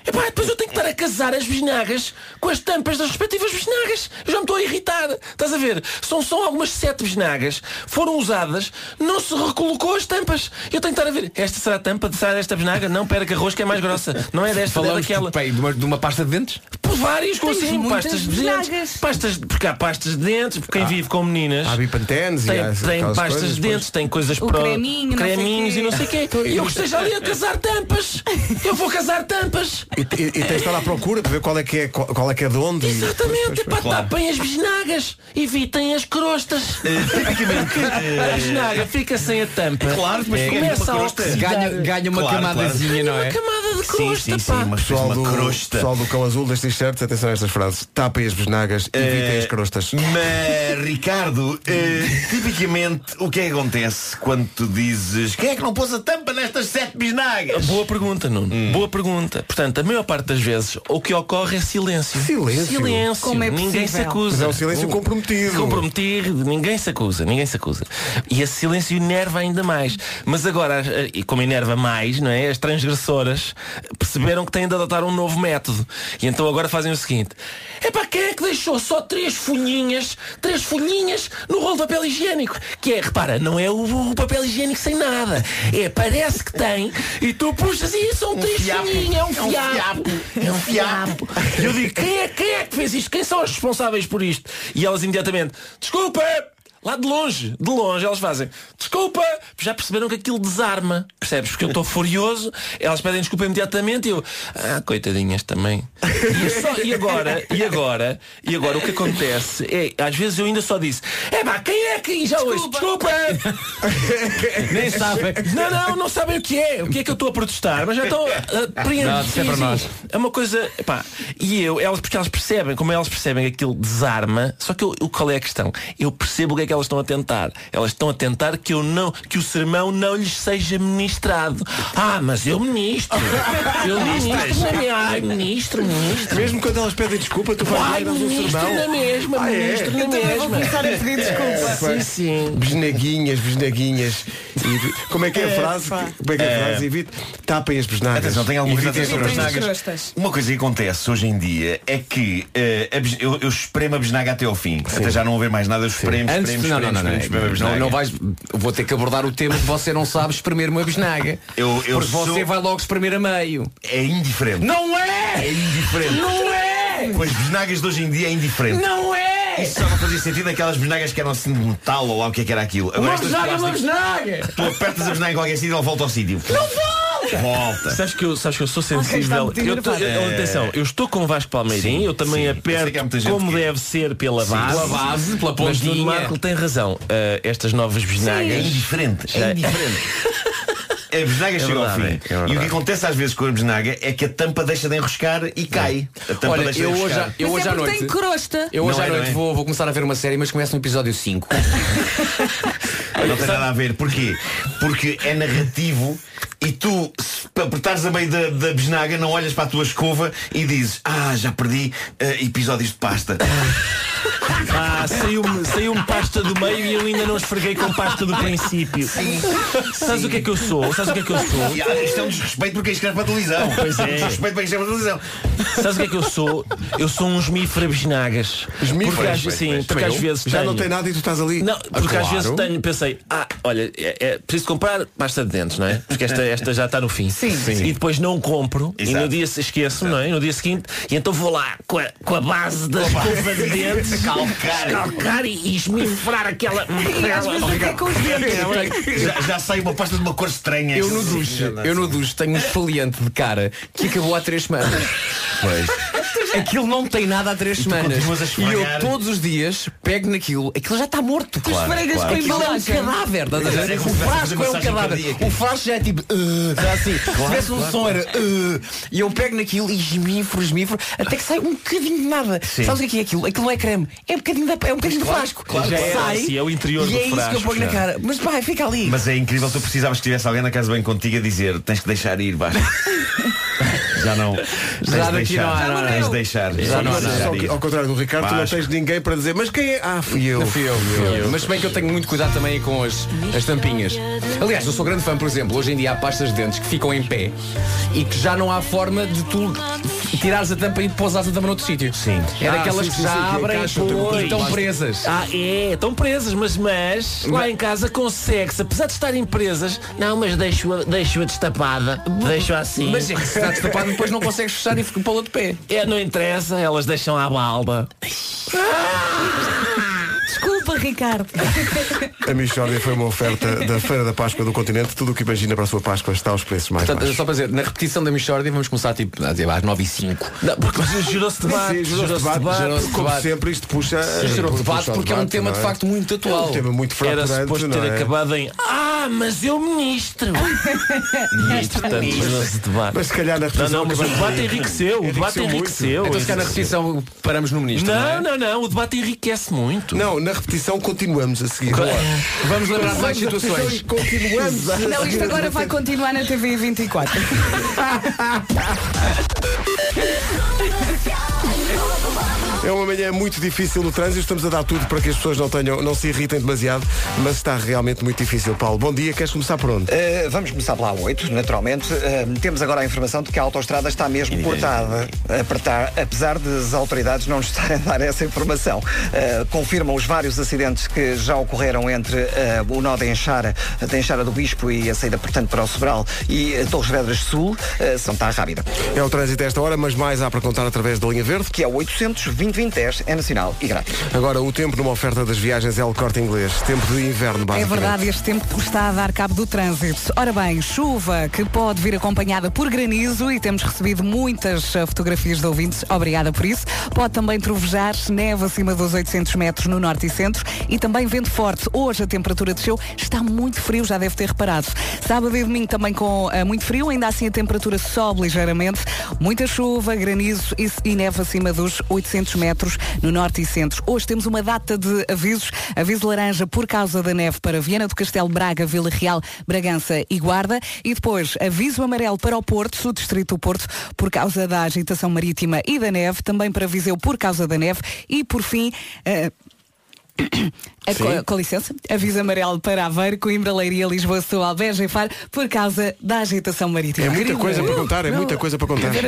[SPEAKER 9] Epá, depois eu tenho que estar a casar as bisnagas com as tampas das respectivas bisnagas. Eu já me estou a irritar. Estás a ver? São só algumas sete bisnagas. Foram usadas, não se recolocou as tampas. Eu tenho que estar a ver. Esta será a tampa? Será desta bisnaga? Não, pera, que a rosca é mais grossa. Não é desta, é
[SPEAKER 5] Falamos
[SPEAKER 9] daquela.
[SPEAKER 5] de, pá, de uma, de uma pasta de dentes?
[SPEAKER 9] Por vários, como
[SPEAKER 5] Tens
[SPEAKER 9] assim?
[SPEAKER 5] muitas
[SPEAKER 9] Pastas de dentes.
[SPEAKER 5] bisnagas.
[SPEAKER 9] Pastas, porque há pastas de dentes, porque quem
[SPEAKER 5] Ah.
[SPEAKER 9] vive com meninas. Há
[SPEAKER 1] bipantenes
[SPEAKER 9] tem,
[SPEAKER 1] e há
[SPEAKER 9] tem
[SPEAKER 1] aquelas
[SPEAKER 9] pastas
[SPEAKER 1] coisas,
[SPEAKER 9] de
[SPEAKER 1] pois.
[SPEAKER 9] dentes, tem coisas
[SPEAKER 1] O
[SPEAKER 9] para.
[SPEAKER 1] creminho, não sei
[SPEAKER 9] creminhos
[SPEAKER 1] quê.
[SPEAKER 9] e não sei o quê.
[SPEAKER 1] Pois.
[SPEAKER 9] E eu que esteja ali a casar tampas. Eu vou casar tampas.
[SPEAKER 1] E, e, e tens de estar à procura para ver qual é que é, qual, qual é, que é de onde.
[SPEAKER 9] Exatamente, epá, tapem as bisnagas, evitem as crostas.
[SPEAKER 12] É
[SPEAKER 9] Porque a bisnaga fica sem a tampa.
[SPEAKER 12] Claro, mas
[SPEAKER 9] É.
[SPEAKER 12] ganha
[SPEAKER 9] começa
[SPEAKER 12] uma
[SPEAKER 9] a
[SPEAKER 12] crosta.
[SPEAKER 9] oxidar.
[SPEAKER 12] Ganha- ganha uma Claro, camadazinha,
[SPEAKER 9] Ganha
[SPEAKER 12] não é?
[SPEAKER 9] Uma camada de
[SPEAKER 12] Sim,
[SPEAKER 9] crosta,
[SPEAKER 12] sim, sim,
[SPEAKER 9] pá.
[SPEAKER 12] uma-
[SPEAKER 1] Pessoal do,
[SPEAKER 12] crosta.
[SPEAKER 1] pessoal do Cão Azul das t-shirts, atenção a estas frases. Tapem as besnagas, evitem
[SPEAKER 12] Eh,
[SPEAKER 1] as crostas.
[SPEAKER 12] Mas, Ricardo, eh, tipicamente o que é que acontece quando tu dizes quem é que não pôs a tampa nestas sete bisnagas? Hum.
[SPEAKER 9] Boa pergunta, Nuno. Boa pergunta. Portanto, a maior parte das vezes o que ocorre é silêncio.
[SPEAKER 1] Silêncio.
[SPEAKER 9] Silêncio.
[SPEAKER 1] Como é
[SPEAKER 9] ninguém se
[SPEAKER 1] possível?
[SPEAKER 9] acusa. Hum.
[SPEAKER 1] Mas é um silêncio comprometido.
[SPEAKER 9] Comprometido, ninguém se acusa, ninguém se acusa. E esse silêncio enerva ainda mais. Mas agora, as- eh, e como enerva mais, não é? As transgressoras perceberam que têm de adotar um novo método. E então agora fazem o seguinte. É para quem é que deixou só três folhinhas, três folhinhas no rolo de papel higiênico? Que é, repara, não é o, o papel higiênico sem nada. É, parece que tem e tu puxas e são três
[SPEAKER 12] fiapo.
[SPEAKER 9] folhinhas, é
[SPEAKER 12] É
[SPEAKER 9] um
[SPEAKER 12] um
[SPEAKER 9] fiapo. É um fiapo. E eu digo, quem é, quem é que fez isto? Quem são os responsáveis por isto? E elas imediatamente, desculpa! Lá de longe, de longe, elas fazem Desculpa, já perceberam que aquilo desarma Percebes? Porque eu estou furioso Elas pedem desculpa imediatamente E eu, ah, coitadinhas também e, é só- e agora, e agora, e agora o que acontece é, às vezes eu ainda só disse, é pá, quem é que já hoje? Desculpa!
[SPEAKER 12] Nem sabem.
[SPEAKER 9] Não, não, não sabem o que é, o que é que eu estou a protestar, mas já estão uh,
[SPEAKER 12] é Não, isso é para nós.
[SPEAKER 9] É uma coisa, pá, e eu, elas, porque elas percebem, como elas percebem que aquilo desarma, só que eu, o qual é a questão? Eu percebo o que é que elas estão a tentar. Elas estão a tentar que eu não, que o sermão não lhes seja ministrado. Ah, mas eu ministro. Eu ministro na minha- Ai, ministro, ministro.
[SPEAKER 1] Mesmo quando elas pedem desculpa, tu vais lá
[SPEAKER 9] Ai,
[SPEAKER 1] e dás um
[SPEAKER 9] ministro
[SPEAKER 1] sermão.
[SPEAKER 9] na mesma,
[SPEAKER 1] Ah, é?
[SPEAKER 9] ministro na
[SPEAKER 1] Eu
[SPEAKER 12] Então
[SPEAKER 1] também vou
[SPEAKER 9] mesma.
[SPEAKER 1] começar a
[SPEAKER 12] Eh,
[SPEAKER 1] pedir desculpa.
[SPEAKER 9] Sim, sim.
[SPEAKER 1] Besnaguinhas, besnaguinhas. E- Como é que é a frase?
[SPEAKER 12] Epá.
[SPEAKER 1] Como é que é a
[SPEAKER 12] É.
[SPEAKER 1] frase? Evite. Tapem as besnagas.
[SPEAKER 12] Eh, Atenção, tem alguma coisa a
[SPEAKER 1] Evitem
[SPEAKER 12] dizer
[SPEAKER 1] as
[SPEAKER 12] sobre as bisnagas. Uma coisa que acontece hoje em dia é que eh, a bis- eu, eu espremo a bisnaga até ao fim. Até já não haver mais nada, eu espremo,
[SPEAKER 5] Antes,
[SPEAKER 12] espremo,
[SPEAKER 5] não,
[SPEAKER 12] espremo,
[SPEAKER 5] não, não, não,
[SPEAKER 12] espremo, espremo a
[SPEAKER 5] não,
[SPEAKER 12] bisnaga.
[SPEAKER 5] não vais. Vou ter que abordar o tema que você não sabe espremer uma bisnaga.
[SPEAKER 12] Eu- eu
[SPEAKER 5] porque você
[SPEAKER 12] sou-
[SPEAKER 5] vai logo espremer a meio.
[SPEAKER 12] É indiferente.
[SPEAKER 5] Não é!
[SPEAKER 12] É indiferente.
[SPEAKER 5] Não é!
[SPEAKER 12] Com as bisnagas de hoje em dia é indiferente.
[SPEAKER 5] Não é!
[SPEAKER 12] Isso só não fazia sentido naquelas bisnagas que eram assim de metal ou lá o que é que era aquilo.
[SPEAKER 5] Uma
[SPEAKER 12] estas
[SPEAKER 5] bisnaga é uma
[SPEAKER 12] plásticas,
[SPEAKER 5] bisnaga!
[SPEAKER 12] Tu apertas a bisnaga em qualquer sítio e ela volta ao sítio. Não volta! Volta.
[SPEAKER 9] Sabes que eu, sabes que eu sou
[SPEAKER 12] está
[SPEAKER 9] sensível.
[SPEAKER 12] muito
[SPEAKER 9] Eu tô-
[SPEAKER 12] enervado.
[SPEAKER 9] eu- atenção, eu estou com o Vasco Palmeirim,
[SPEAKER 12] Sim,
[SPEAKER 9] eu também
[SPEAKER 12] sim. Eu sei que há muita
[SPEAKER 9] aperto
[SPEAKER 12] gente
[SPEAKER 9] como
[SPEAKER 12] que-
[SPEAKER 9] deve ser é. pela
[SPEAKER 12] Sim,
[SPEAKER 9] base.
[SPEAKER 12] pela base, pela
[SPEAKER 9] Mas Nuno
[SPEAKER 12] pontinha.
[SPEAKER 9] Marco tem razão. Eh, estas novas bisnagas.
[SPEAKER 12] É indiferente. É indiferente. A bisnaga
[SPEAKER 9] É
[SPEAKER 12] chega ao
[SPEAKER 9] verdade,
[SPEAKER 12] fim.
[SPEAKER 9] é verdade.
[SPEAKER 12] e o que acontece às vezes com a bisnaga é que a tampa deixa de enroscar e cai. A tampa
[SPEAKER 5] Olha,
[SPEAKER 12] deixa
[SPEAKER 5] eu
[SPEAKER 12] de
[SPEAKER 5] hoje,
[SPEAKER 12] enroscar.
[SPEAKER 5] à- eu hoje à noite.
[SPEAKER 4] é crosta.
[SPEAKER 5] Eu hoje
[SPEAKER 12] Não
[SPEAKER 5] à
[SPEAKER 12] é, não
[SPEAKER 5] noite
[SPEAKER 12] é?
[SPEAKER 5] vou, vou começar a ver uma série, mas começa no episódio 5.
[SPEAKER 12] Não tem nada a ver. Porquê? Porque é narrativo e tu, se apertares a meio da, da bisnaga, não olhas para a tua escova e dizes, ah, já perdi eh, episódios de pasta.
[SPEAKER 9] Ah, saiu-me saiu pasta do meio e eu ainda não esfreguei com pasta do princípio. Sabes o que é que eu sou? Sabes o que é que eu sou?
[SPEAKER 12] E, ah, isto é um desrespeito para quem escreve para a televisão. Um
[SPEAKER 9] Pois é.
[SPEAKER 12] Desrespeito para quem escreve para a televisão.
[SPEAKER 9] Sabes o que é que eu sou? Eu sou um esmifra bisnagas. Porque, às-
[SPEAKER 1] Pois,
[SPEAKER 9] sim,
[SPEAKER 1] pois,
[SPEAKER 9] assim, porque
[SPEAKER 1] pois.
[SPEAKER 9] às vezes
[SPEAKER 1] Já
[SPEAKER 9] tenho-
[SPEAKER 1] não tem nada e tu estás ali.
[SPEAKER 9] Não,
[SPEAKER 1] Ah,
[SPEAKER 9] porque
[SPEAKER 1] claro.
[SPEAKER 9] às vezes tenho, pensei, ah, olha, é, é preciso comprar pasta de dentes, não é? Porque esta, esta já está no fim.
[SPEAKER 12] Sim. Sim.
[SPEAKER 9] E depois não compro e
[SPEAKER 12] Exato.
[SPEAKER 9] no dia se esqueço, não é? E No dia seguinte, e então vou lá com a, com a base da
[SPEAKER 12] Com a base.
[SPEAKER 9] escova de dentes,
[SPEAKER 12] Calcar.
[SPEAKER 9] calcar e, e esmifrar aquela.
[SPEAKER 12] já, já sai uma pasta de uma cor estranha.
[SPEAKER 5] Eu no duche, eu
[SPEAKER 1] assim.
[SPEAKER 5] no duche tenho um esfoliante de cara que acabou há três semanas. Aquilo não tem nada há três semanas.
[SPEAKER 12] continuas a
[SPEAKER 5] E eu
[SPEAKER 12] esfregar.
[SPEAKER 5] todos os dias pego naquilo, aquilo já está morto. Tu
[SPEAKER 12] Claro, esfregas claro. com
[SPEAKER 5] Aquilo é um
[SPEAKER 12] embalagem.
[SPEAKER 5] cadáver, estás a ver?
[SPEAKER 12] É, é
[SPEAKER 5] O
[SPEAKER 12] como se tivesse
[SPEAKER 5] frasco
[SPEAKER 12] uma
[SPEAKER 5] é um
[SPEAKER 12] massagem
[SPEAKER 5] cadáver.
[SPEAKER 12] cardíaca.
[SPEAKER 5] O frasco já é tipo. "Uh", já assim. Se
[SPEAKER 12] Claro,
[SPEAKER 5] tivesse um
[SPEAKER 12] claro,
[SPEAKER 5] som era. "Uh", E eu pego naquilo e esmifro, esmifro, até que sai um bocadinho de nada.
[SPEAKER 9] Sim.
[SPEAKER 5] Sabes o que é que é aquilo? Aquilo não é creme. É um bocadinho, da, é um bocadinho do
[SPEAKER 9] claro,
[SPEAKER 5] frasco.
[SPEAKER 9] claro,
[SPEAKER 5] já
[SPEAKER 9] claro.
[SPEAKER 5] sai.
[SPEAKER 9] Sim, é o interior
[SPEAKER 5] e
[SPEAKER 9] do
[SPEAKER 5] é isso que eu
[SPEAKER 9] frasco,
[SPEAKER 5] ponho na
[SPEAKER 9] já.
[SPEAKER 5] cara. Mas pá, fica ali.
[SPEAKER 12] Mas é incrível, tu precisavas que tivesse alguém na casa bem contigo a dizer tens que deixar ir, basta. já não.
[SPEAKER 5] Já
[SPEAKER 12] tens
[SPEAKER 5] daqui
[SPEAKER 12] de
[SPEAKER 5] não há,
[SPEAKER 12] deixar.
[SPEAKER 5] não há.
[SPEAKER 4] é.
[SPEAKER 12] Tens de deixar.
[SPEAKER 5] Já não há
[SPEAKER 1] Só
[SPEAKER 5] nada
[SPEAKER 1] que,
[SPEAKER 5] disso.
[SPEAKER 1] ao contrário do Ricardo, tu não
[SPEAKER 5] Vasco.
[SPEAKER 1] tens ninguém para dizer, mas quem é? Ah, fui eu.
[SPEAKER 5] Não fui eu, fui eu. Mas se bem que eu tenho muito cuidado também com as, as tampinhas. Aliás, eu sou grande fã, por exemplo, hoje em dia há pastas de dentes que ficam em pé e que já não há forma de tu tirares a tampa e pousares a tampa noutro sítio. Sim. É
[SPEAKER 9] Ah,
[SPEAKER 5] daquelas
[SPEAKER 9] sim,
[SPEAKER 5] que
[SPEAKER 9] sim,
[SPEAKER 5] já
[SPEAKER 9] sim, que
[SPEAKER 5] abrem
[SPEAKER 9] encaixam, tem um
[SPEAKER 5] e
[SPEAKER 9] bocadinho
[SPEAKER 5] estão
[SPEAKER 9] de
[SPEAKER 5] presas.
[SPEAKER 9] Ah, é, estão presas, mas, mas lá em casa consegue-se, apesar de estarem presas, não, mas deixo-a deixo destapada, deixo-a assim.
[SPEAKER 5] Mas é que se está destapada, depois não consegues fechar e fica para o outro pé.
[SPEAKER 9] É, não interessa, elas deixam à balda.
[SPEAKER 4] Desculpa, Ricardo.
[SPEAKER 1] A Michórdia foi uma oferta da Feira da Páscoa do Continente. Tudo o que imagina para a sua Páscoa está aos preços mais
[SPEAKER 5] Portanto,
[SPEAKER 1] baixos.
[SPEAKER 5] só para dizer, na repetição da Michórdia vamos começar tipo, a dizer, às 9 e 05
[SPEAKER 9] Porque jurou-se debate.
[SPEAKER 1] Sim, jurou-se
[SPEAKER 5] jurou-se
[SPEAKER 1] debate.
[SPEAKER 5] debate.
[SPEAKER 1] Jurou-se Como
[SPEAKER 5] debate.
[SPEAKER 1] sempre, isto puxa...
[SPEAKER 5] Sim, jurou-se debate
[SPEAKER 1] puxa ao
[SPEAKER 5] porque é um
[SPEAKER 1] debate,
[SPEAKER 5] tema,
[SPEAKER 1] não
[SPEAKER 5] de
[SPEAKER 1] é?
[SPEAKER 5] facto, muito atual.
[SPEAKER 1] É um tema muito
[SPEAKER 9] Era
[SPEAKER 1] fraturante,
[SPEAKER 9] suposto ter
[SPEAKER 1] não é?
[SPEAKER 9] acabado em Ah, mas eu ministro. E, portanto, jurou-se debate.
[SPEAKER 1] Mas se calhar na
[SPEAKER 9] Não,
[SPEAKER 1] repetição
[SPEAKER 9] não, mas o
[SPEAKER 1] acabamos-
[SPEAKER 5] é
[SPEAKER 9] debate enriqueceu. O debate
[SPEAKER 1] muito.
[SPEAKER 9] enriqueceu.
[SPEAKER 1] Então, se calhar, na
[SPEAKER 5] repetição paramos no é? ministro.
[SPEAKER 9] Não, não, não. O debate enriquece muito.
[SPEAKER 1] Não, na repetição continuamos a seguir.
[SPEAKER 9] Claro.
[SPEAKER 5] Vamos
[SPEAKER 9] lembrar de mais situações.
[SPEAKER 1] Continuamos a
[SPEAKER 4] Não, isto agora vai continuar na TV 24.
[SPEAKER 1] É uma manhã muito difícil no trânsito. Estamos a dar tudo para que as pessoas não, tenham, não se irritem demasiado, mas está realmente muito difícil. Paulo, bom dia. Queres começar por onde?
[SPEAKER 3] Uh, vamos começar pela A8, naturalmente. Uh, temos agora a informação de que a autoestrada está mesmo cortada, apertar, apesar das autoridades não nos estarem a dar essa informação. Uh, confirmam os vários acidentes que já ocorreram entre uh, o nó da Enxara, da Enxara do Bispo e a saída, portanto, para o Sobral e uh, Torres Vedras Sul, uh, são tão rápida.
[SPEAKER 1] É o trânsito a esta hora, mas mais há para contar através da linha verde.
[SPEAKER 3] Que é o 800 2010 é nacional e grátis.
[SPEAKER 1] Agora, o tempo numa oferta das viagens L Corte Inglês. Tempo de inverno,
[SPEAKER 4] É
[SPEAKER 1] basicamente.
[SPEAKER 4] verdade, este tempo está a dar cabo do trânsito. Ora bem, chuva que pode vir acompanhada por granizo e temos recebido muitas eh, fotografias de ouvintes, obrigada por isso. Pode também trovejar, neve acima dos 800 metros no norte e centro e também vento forte. Hoje a temperatura desceu, está muito frio, já deve ter reparado. Sábado e domingo também com eh, muito frio, ainda assim a temperatura sobe ligeiramente. Muita chuva, granizo e, e neve acima dos 800 metros no norte e centro. Hoje temos uma data de avisos. Aviso laranja por causa da neve para Viana do Castelo, Braga, Vila Real, Bragança e Guarda. E depois aviso amarelo para o Porto, o distrito do Porto, por causa da agitação marítima e da neve. Também para Viseu por causa da neve. E por fim... eh, a co-
[SPEAKER 13] Sim.
[SPEAKER 4] com licença, aviso amarelo para Aveiro, Coimbra, Leiria, Lisboa, Setúbal, Beja e Faro por causa da agitação marítima.
[SPEAKER 1] É muita coisa para contar, é muita coisa para contar.
[SPEAKER 5] É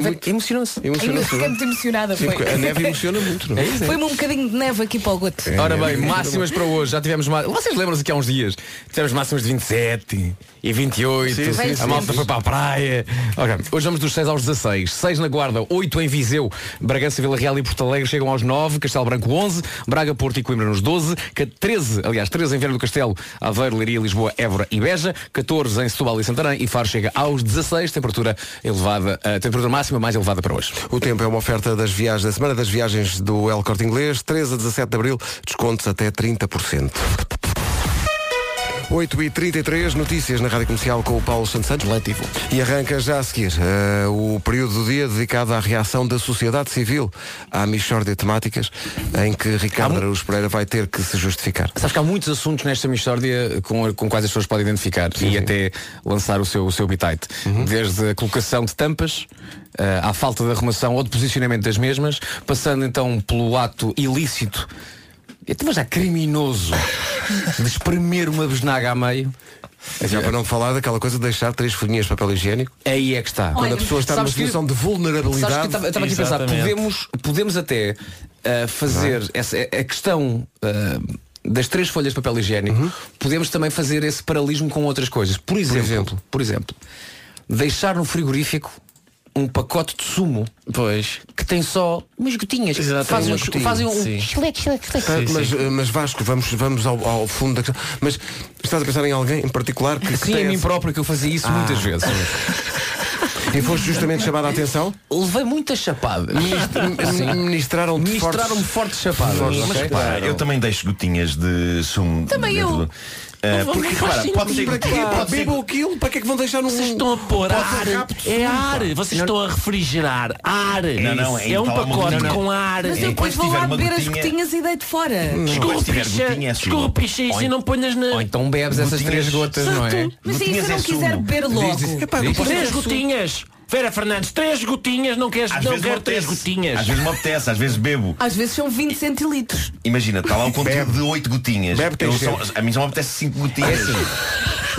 [SPEAKER 5] muito... Emocionou-se.
[SPEAKER 4] Eu fiquei muito emocionada.
[SPEAKER 1] Sim,
[SPEAKER 4] foi.
[SPEAKER 1] porque a neve emociona muito, não é?
[SPEAKER 4] Foi-me um bocadinho de neve aqui para o goto.
[SPEAKER 5] Ora bem, máximas para hoje. Já tivemos ma- Vocês lembram-se que há uns dias tivemos máximas de 27 e 28.
[SPEAKER 1] Sim, sim,
[SPEAKER 5] a
[SPEAKER 1] sim.
[SPEAKER 5] malta foi para a praia. Ok, Hoje vamos dos 6 aos 16. 6 na Guarda, 8 em Viseu, Bragança, Vila Real e Porto Alegre chegam aos 9, Castelo Branco 11, Braga, Porto e Coimbra nos 12, que- 13, aliás, 13 em Viana do Castelo, Aveiro, Leiria, Lisboa, Évora e Beja, 14 em Setúbal e Santarém e Faro chega aos 16, temperatura elevada, a temperatura máxima mais elevada para hoje.
[SPEAKER 1] O tempo é uma oferta das viagens, da Semana das Viagens do El Corte Inglês, 13 a 17 de Abril, descontos até 30%. 8h33, notícias na Rádio Comercial com o Paulo Santos Santos. Letivo. E arranca já a seguir eh, o período do dia dedicado à reação da sociedade civil à mixórdia de temáticas, em que Ricardo Araújo Pereira vai ter que se justificar.
[SPEAKER 5] Sabes que há muitos assuntos nesta mistória com, com quais as pessoas podem identificar e até lançar o seu, o seu bitite. Desde a colocação de tampas, eh, à falta de arrumação ou de posicionamento das mesmas, passando então pelo ato ilícito, até mas já criminoso, de espremer uma besnaga a meio.
[SPEAKER 1] Já para não falar daquela coisa de deixar três folhinhas de papel higiênico.
[SPEAKER 5] Aí é que está.
[SPEAKER 1] Quando a pessoa está numa
[SPEAKER 5] Sabes que-
[SPEAKER 1] situação de
[SPEAKER 5] Sabes que
[SPEAKER 1] vulnerabilidade.
[SPEAKER 5] eu tava- eu estava aqui a pensar, podemos, podemos até ah, fazer essa, a questão ah, das três folhas de papel higiênico, podemos também fazer esse paralelismo com outras coisas. Por exemplo, por exemplo, deixar no frigorífico um pacote de sumo pois. que tem só umas gotinhas. Fazem,
[SPEAKER 1] uma
[SPEAKER 5] uns-
[SPEAKER 1] gotinha,
[SPEAKER 5] um fazem
[SPEAKER 1] sim.
[SPEAKER 5] um
[SPEAKER 13] Chulec, chulec, chulec.
[SPEAKER 1] Ah, mas, eh, mas Vasco, vamos, vamos ao, ao fundo da questão. Mas estás a pensar em alguém em particular que, que
[SPEAKER 5] Sim,
[SPEAKER 1] tem
[SPEAKER 5] a mim
[SPEAKER 1] essa-
[SPEAKER 5] próprio que eu fazia isso
[SPEAKER 1] Ah.
[SPEAKER 5] muitas vezes.
[SPEAKER 1] E foste justamente chamada a atenção?
[SPEAKER 5] Levei muita chapada.
[SPEAKER 1] Ministr- Ministraram de
[SPEAKER 5] Ministraram-me forte chapada.
[SPEAKER 12] Mas
[SPEAKER 5] ok?
[SPEAKER 12] repara, eu também deixo gotinhas de sumo.
[SPEAKER 5] Também
[SPEAKER 12] dentro
[SPEAKER 5] eu.
[SPEAKER 12] do- Ah,
[SPEAKER 5] Não,
[SPEAKER 12] porque,
[SPEAKER 5] não faz
[SPEAKER 12] repara,
[SPEAKER 5] sentido.
[SPEAKER 12] pode ser
[SPEAKER 5] Para quê?
[SPEAKER 12] gotinha, pode ser
[SPEAKER 1] Bebam aquilo, para que é que vão deixar no
[SPEAKER 9] Vocês estão a pôr
[SPEAKER 1] Pode
[SPEAKER 9] ar.
[SPEAKER 1] ser rápido,
[SPEAKER 9] É
[SPEAKER 1] sim,
[SPEAKER 9] ar.
[SPEAKER 1] pá.
[SPEAKER 9] Vocês estão a refrigerar ar.
[SPEAKER 12] Não, não,
[SPEAKER 9] é um
[SPEAKER 12] então há uma
[SPEAKER 9] pacote
[SPEAKER 12] gotinha.
[SPEAKER 9] com ar.
[SPEAKER 4] Mas eu depois vou lá beber as gotinhas e deito fora.
[SPEAKER 9] Desculpa,
[SPEAKER 12] Enquanto tiver
[SPEAKER 9] picha,
[SPEAKER 12] gotinha, é sumo.
[SPEAKER 9] desculpa, picha, isso
[SPEAKER 12] Ou
[SPEAKER 9] e não ponhas na.
[SPEAKER 5] Ou então bebes essas
[SPEAKER 12] Gotinhas.
[SPEAKER 5] três gotas, não é?
[SPEAKER 4] Mas e se eu não quiser beber
[SPEAKER 5] Diz
[SPEAKER 4] logo?
[SPEAKER 5] isso.
[SPEAKER 4] Epá,
[SPEAKER 5] Diz
[SPEAKER 4] não
[SPEAKER 5] isso.
[SPEAKER 4] posso
[SPEAKER 9] Três
[SPEAKER 4] ter sumo.
[SPEAKER 9] gotinhas. Vera Fernandes, três gotinhas, não queres
[SPEAKER 12] Às
[SPEAKER 9] não
[SPEAKER 12] vezes me
[SPEAKER 9] quero três
[SPEAKER 12] apetece.
[SPEAKER 9] gotinhas.
[SPEAKER 12] Às vezes me apetece, às vezes bebo.
[SPEAKER 4] Às vezes são 20 centilitros.
[SPEAKER 12] Imagina, está lá um conteúdo de 8 gotinhas.
[SPEAKER 1] Bebe, tem É assim.
[SPEAKER 12] Eu
[SPEAKER 1] sede.
[SPEAKER 12] só- a mim só me apetece 5 gotinhas.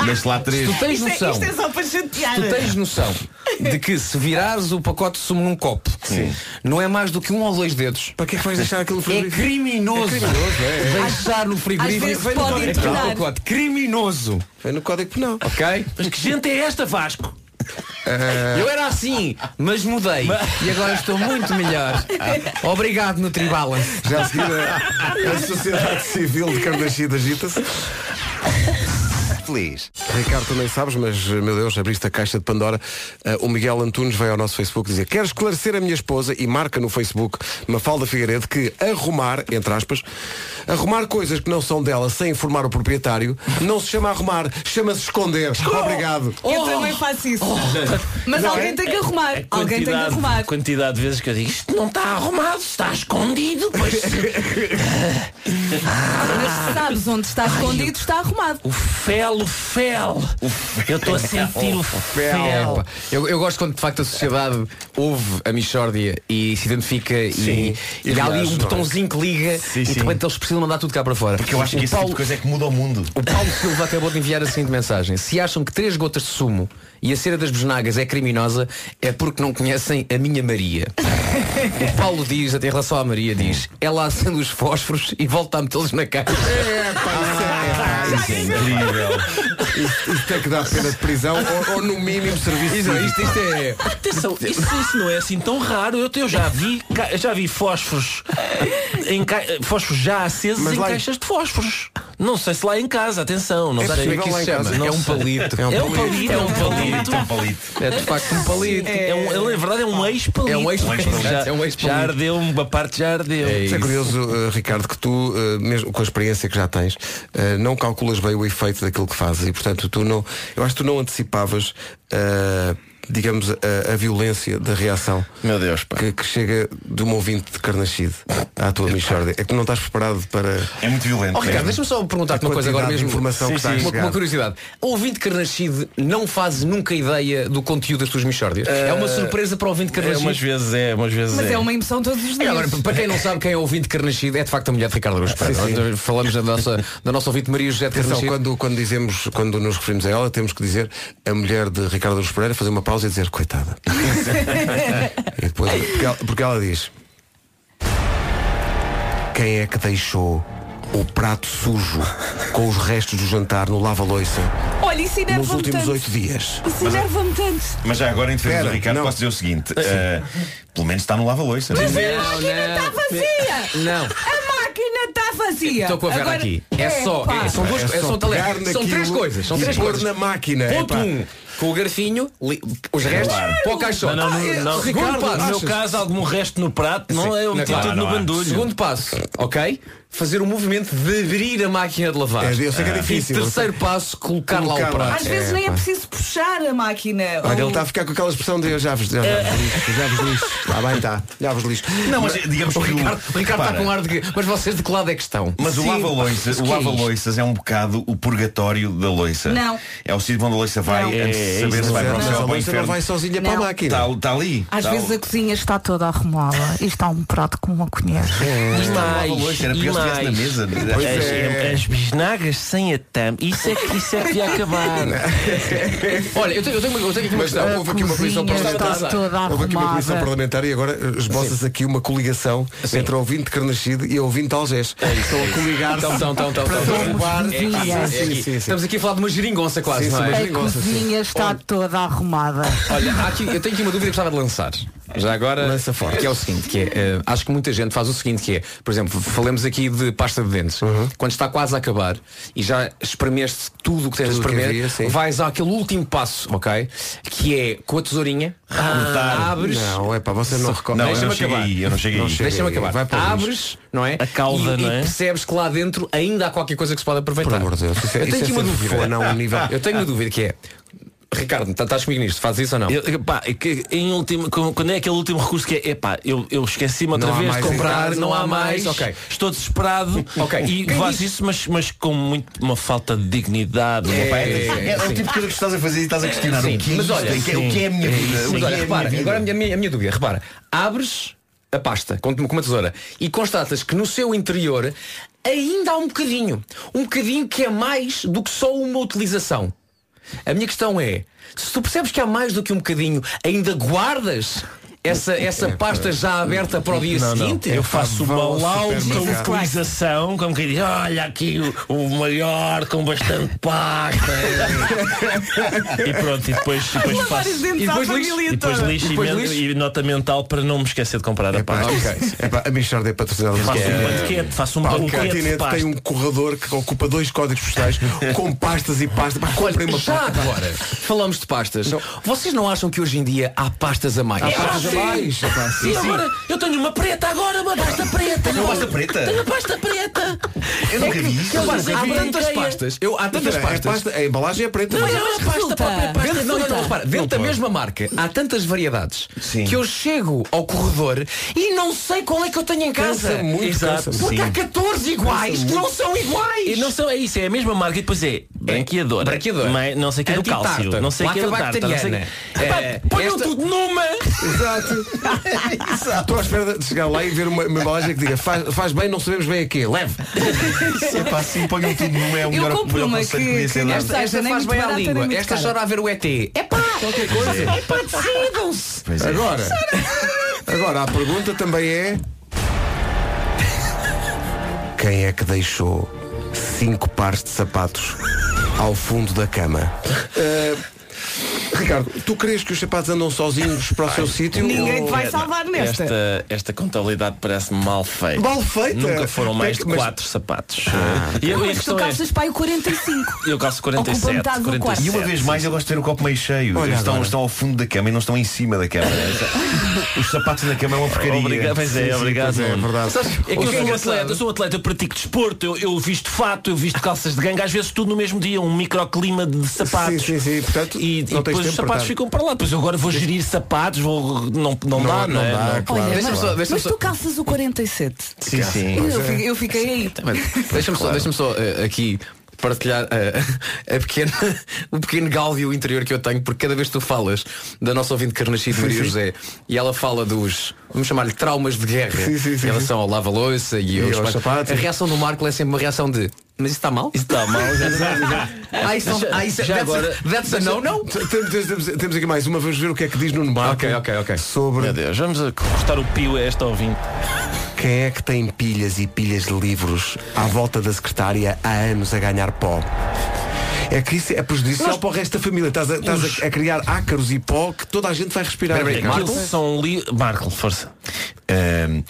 [SPEAKER 12] Deixa lá 3.
[SPEAKER 5] Isto é- isto é
[SPEAKER 4] só para chatear.
[SPEAKER 5] Tu tens noção de que se virares o pacote de sumo num copo, não é mais do que um ou dois dedos.
[SPEAKER 1] Para que é que vais deixar aquilo no frigorífico?
[SPEAKER 5] É criminoso.
[SPEAKER 1] É criminoso, é, é.
[SPEAKER 5] Deixar no frigorífico.
[SPEAKER 1] Às vezes
[SPEAKER 5] Vem no
[SPEAKER 1] pode
[SPEAKER 5] código
[SPEAKER 1] entornar.
[SPEAKER 5] penal. Pacote. Criminoso.
[SPEAKER 1] Foi no código penal.
[SPEAKER 5] Ok?
[SPEAKER 9] Mas que gente é esta, Vasco?
[SPEAKER 1] É.
[SPEAKER 5] Eu era assim, mas mudei. E agora estou muito melhor.
[SPEAKER 12] Ah.
[SPEAKER 5] Obrigado, Nutribalance.
[SPEAKER 1] Já a seguir eh, a, a sociedade civil de Carnaxida agita-se.
[SPEAKER 12] Feliz.
[SPEAKER 1] Ricardo, tu nem sabes, mas meu Deus, abriste a caixa de Pandora. Ah, o Miguel Antunes veio ao nosso Facebook dizer quero esclarecer a minha esposa e marca no Facebook Mafalda Figueiredo que arrumar, entre aspas, arrumar coisas que não são dela sem informar o proprietário, não se chama arrumar, chama-se esconder. Obrigado.
[SPEAKER 4] Eu também faço isso. Mas
[SPEAKER 1] Não
[SPEAKER 4] alguém
[SPEAKER 1] é?
[SPEAKER 4] tem que arrumar. Alguém tem que arrumar.
[SPEAKER 9] quantidade de vezes que eu digo isto não está arrumado, está escondido. Pois...
[SPEAKER 4] Mas sabes onde está escondido, está arrumado.
[SPEAKER 9] O fel, o fel. Eu estou a sentir o fel.
[SPEAKER 5] Epa, eu, eu gosto quando de facto a sociedade ouve a Michórdia e se identifica e-
[SPEAKER 12] Sim.
[SPEAKER 5] e, há ali
[SPEAKER 12] Aliás,
[SPEAKER 5] um
[SPEAKER 12] não é?
[SPEAKER 5] botãozinho que liga e de
[SPEAKER 12] sim.
[SPEAKER 5] repente eles precisam mandar tudo cá para fora.
[SPEAKER 12] Porque eu acho que
[SPEAKER 5] o
[SPEAKER 12] esse tipo de
[SPEAKER 5] Paulo,
[SPEAKER 12] coisa é que muda o mundo.
[SPEAKER 5] o Paulo Silva acabou de enviar a seguinte mensagem. Se acham que três gotas de sumo e a cera das besnagas é criminosa, é porque não conhecem a minha Maria. O Paulo diz, até em relação à Maria, diz, ela acende os fósforos e volta a metê-los na caixa. Ah,
[SPEAKER 1] Isso é incrível. Isto, isto tem que dar pena de prisão ou, ou no mínimo serviço
[SPEAKER 5] Isso,
[SPEAKER 1] cívico.
[SPEAKER 5] isto, isto é.
[SPEAKER 9] Atenção, isso, isso não é assim tão raro. Eu, eu já vi ca- eu já vi fósforos em ca- fósforos já acesos
[SPEAKER 1] Mas
[SPEAKER 9] em
[SPEAKER 1] lá em-
[SPEAKER 9] caixas de fósforos. Não sei se lá em casa, atenção, não
[SPEAKER 5] É
[SPEAKER 9] sei.
[SPEAKER 5] possível lá em casa.
[SPEAKER 9] Não
[SPEAKER 5] É um
[SPEAKER 9] sei.
[SPEAKER 5] palito.
[SPEAKER 9] É um palito, é um palito.
[SPEAKER 12] É um palito.
[SPEAKER 5] É de facto um palito.
[SPEAKER 9] É, um, ele, na verdade é um ex-palito.
[SPEAKER 5] É um ex-palito.
[SPEAKER 9] Já,
[SPEAKER 5] É um ex-palito.
[SPEAKER 9] já ardeu, uma parte já ardeu.
[SPEAKER 5] É
[SPEAKER 1] Isso é curioso, eh, Ricardo, que tu, eh, mesmo com a experiência que já tens, eh, não calculas bem o efeito daquilo que fazes e, portanto, tu não, eu acho que tu não antecipavas, eh, digamos, a, a violência da reação
[SPEAKER 9] Meu Deus, pá.
[SPEAKER 1] que, que chega de um ouvinte de Carnaxide à tua Michordia. É que tu não estás preparado para.
[SPEAKER 12] É muito violento.
[SPEAKER 5] Oh, Ricardo,
[SPEAKER 12] mesmo.
[SPEAKER 5] deixa-me só perguntar-te
[SPEAKER 1] A
[SPEAKER 5] uma coisa agora
[SPEAKER 1] quantidade de
[SPEAKER 5] mesmo.
[SPEAKER 1] informação que está a
[SPEAKER 5] Uma-
[SPEAKER 1] chegar.
[SPEAKER 5] uma, curiosidade. O ouvinte Carnachide não faz nunca ideia do conteúdo das tuas mixórdias?
[SPEAKER 1] Eh,
[SPEAKER 5] é uma surpresa para o ouvinte
[SPEAKER 9] É, umas
[SPEAKER 5] Carnachide.
[SPEAKER 9] vezes é, umas vezes
[SPEAKER 4] Mas
[SPEAKER 9] é.
[SPEAKER 5] um
[SPEAKER 4] é uma emoção todos os dias.
[SPEAKER 5] Agora, para quem não sabe quem é o ouvinte Carnachide, é de facto a mulher de Ricardo Aruz Pereira. Nós Falamos da nossa, da nossa ouvinte Maria José de
[SPEAKER 1] Atenção,
[SPEAKER 5] Carnachide.
[SPEAKER 1] quando, quando dizemos, quando nos referimos a ela, temos que dizer a mulher de Ricardo Luz Pereira, fazer uma pausa e dizer, coitada. e depois, porque ela, porque ela diz, quem é que deixou o prato sujo com os restos do jantar no lava-loiça
[SPEAKER 4] Olha, isso
[SPEAKER 1] nos
[SPEAKER 4] enerva-me
[SPEAKER 1] últimos
[SPEAKER 4] tanto.
[SPEAKER 1] oito é dias?
[SPEAKER 4] Isso enerva-me tanto.
[SPEAKER 12] Mas já agora, em defesa do
[SPEAKER 1] Espera,
[SPEAKER 12] Ricardo,
[SPEAKER 1] não.
[SPEAKER 12] posso dizer o seguinte. eh, pelo menos está no lava-loiça.
[SPEAKER 4] Mas
[SPEAKER 5] Não,
[SPEAKER 4] a máquina
[SPEAKER 5] não.
[SPEAKER 4] está vazia.
[SPEAKER 5] né? Não.
[SPEAKER 4] A máquina está vazia.
[SPEAKER 5] Estou com a Vera
[SPEAKER 4] Agora-
[SPEAKER 5] aqui. É só.
[SPEAKER 4] pá.
[SPEAKER 5] é- são duas
[SPEAKER 1] É
[SPEAKER 5] é,
[SPEAKER 1] só
[SPEAKER 5] são, talento-
[SPEAKER 1] pegar
[SPEAKER 5] são
[SPEAKER 1] naquilo
[SPEAKER 5] três coisas. São
[SPEAKER 1] e
[SPEAKER 5] três
[SPEAKER 1] pôr
[SPEAKER 5] coisas.
[SPEAKER 1] na máquina,
[SPEAKER 5] Ponto
[SPEAKER 1] epá.
[SPEAKER 5] um. Com o garfinho, li- os restos, para o caixote.
[SPEAKER 9] Não, não,
[SPEAKER 5] Ah, é,
[SPEAKER 9] não, não.
[SPEAKER 5] Ricardo,
[SPEAKER 9] Ricardo, no meu
[SPEAKER 5] achas?
[SPEAKER 9] caso, algum resto no prato, não é? Eu meti
[SPEAKER 5] Claro,
[SPEAKER 9] tudo no
[SPEAKER 12] não há.
[SPEAKER 9] bandulho.
[SPEAKER 5] Segundo passo, ok? Fazer o movimento de abrir a máquina de lavar. Ah.
[SPEAKER 1] É, eu sei que é difícil.
[SPEAKER 5] E terceiro passo, colocar, lá
[SPEAKER 1] Colocar
[SPEAKER 5] o
[SPEAKER 1] lá.
[SPEAKER 12] Ah,
[SPEAKER 5] prato.
[SPEAKER 4] Às vezes nem é preciso puxar a máquina.
[SPEAKER 1] Olha, ele
[SPEAKER 5] tá-
[SPEAKER 4] Ou-
[SPEAKER 1] está a ficar com aquela expressão de eu já vos, já, já vos lixo, já vos lixo. Lá bem está, já vos lixo.
[SPEAKER 12] Não, mas digamos
[SPEAKER 5] O
[SPEAKER 12] que
[SPEAKER 5] Ricardo, o Ricardo está
[SPEAKER 12] Repara,
[SPEAKER 5] com ar de que. Mas vocês de que lado é que estão?
[SPEAKER 12] Mas o
[SPEAKER 5] Sim,
[SPEAKER 12] lava-loiças,
[SPEAKER 5] pá,
[SPEAKER 12] o
[SPEAKER 5] que é isto?
[SPEAKER 12] lava-loiças é um bocado o purgatório da loiça.
[SPEAKER 4] Não.
[SPEAKER 12] É o sítio onde a loiça vai
[SPEAKER 4] Não.
[SPEAKER 12] antes
[SPEAKER 9] É,
[SPEAKER 12] de
[SPEAKER 9] é
[SPEAKER 12] saber
[SPEAKER 9] isso,
[SPEAKER 1] Mas
[SPEAKER 12] se vai para o
[SPEAKER 1] a
[SPEAKER 12] céu ou para o
[SPEAKER 1] lavadoria não
[SPEAKER 12] inferno.
[SPEAKER 1] vai sozinha para a
[SPEAKER 4] Não.
[SPEAKER 1] máquina.
[SPEAKER 12] Está tá ali.
[SPEAKER 11] Às
[SPEAKER 12] tá
[SPEAKER 11] vezes a cozinha está toda arrumada e
[SPEAKER 4] é
[SPEAKER 11] está um prato que não conheço.
[SPEAKER 9] E mais,
[SPEAKER 12] lava-loiça, era
[SPEAKER 9] e
[SPEAKER 12] pior se
[SPEAKER 9] mais.
[SPEAKER 12] estivesse na mesa.
[SPEAKER 1] Pois
[SPEAKER 9] As,
[SPEAKER 1] é.
[SPEAKER 9] as bisnagas sem a tampa, isso é que, isso é que ia acabar.
[SPEAKER 5] Olha, eu tenho, eu tenho uma, eu tenho aqui uma
[SPEAKER 1] Mas
[SPEAKER 5] questão.
[SPEAKER 1] não, houve aqui uma comissão
[SPEAKER 11] cozinha
[SPEAKER 1] parlamentar.
[SPEAKER 11] está toda
[SPEAKER 1] Houve aqui uma comissão
[SPEAKER 11] arrumada.
[SPEAKER 1] parlamentar e agora eh, esboças aqui uma coligação entre o ouvinte Carnascido e o ouvinte Algés.
[SPEAKER 5] É
[SPEAKER 1] Estão a coligar
[SPEAKER 5] Então, então, então, então, então.
[SPEAKER 1] roubar.
[SPEAKER 12] É,
[SPEAKER 11] Sim,
[SPEAKER 1] Ah,
[SPEAKER 11] sim,
[SPEAKER 1] sim,
[SPEAKER 5] Aqui.
[SPEAKER 1] sim, sim.
[SPEAKER 5] Estamos aqui a falar de uma geringonça quase,
[SPEAKER 1] Sim, sim,
[SPEAKER 5] não é?
[SPEAKER 1] mas-
[SPEAKER 11] A
[SPEAKER 1] Negócio, sim.
[SPEAKER 11] cozinha está toda arrumada.
[SPEAKER 5] Olha, há aqui, eu tenho aqui uma dúvida que gostava de lançar. Já agora,
[SPEAKER 1] Lança forte.
[SPEAKER 5] que é o seguinte, que é, eh, acho que muita gente faz o seguinte, que é, por exemplo, falamos aqui de pasta de dentes.
[SPEAKER 12] Uhum.
[SPEAKER 5] Quando está quase a acabar e já espremeste tudo o que tens
[SPEAKER 1] Tudo
[SPEAKER 5] de
[SPEAKER 1] o que
[SPEAKER 5] espremer,
[SPEAKER 1] havia, sim.
[SPEAKER 5] vais àquele último passo, ok? Que é com a tesourinha, Ah,
[SPEAKER 12] Cortar.
[SPEAKER 5] abres,
[SPEAKER 1] Não, é pá, você não recorda.
[SPEAKER 12] Não, eu
[SPEAKER 5] Deixa-me
[SPEAKER 12] não cheguei
[SPEAKER 5] acabar.
[SPEAKER 12] aí, eu não cheguei
[SPEAKER 1] Não
[SPEAKER 12] aí.
[SPEAKER 1] chega.
[SPEAKER 5] deixa-me acabar,
[SPEAKER 1] Vai para o
[SPEAKER 5] abres, não é?
[SPEAKER 9] A cauda,
[SPEAKER 5] e,
[SPEAKER 9] não
[SPEAKER 5] e
[SPEAKER 9] é?
[SPEAKER 5] percebes que lá dentro ainda há qualquer coisa que se pode aproveitar.
[SPEAKER 1] Por amor de Deus, isso é-
[SPEAKER 5] eu
[SPEAKER 1] isso
[SPEAKER 5] tenho aqui
[SPEAKER 1] é
[SPEAKER 5] uma
[SPEAKER 1] sempre
[SPEAKER 5] dúvida.
[SPEAKER 1] fona a um nível.
[SPEAKER 5] Eu tenho uma dúvida que é Ricardo, tá- estás comigo nisto? Fazes isso ou não?
[SPEAKER 9] Eu- pá, é que em último, com- quando é aquele último recurso que é, epá, eu, eu esqueci-me outra
[SPEAKER 5] Não há
[SPEAKER 9] vez
[SPEAKER 5] mais,
[SPEAKER 9] de comprar,
[SPEAKER 5] Ricardo,
[SPEAKER 9] não, há mais,
[SPEAKER 5] ok.
[SPEAKER 9] estou desesperado
[SPEAKER 5] Ok.
[SPEAKER 9] e
[SPEAKER 5] Quem
[SPEAKER 9] faz
[SPEAKER 5] disse?
[SPEAKER 9] isso, mas, mas com muito uma falta de dignidade. né?
[SPEAKER 12] É,
[SPEAKER 9] uma-
[SPEAKER 12] é, é o tipo de coisa que estás a fazer e estás a questionar
[SPEAKER 9] Sim,
[SPEAKER 12] o que é
[SPEAKER 9] mas
[SPEAKER 12] isto?
[SPEAKER 9] olha,
[SPEAKER 12] O que é- o que é a minha
[SPEAKER 9] sim,
[SPEAKER 12] vida?
[SPEAKER 9] sim.
[SPEAKER 5] Eh,
[SPEAKER 12] O
[SPEAKER 5] Mas
[SPEAKER 12] que é
[SPEAKER 5] olha,
[SPEAKER 12] a
[SPEAKER 5] repara,
[SPEAKER 12] minha vida?
[SPEAKER 5] agora a minha, a minha- a minha dúvida, repara, abres a pasta com, com uma tesoura e constatas que no seu interior ainda há um bocadinho. Um bocadinho que é mais do que só uma utilização. A minha questão é, se tu percebes que há mais do que um bocadinho, ainda guardas essa, essa
[SPEAKER 1] É,
[SPEAKER 5] pasta já aberta para o dia
[SPEAKER 9] Não, não.
[SPEAKER 5] seguinte?
[SPEAKER 9] Eu faço uma
[SPEAKER 5] Vão ao
[SPEAKER 9] lauta
[SPEAKER 5] supermercado.
[SPEAKER 9] utilização, como quem diz, olha aqui o, o maior com bastante pasta. e pronto, e depois, e depois
[SPEAKER 5] Lavar
[SPEAKER 9] faço.
[SPEAKER 5] os dentes
[SPEAKER 9] e depois
[SPEAKER 5] à
[SPEAKER 9] lixo,
[SPEAKER 5] família
[SPEAKER 9] e, depois
[SPEAKER 5] toda.
[SPEAKER 9] lixo, e,
[SPEAKER 5] Depois
[SPEAKER 9] men-
[SPEAKER 5] lixo.
[SPEAKER 9] e nota mental para não me esquecer de comprar a pasta.
[SPEAKER 1] É pá, a Micharda é patrocinada
[SPEAKER 9] Faço
[SPEAKER 1] por-
[SPEAKER 9] um
[SPEAKER 1] É.
[SPEAKER 9] banquete, faço um
[SPEAKER 1] Pá, O
[SPEAKER 9] banquete de
[SPEAKER 1] continente
[SPEAKER 9] pasta.
[SPEAKER 1] tem um corredor que ocupa dois códigos postais com pastas e pastas. Pá, comprem uma
[SPEAKER 5] Já
[SPEAKER 1] pasta.
[SPEAKER 5] agora, falamos de pastas. Vocês não acham que hoje em dia há pastas a mais?
[SPEAKER 1] Há pastas a
[SPEAKER 5] sim.
[SPEAKER 1] mais, rapaz, sim,
[SPEAKER 5] E
[SPEAKER 1] sim.
[SPEAKER 5] agora,
[SPEAKER 9] eu tenho uma preta agora, uma pasta preta.
[SPEAKER 12] Tenho uma pasta preta?
[SPEAKER 9] Tenho uma pasta preta.
[SPEAKER 12] Eu nunca vi isso.
[SPEAKER 5] Eu acho que
[SPEAKER 12] Nunca
[SPEAKER 5] há
[SPEAKER 12] vi.
[SPEAKER 5] tantas pastas. Eu, há tantas
[SPEAKER 1] Espera, é
[SPEAKER 5] pastas.
[SPEAKER 1] pasta- a embalagem é preta.
[SPEAKER 5] Não,
[SPEAKER 1] Mas
[SPEAKER 5] não,
[SPEAKER 1] eu
[SPEAKER 5] é
[SPEAKER 1] acho que
[SPEAKER 5] pasta,
[SPEAKER 1] resulta.
[SPEAKER 5] pá, é pasta.
[SPEAKER 1] Resulta.
[SPEAKER 5] Não, não, não, repara, dentro da mesma marca há tantas variedades que eu chego ao corredor e não sei qual é que eu tenho em casa.
[SPEAKER 9] Cansa muito, cansa muito.
[SPEAKER 5] Porque há
[SPEAKER 9] Sim.
[SPEAKER 5] 14 iguais
[SPEAKER 9] Cansa
[SPEAKER 5] que não
[SPEAKER 9] muito.
[SPEAKER 5] são iguais.
[SPEAKER 9] E não são, é isso, é a mesma marca e depois é branqueadora.
[SPEAKER 5] branqueadora.
[SPEAKER 9] Mas não sei que é do
[SPEAKER 5] Antitártaro.
[SPEAKER 9] cálcio. Não sei que é do
[SPEAKER 5] Placa
[SPEAKER 9] tártaro. não sei-
[SPEAKER 5] bacteriana.
[SPEAKER 9] Epá,
[SPEAKER 5] É,
[SPEAKER 9] Ponham
[SPEAKER 5] esta-
[SPEAKER 9] tudo numa!
[SPEAKER 1] Exato. Estou à espera de chegar lá e ver uma, uma embalagem que diga faz, faz bem, não sabemos bem a quê. Leve.
[SPEAKER 12] Isso é pá, assim, ponham tudo num é o
[SPEAKER 1] Eu
[SPEAKER 12] melhor,
[SPEAKER 1] compro
[SPEAKER 12] melhor
[SPEAKER 1] uma
[SPEAKER 12] conselho
[SPEAKER 1] que-
[SPEAKER 12] que podia ser
[SPEAKER 1] que
[SPEAKER 12] dado.
[SPEAKER 1] esta- esta
[SPEAKER 5] é?
[SPEAKER 4] é
[SPEAKER 5] Faz bem à língua. Esta chora a ver o ET. É pá! Qualquer coisa. É pá, decidam-se.
[SPEAKER 12] é.
[SPEAKER 1] Agora, agora a pergunta também é quem é que deixou cinco pares de sapatos ao fundo da cama? Eh, Ricardo, tu crees que os sapatos andam sozinhos para o seu sítio? ou-
[SPEAKER 4] É
[SPEAKER 9] Esta, esta contabilidade parece-me mal feita.
[SPEAKER 1] Mal feita?
[SPEAKER 9] Nunca foram mais
[SPEAKER 1] Tem
[SPEAKER 9] de
[SPEAKER 1] que- mas-
[SPEAKER 9] 4 sapatos.
[SPEAKER 5] Ah,
[SPEAKER 1] E
[SPEAKER 9] eu,
[SPEAKER 1] a- e
[SPEAKER 9] a
[SPEAKER 1] a
[SPEAKER 4] Mas tu
[SPEAKER 9] questão é,
[SPEAKER 4] calças pai o 45.
[SPEAKER 9] eu calço
[SPEAKER 4] Ocupa
[SPEAKER 9] 47.
[SPEAKER 4] metade do quarto.
[SPEAKER 9] 47
[SPEAKER 12] E uma vez mais eu gosto de ter o copo meio cheio.
[SPEAKER 9] Olha
[SPEAKER 12] Eles estão,
[SPEAKER 9] agora.
[SPEAKER 12] estão ao fundo da cama e não estão em cima da cama. né? Os sapatos da cama é uma porcaria.
[SPEAKER 9] Obrigado, pois
[SPEAKER 12] Sim,
[SPEAKER 9] é,
[SPEAKER 12] sim,
[SPEAKER 9] obrigado.
[SPEAKER 12] pois É, é
[SPEAKER 9] Nuno.
[SPEAKER 12] verdade.
[SPEAKER 9] Sabes, é que eu sou um atleta, eu sou um atleta, eu pratico desporto, eu, eu visto fato, eu visto calças de gangue, às vezes tudo no mesmo dia, um microclima de sapatos.
[SPEAKER 1] Sim, sim, sim. Portanto,
[SPEAKER 9] E, e
[SPEAKER 1] não tens
[SPEAKER 9] depois os
[SPEAKER 1] tempo para
[SPEAKER 9] sapatos
[SPEAKER 1] estar.
[SPEAKER 9] ficam para lá. Depois eu agora vou gerir sapatos, vou. Não, não, dá, não, é? Não.
[SPEAKER 4] Olha,
[SPEAKER 5] Deixa-me
[SPEAKER 4] mas,
[SPEAKER 5] só- deixa-me
[SPEAKER 4] mas
[SPEAKER 5] só-
[SPEAKER 4] tu calças o 47.
[SPEAKER 5] Sim, sim.
[SPEAKER 4] Eu, fi- eu fiquei aí.
[SPEAKER 5] Mano, Deixa-me só, deixa só eh, aqui partilhar eh, a pequena, o pequeno gáudio interior que eu tenho, porque cada vez que tu falas da nossa ouvinte carnascido Maria José e ela fala dos, vamos chamar-lhe traumas de guerra
[SPEAKER 1] Sim, sim, sim,
[SPEAKER 5] em
[SPEAKER 1] sim.
[SPEAKER 5] relação ao lava-louça e,
[SPEAKER 1] E
[SPEAKER 5] aos
[SPEAKER 1] aos
[SPEAKER 5] sapatos,
[SPEAKER 1] sapatos.
[SPEAKER 5] a reação do Marco é sempre uma reação de mas isso está mal? Isso está mal, ah, isso, não- ah, isso,
[SPEAKER 1] Já
[SPEAKER 5] that's,
[SPEAKER 1] agora-
[SPEAKER 5] that's a no, no?
[SPEAKER 1] T- Temos, temos- temos aqui mais uma, vamos ver o que é que diz Nuno Marco sobre
[SPEAKER 9] Meu Deus, vamos a cortar o pio a esta ouvinte.
[SPEAKER 1] quem é que tem pilhas e pilhas de livros à volta da secretária há anos a ganhar pó. É que isso é prejudicial para o resto da família. Estás, a, estás a- a criar ácaros e pó que toda a gente vai respirar.
[SPEAKER 9] Aquilo são li... Marco, força.
[SPEAKER 12] Ahm,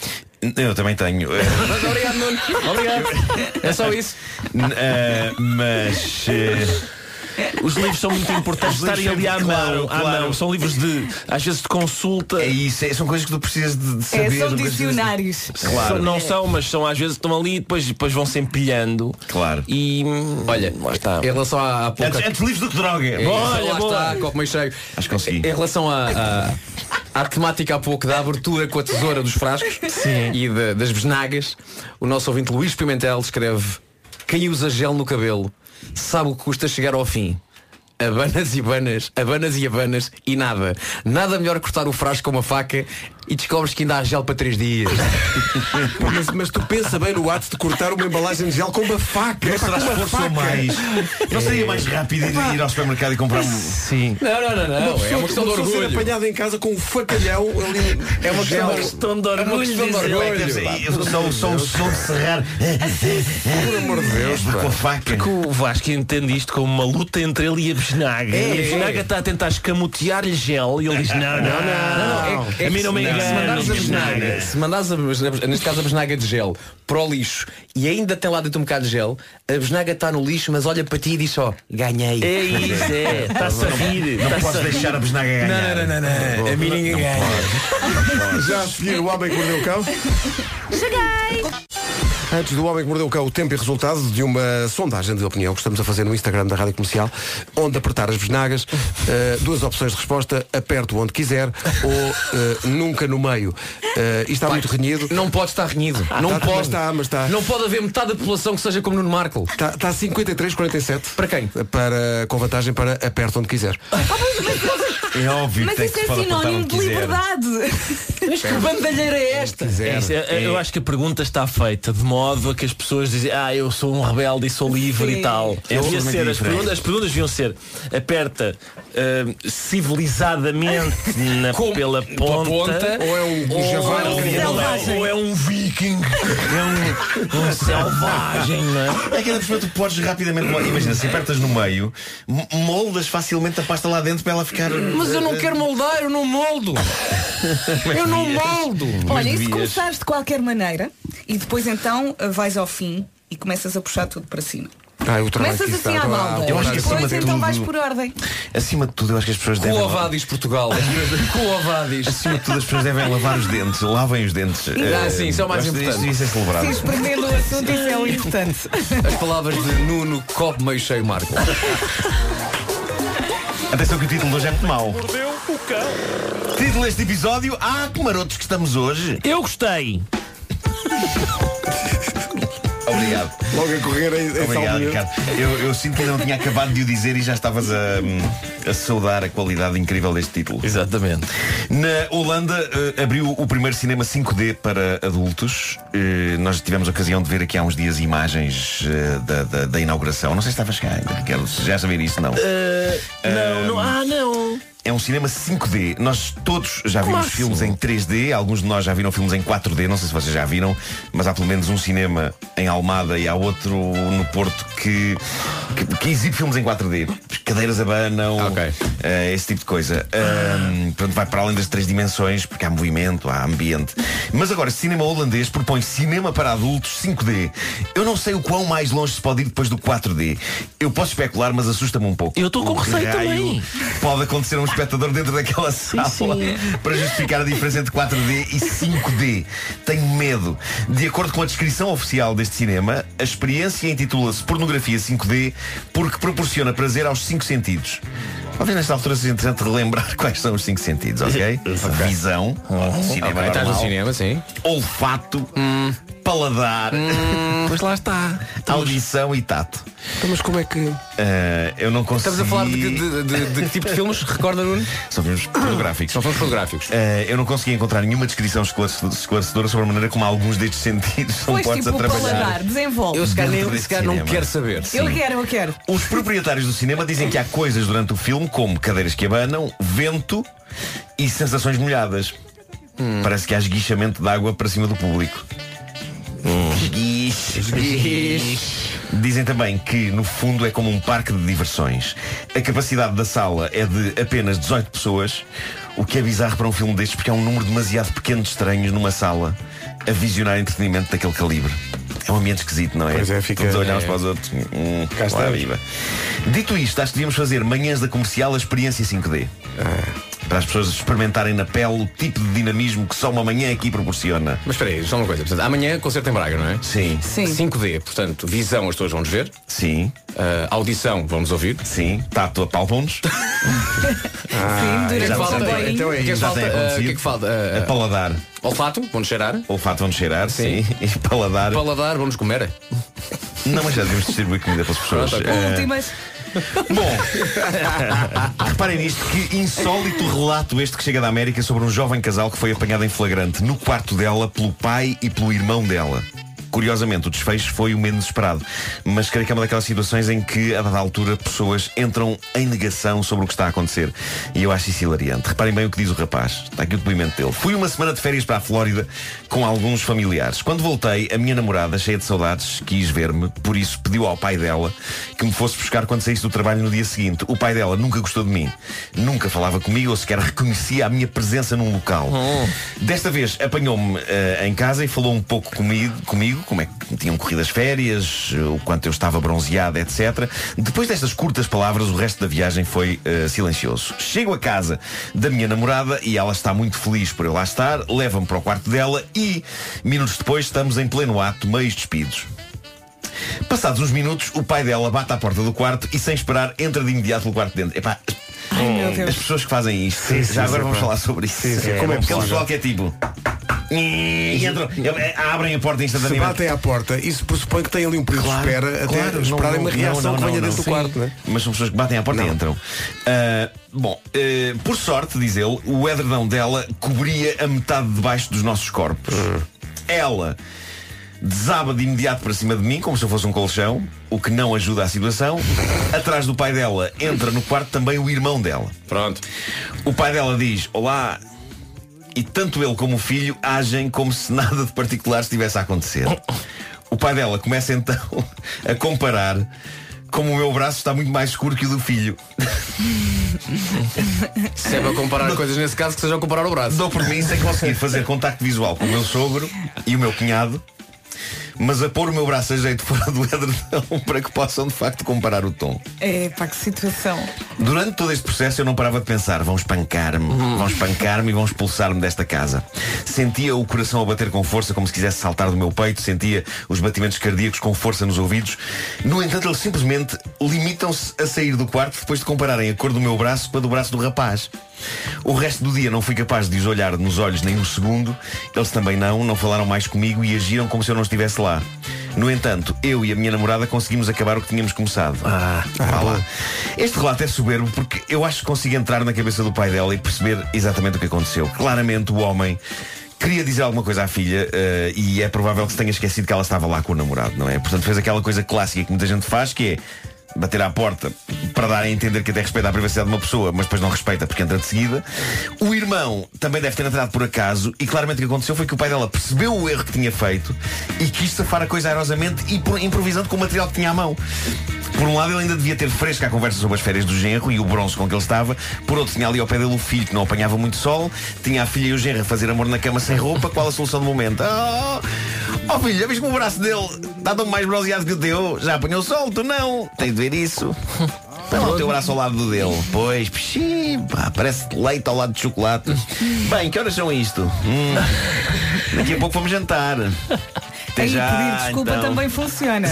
[SPEAKER 12] eu também tenho. eh,
[SPEAKER 5] Obrigado, Nuno. Obrigado. É só isso.
[SPEAKER 12] n- ah, mas. eh,
[SPEAKER 9] Os livros são muito importantes.
[SPEAKER 12] Os livros
[SPEAKER 9] Estarem ali à
[SPEAKER 12] sempre,
[SPEAKER 9] mão,
[SPEAKER 12] claro,
[SPEAKER 9] à
[SPEAKER 12] claro.
[SPEAKER 9] mão. São livros de, às vezes, de consulta.
[SPEAKER 12] É isso, é- são coisas que tu precisas de, de saber.
[SPEAKER 4] é, são
[SPEAKER 12] não precisas de-
[SPEAKER 4] dicionários.
[SPEAKER 12] Claro.
[SPEAKER 9] São- não são, mas são às vezes estão ali e depois, depois vão se empilhando.
[SPEAKER 12] Claro.
[SPEAKER 9] E olha, lá está.
[SPEAKER 5] Em relação à, à pouca.
[SPEAKER 12] Antes, antes livros do que droga.
[SPEAKER 5] É,
[SPEAKER 12] Olha,
[SPEAKER 5] lá
[SPEAKER 12] boa.
[SPEAKER 5] está, copo meio cheio.
[SPEAKER 12] Acho que consegui.
[SPEAKER 5] Em relação à, à, à temática há pouco da abertura com a tesoura dos frascos e da- das besnagas, o nosso ouvinte Luís Pimentel escreve quem usa gel no cabelo sabe o que custa chegar ao fim. Abanas e banas, abanas e abanas e nada. Nada melhor que cortar o frasco com uma faca e descobres que ainda há gel para três dias.
[SPEAKER 1] Mas, mas tu pensa bem no ato de cortar uma embalagem de gel com uma faca.
[SPEAKER 12] Não
[SPEAKER 1] Epá,
[SPEAKER 12] será
[SPEAKER 1] com uma
[SPEAKER 12] esforço
[SPEAKER 1] faca.
[SPEAKER 12] a mais. Não seria mais rápido ir, ir ao supermercado e comprar um.
[SPEAKER 9] Sim.
[SPEAKER 5] Não, não, não,
[SPEAKER 1] Uma
[SPEAKER 5] não.
[SPEAKER 1] pessoa,
[SPEAKER 5] É uma questão de
[SPEAKER 1] uma pessoa ser
[SPEAKER 5] orgulho.
[SPEAKER 1] apanhada em casa com um facalhão ali.
[SPEAKER 5] É uma
[SPEAKER 1] gel.
[SPEAKER 5] questão,
[SPEAKER 9] de
[SPEAKER 5] é uma questão de orgulho.
[SPEAKER 12] São, são, são de serrar.
[SPEAKER 1] Por amor de Deus, pá.
[SPEAKER 12] Com a faca.
[SPEAKER 9] Porque o Vasco entende isto como uma luta entre ele e a Besnaga.
[SPEAKER 5] É,
[SPEAKER 9] e a Besnaga
[SPEAKER 5] é.
[SPEAKER 9] está a tentar escamotear-lhe gel e ele diz: Não, não,
[SPEAKER 5] Não,
[SPEAKER 9] não,
[SPEAKER 5] não, é- é
[SPEAKER 9] a mim não me
[SPEAKER 5] que se- se
[SPEAKER 9] engana.
[SPEAKER 5] mandares a besnaga, se mandares a besnaga, neste caso a besnaga de gel, para o lixo e ainda tem lá dentro um bocado de gel, a besnaga está no lixo, mas olha para ti e diz só, ganhei.
[SPEAKER 9] É isso, é. Está-se a rir.
[SPEAKER 12] Não
[SPEAKER 9] está-se
[SPEAKER 12] posso
[SPEAKER 9] a rir.
[SPEAKER 12] deixar a besnaga ganhar.
[SPEAKER 5] Não, não, não, não, não. A mim ninguém ganha.
[SPEAKER 1] Já a seguir o homem que mordeu o cão.
[SPEAKER 2] Cheguei!
[SPEAKER 1] Antes do Homem que Mordeu o Cão, o tempo e resultado de uma sondagem de opinião que estamos a fazer no Instagram da Rádio Comercial, onde apertar as besnagas, eh, duas opções de resposta, aperto onde quiser ou eh, nunca no meio. Eh, e está muito renhido.
[SPEAKER 5] Não pode estar renhido. Não
[SPEAKER 1] está,
[SPEAKER 5] pode.
[SPEAKER 1] Mas está, mas tá. está.
[SPEAKER 5] Não pode haver metade da população que seja como Nuno Marco.
[SPEAKER 1] Está, está 53-47.
[SPEAKER 5] Para quem? Ah,
[SPEAKER 1] Para, com vantagem para aperta onde quiser.
[SPEAKER 12] É óbvio
[SPEAKER 4] Mas
[SPEAKER 1] tem que
[SPEAKER 4] isso
[SPEAKER 1] se
[SPEAKER 4] é
[SPEAKER 1] pode apontar
[SPEAKER 12] um
[SPEAKER 4] sinónimo
[SPEAKER 1] onde
[SPEAKER 4] de
[SPEAKER 1] quiser.
[SPEAKER 4] liberdade. Mas que
[SPEAKER 9] Espera.
[SPEAKER 4] bandalheira é esta?
[SPEAKER 9] É isso, é- Eu acho que a pergunta está feita de modo a que as pessoas dizem ah, eu sou um rebelde e sou livre
[SPEAKER 5] Sim.
[SPEAKER 9] e
[SPEAKER 5] É
[SPEAKER 9] tal. Devia
[SPEAKER 5] absolutamente
[SPEAKER 9] ser, as,
[SPEAKER 5] diferente.
[SPEAKER 9] perguntas, as perguntas deviam ser aperta ah, civilizadamente na, pela ponta,
[SPEAKER 5] ponta, ou é um javali.
[SPEAKER 9] ou é um viking, é um, um selvagem, não é?
[SPEAKER 12] É que era perfeito, tu podes rapidamente. Imagina, se apertas no meio, m- moldas facilmente a pasta lá dentro para ela ficar.
[SPEAKER 5] Mas eu não quero moldar, eu não moldo.
[SPEAKER 12] é
[SPEAKER 5] Eu não moldo.
[SPEAKER 4] Olha, e se começares de qualquer maneira e depois então eh, vais ao fim e começas a puxar tudo para cima.
[SPEAKER 1] Ah, eu trabalho
[SPEAKER 4] Começas
[SPEAKER 1] que
[SPEAKER 4] assim
[SPEAKER 1] está,
[SPEAKER 4] à
[SPEAKER 1] está,
[SPEAKER 4] balda.
[SPEAKER 12] eu acho que acima
[SPEAKER 4] Depois
[SPEAKER 12] de
[SPEAKER 4] então vais
[SPEAKER 12] tudo-
[SPEAKER 4] por ordem.
[SPEAKER 12] Acima de tudo, eu acho que as pessoas devem.
[SPEAKER 5] Coavadis, Portugal. Coavadis.
[SPEAKER 12] Acima de tudo, as pessoas devem lavar os dentes. Lavem os dentes.
[SPEAKER 1] Eh,
[SPEAKER 5] Ah, sim, isso é o mais
[SPEAKER 12] eu acho que
[SPEAKER 5] importante.
[SPEAKER 12] Isso, isso é celebrado.
[SPEAKER 4] Se espremendo o assunto, isso é o importante.
[SPEAKER 5] As palavras de Nuno, copo meio cheio, Marco.
[SPEAKER 12] Atenção que o título de hoje é muito mau.
[SPEAKER 11] Mordeu o cão.
[SPEAKER 12] Título deste episódio, ah, que marotos que estamos hoje.
[SPEAKER 9] Eu gostei.
[SPEAKER 12] Obrigado.
[SPEAKER 1] Logo a correr em, em
[SPEAKER 12] Obrigado,
[SPEAKER 1] salminha.
[SPEAKER 12] Ricardo. Eu, eu sinto que ainda não tinha acabado de o dizer e já estavas a, hum, a saudar a qualidade incrível deste título.
[SPEAKER 9] Exatamente.
[SPEAKER 12] Na Holanda eh, abriu o primeiro cinema 5D para adultos. Eh, nós tivemos a ocasião de ver aqui há uns dias imagens eh, da, da- da inauguração. Não sei se estava a chegar ainda, Ricardo. Se já saber isso, não.
[SPEAKER 9] Uh, não,
[SPEAKER 12] Hum.
[SPEAKER 9] não, ah, não.
[SPEAKER 12] É um cinema 5D. Nós todos já
[SPEAKER 9] Como
[SPEAKER 12] vimos
[SPEAKER 9] assim?
[SPEAKER 12] filmes em 3D, alguns de nós já viram filmes em 4D, não sei se vocês já viram, mas há pelo menos um cinema em Almada e há outro no Porto que, que, que exibe filmes em 4D. Cadeiras abanam, eh, esse tipo de coisa. Ahm, portanto, vai para além das três dimensões, porque há movimento, há ambiente. Mas agora, esse cinema holandês propõe cinema para adultos 5D. Eu não sei o quão mais longe se pode ir depois do 4D. Eu posso especular, mas assusta-me um pouco. Eu
[SPEAKER 9] estou com receio também.
[SPEAKER 12] Pode acontecer a um espectador dentro daquela sala para justificar a diferença entre 4D e 5D. Tenho medo. De acordo com a descrição oficial deste cinema, a experiência intitula-se Pornografia 5D porque proporciona prazer aos cinco sentidos. Talvez nesta altura seja interessante relembrar quais são os cinco sentidos, ok? Visão, cinema
[SPEAKER 5] Ok, estás no
[SPEAKER 1] assim.
[SPEAKER 12] normal,
[SPEAKER 5] cinema, sim.
[SPEAKER 12] olfato, paladar,
[SPEAKER 5] Pois lá está.
[SPEAKER 12] audição e tato.
[SPEAKER 1] Então, mas como é que.
[SPEAKER 12] Eh, eu não consegui...
[SPEAKER 5] Estamos a falar de, de- de- de que tipo de filmes? Recorda, Nuno?
[SPEAKER 12] São filmes fotográficos.
[SPEAKER 5] São filmes fotográficos.
[SPEAKER 12] Eh, eu não consegui encontrar nenhuma descrição esclarece- esclarecedora sobre a maneira como alguns destes sentidos são
[SPEAKER 4] Pois
[SPEAKER 12] postos
[SPEAKER 4] tipo, o
[SPEAKER 12] a trabalhar.
[SPEAKER 4] paladar, desenvolve.
[SPEAKER 5] Eu se calhar,
[SPEAKER 12] Dentro
[SPEAKER 5] nem-
[SPEAKER 12] desse
[SPEAKER 5] se calhar não
[SPEAKER 12] cinema.
[SPEAKER 5] quero saber.
[SPEAKER 4] Eu
[SPEAKER 12] Sim.
[SPEAKER 4] quero, eu quero.
[SPEAKER 12] Os proprietários do cinema dizem que há coisas durante o filme como cadeiras que abanam, vento e sensações molhadas. Parece que há esguichamento de água para cima do público. Esguiche. Dizem também que, no fundo, é como um parque de diversões. A capacidade da sala é de apenas 18 pessoas, o que é bizarro para um filme destes porque é um número demasiado pequeno de estranhos numa sala a visionar entretenimento daquele calibre. É um ambiente esquisito, não é?
[SPEAKER 1] Pois é, fica-
[SPEAKER 12] Todos a olhar uns
[SPEAKER 1] é.
[SPEAKER 12] para os outros. Hum,
[SPEAKER 1] Cá
[SPEAKER 12] lá
[SPEAKER 1] estamos.
[SPEAKER 12] viva. Dito isto, acho que devíamos fazer manhãs da comercial a experiência 5D. Para as pessoas experimentarem na pele o tipo de dinamismo que só uma manhã aqui proporciona.
[SPEAKER 5] Mas espera aí, só uma coisa. Portanto, amanhã concerto em Braga, não é?
[SPEAKER 12] Sim.
[SPEAKER 4] Sim.
[SPEAKER 5] 5D, portanto, visão as pessoas vão nos ver.
[SPEAKER 12] Sim.
[SPEAKER 5] Ah, audição vamos ouvir.
[SPEAKER 12] Sim. Tato apalpam-nos.
[SPEAKER 4] Sim, durante
[SPEAKER 12] Ah, já
[SPEAKER 4] o
[SPEAKER 12] falta-
[SPEAKER 4] comboio.
[SPEAKER 5] então é isso.
[SPEAKER 12] Já tem
[SPEAKER 5] Falta, ah,
[SPEAKER 12] acontecido.
[SPEAKER 5] o que é que falta? Ah,
[SPEAKER 12] A paladar.
[SPEAKER 5] olfato, vão-nos cheirar.
[SPEAKER 12] Olfato vão cheirar, sim. E paladar.
[SPEAKER 5] Paladar, vão-nos comer.
[SPEAKER 12] Não, mas já devemos distribuir comida pelas pessoas.
[SPEAKER 5] Pronto,
[SPEAKER 12] Eh,
[SPEAKER 4] Últimas.
[SPEAKER 12] Bom, reparem nisto, que insólito relato este que chega da América sobre um jovem casal que foi apanhado em flagrante no quarto dela pelo pai e pelo irmão dela. Curiosamente, o desfecho foi o menos esperado, mas creio que é uma daquelas situações em que, a dada altura, pessoas entram em negação sobre o que está a acontecer. E eu acho isso hilariante. Reparem bem o que diz o rapaz. Está aqui o depoimento dele. Fui uma semana de férias para a Flórida com alguns familiares. Quando voltei, a minha namorada, cheia de saudades, quis ver-me, por isso pediu ao pai dela que me fosse buscar quando saísse do trabalho no dia seguinte. O pai dela nunca gostou de mim. Nunca falava comigo ou sequer reconhecia a minha presença num local. Desta vez apanhou-me eh, em casa e falou um pouco comigo, comigo como é que tinham corrido as férias, eh, o quanto eu estava bronzeado, etc. Depois destas curtas palavras, o resto da viagem foi eh, silencioso. Chego a casa da minha namorada e ela está muito feliz por eu lá estar, leva-me para o quarto dela e, minutos depois, estamos em pleno ato, meios despidos. Passados uns minutos, o pai dela bate à porta do quarto e, sem esperar, entra de imediato pelo quarto de dentro. Epá,
[SPEAKER 4] meu Deus.
[SPEAKER 12] as pessoas que fazem isto,
[SPEAKER 4] Sim, sim,
[SPEAKER 12] já agora
[SPEAKER 4] sim,
[SPEAKER 12] vamos
[SPEAKER 4] pá.
[SPEAKER 12] falar sobre isso.
[SPEAKER 4] Sim, sim,
[SPEAKER 12] é,
[SPEAKER 4] como é
[SPEAKER 12] aquele
[SPEAKER 4] possível?
[SPEAKER 12] pessoal que é tipo. E entram, eh, abrem a porta
[SPEAKER 1] Se
[SPEAKER 12] instantaneamente.
[SPEAKER 1] batem à porta, isso pressupõe que tem ali um período de espera até esperarem uma reação que venha dentro do quarto. né?
[SPEAKER 12] Mas são pessoas que batem à porta e entram. Ah, bom, eh, por sorte, diz ele, o edredão dela cobria a metade de baixo dos nossos corpos. Ela desaba de imediato para cima de mim, como se eu fosse um colchão, o que não ajuda a situação. Atrás do pai dela entra no quarto também o irmão dela. Pronto. O pai dela diz, olá. E tanto ele como o filho agem como se nada de particular estivesse a acontecer. O pai dela começa então a comparar como o meu braço está muito mais escuro que o do filho.
[SPEAKER 7] Se é para comparar coisas
[SPEAKER 12] nesse caso que sejam comparar o braço. Dou por mim sem conseguir fazer contacto visual com o meu sogro e o meu cunhado, mas a pôr o meu braço a jeito fora do edredão para que possam de facto comparar o tom.
[SPEAKER 4] É, pá, que situação.
[SPEAKER 12] Durante todo este processo eu não parava de pensar Vão espancar-me, vão espancar-me e vão expulsar-me desta casa Sentia o coração a bater com força Como se quisesse saltar do meu peito Sentia os batimentos cardíacos com força nos ouvidos No entanto eles simplesmente limitam-se a sair do quarto Depois de compararem a cor do meu braço com a do braço do rapaz o resto do dia não fui capaz de os olhar nos olhos nem um segundo. Eles também não, não falaram mais comigo e agiram como se eu não estivesse lá. No entanto, eu e a minha namorada conseguimos acabar o que tínhamos começado. Ah, vá lá. Este relato é soberbo porque eu acho que consigo entrar na cabeça do pai dela e perceber exatamente o que aconteceu. Claramente o homem queria dizer alguma coisa à filha eh, e é provável que se tenha esquecido que ela estava lá com o namorado, não é? Portanto, fez aquela coisa clássica que muita gente faz que é bater à porta para dar a entender que até respeita a privacidade de uma pessoa, mas depois não respeita porque entra de seguida. O irmão também deve ter entrado por acaso e claramente o que aconteceu foi que o pai dela percebeu o erro que tinha feito e quis safar a coisa aerosamente e por- improvisando com o material que tinha à mão. Por um lado ele ainda devia ter fresca a conversa sobre as férias do genro e o bronze com que ele estava Por outro tinha ali ao pé dele o filho que não apanhava muito sol Tinha a filha e o genro a fazer amor na cama sem roupa Qual a solução do momento? Oh, oh filho, já viste como o braço dele está tão mais bronzeado que o teu Já apanhou sol? Tu não? Tens de ver isso Põe lá o teu braço ao lado do dele Pois, pixi, pá, parece leite ao lado de chocolate Bem, que horas são isto? Hum, daqui a pouco vamos jantar Até
[SPEAKER 4] Aí
[SPEAKER 12] já,
[SPEAKER 4] pedir desculpa
[SPEAKER 12] então.
[SPEAKER 4] também funciona.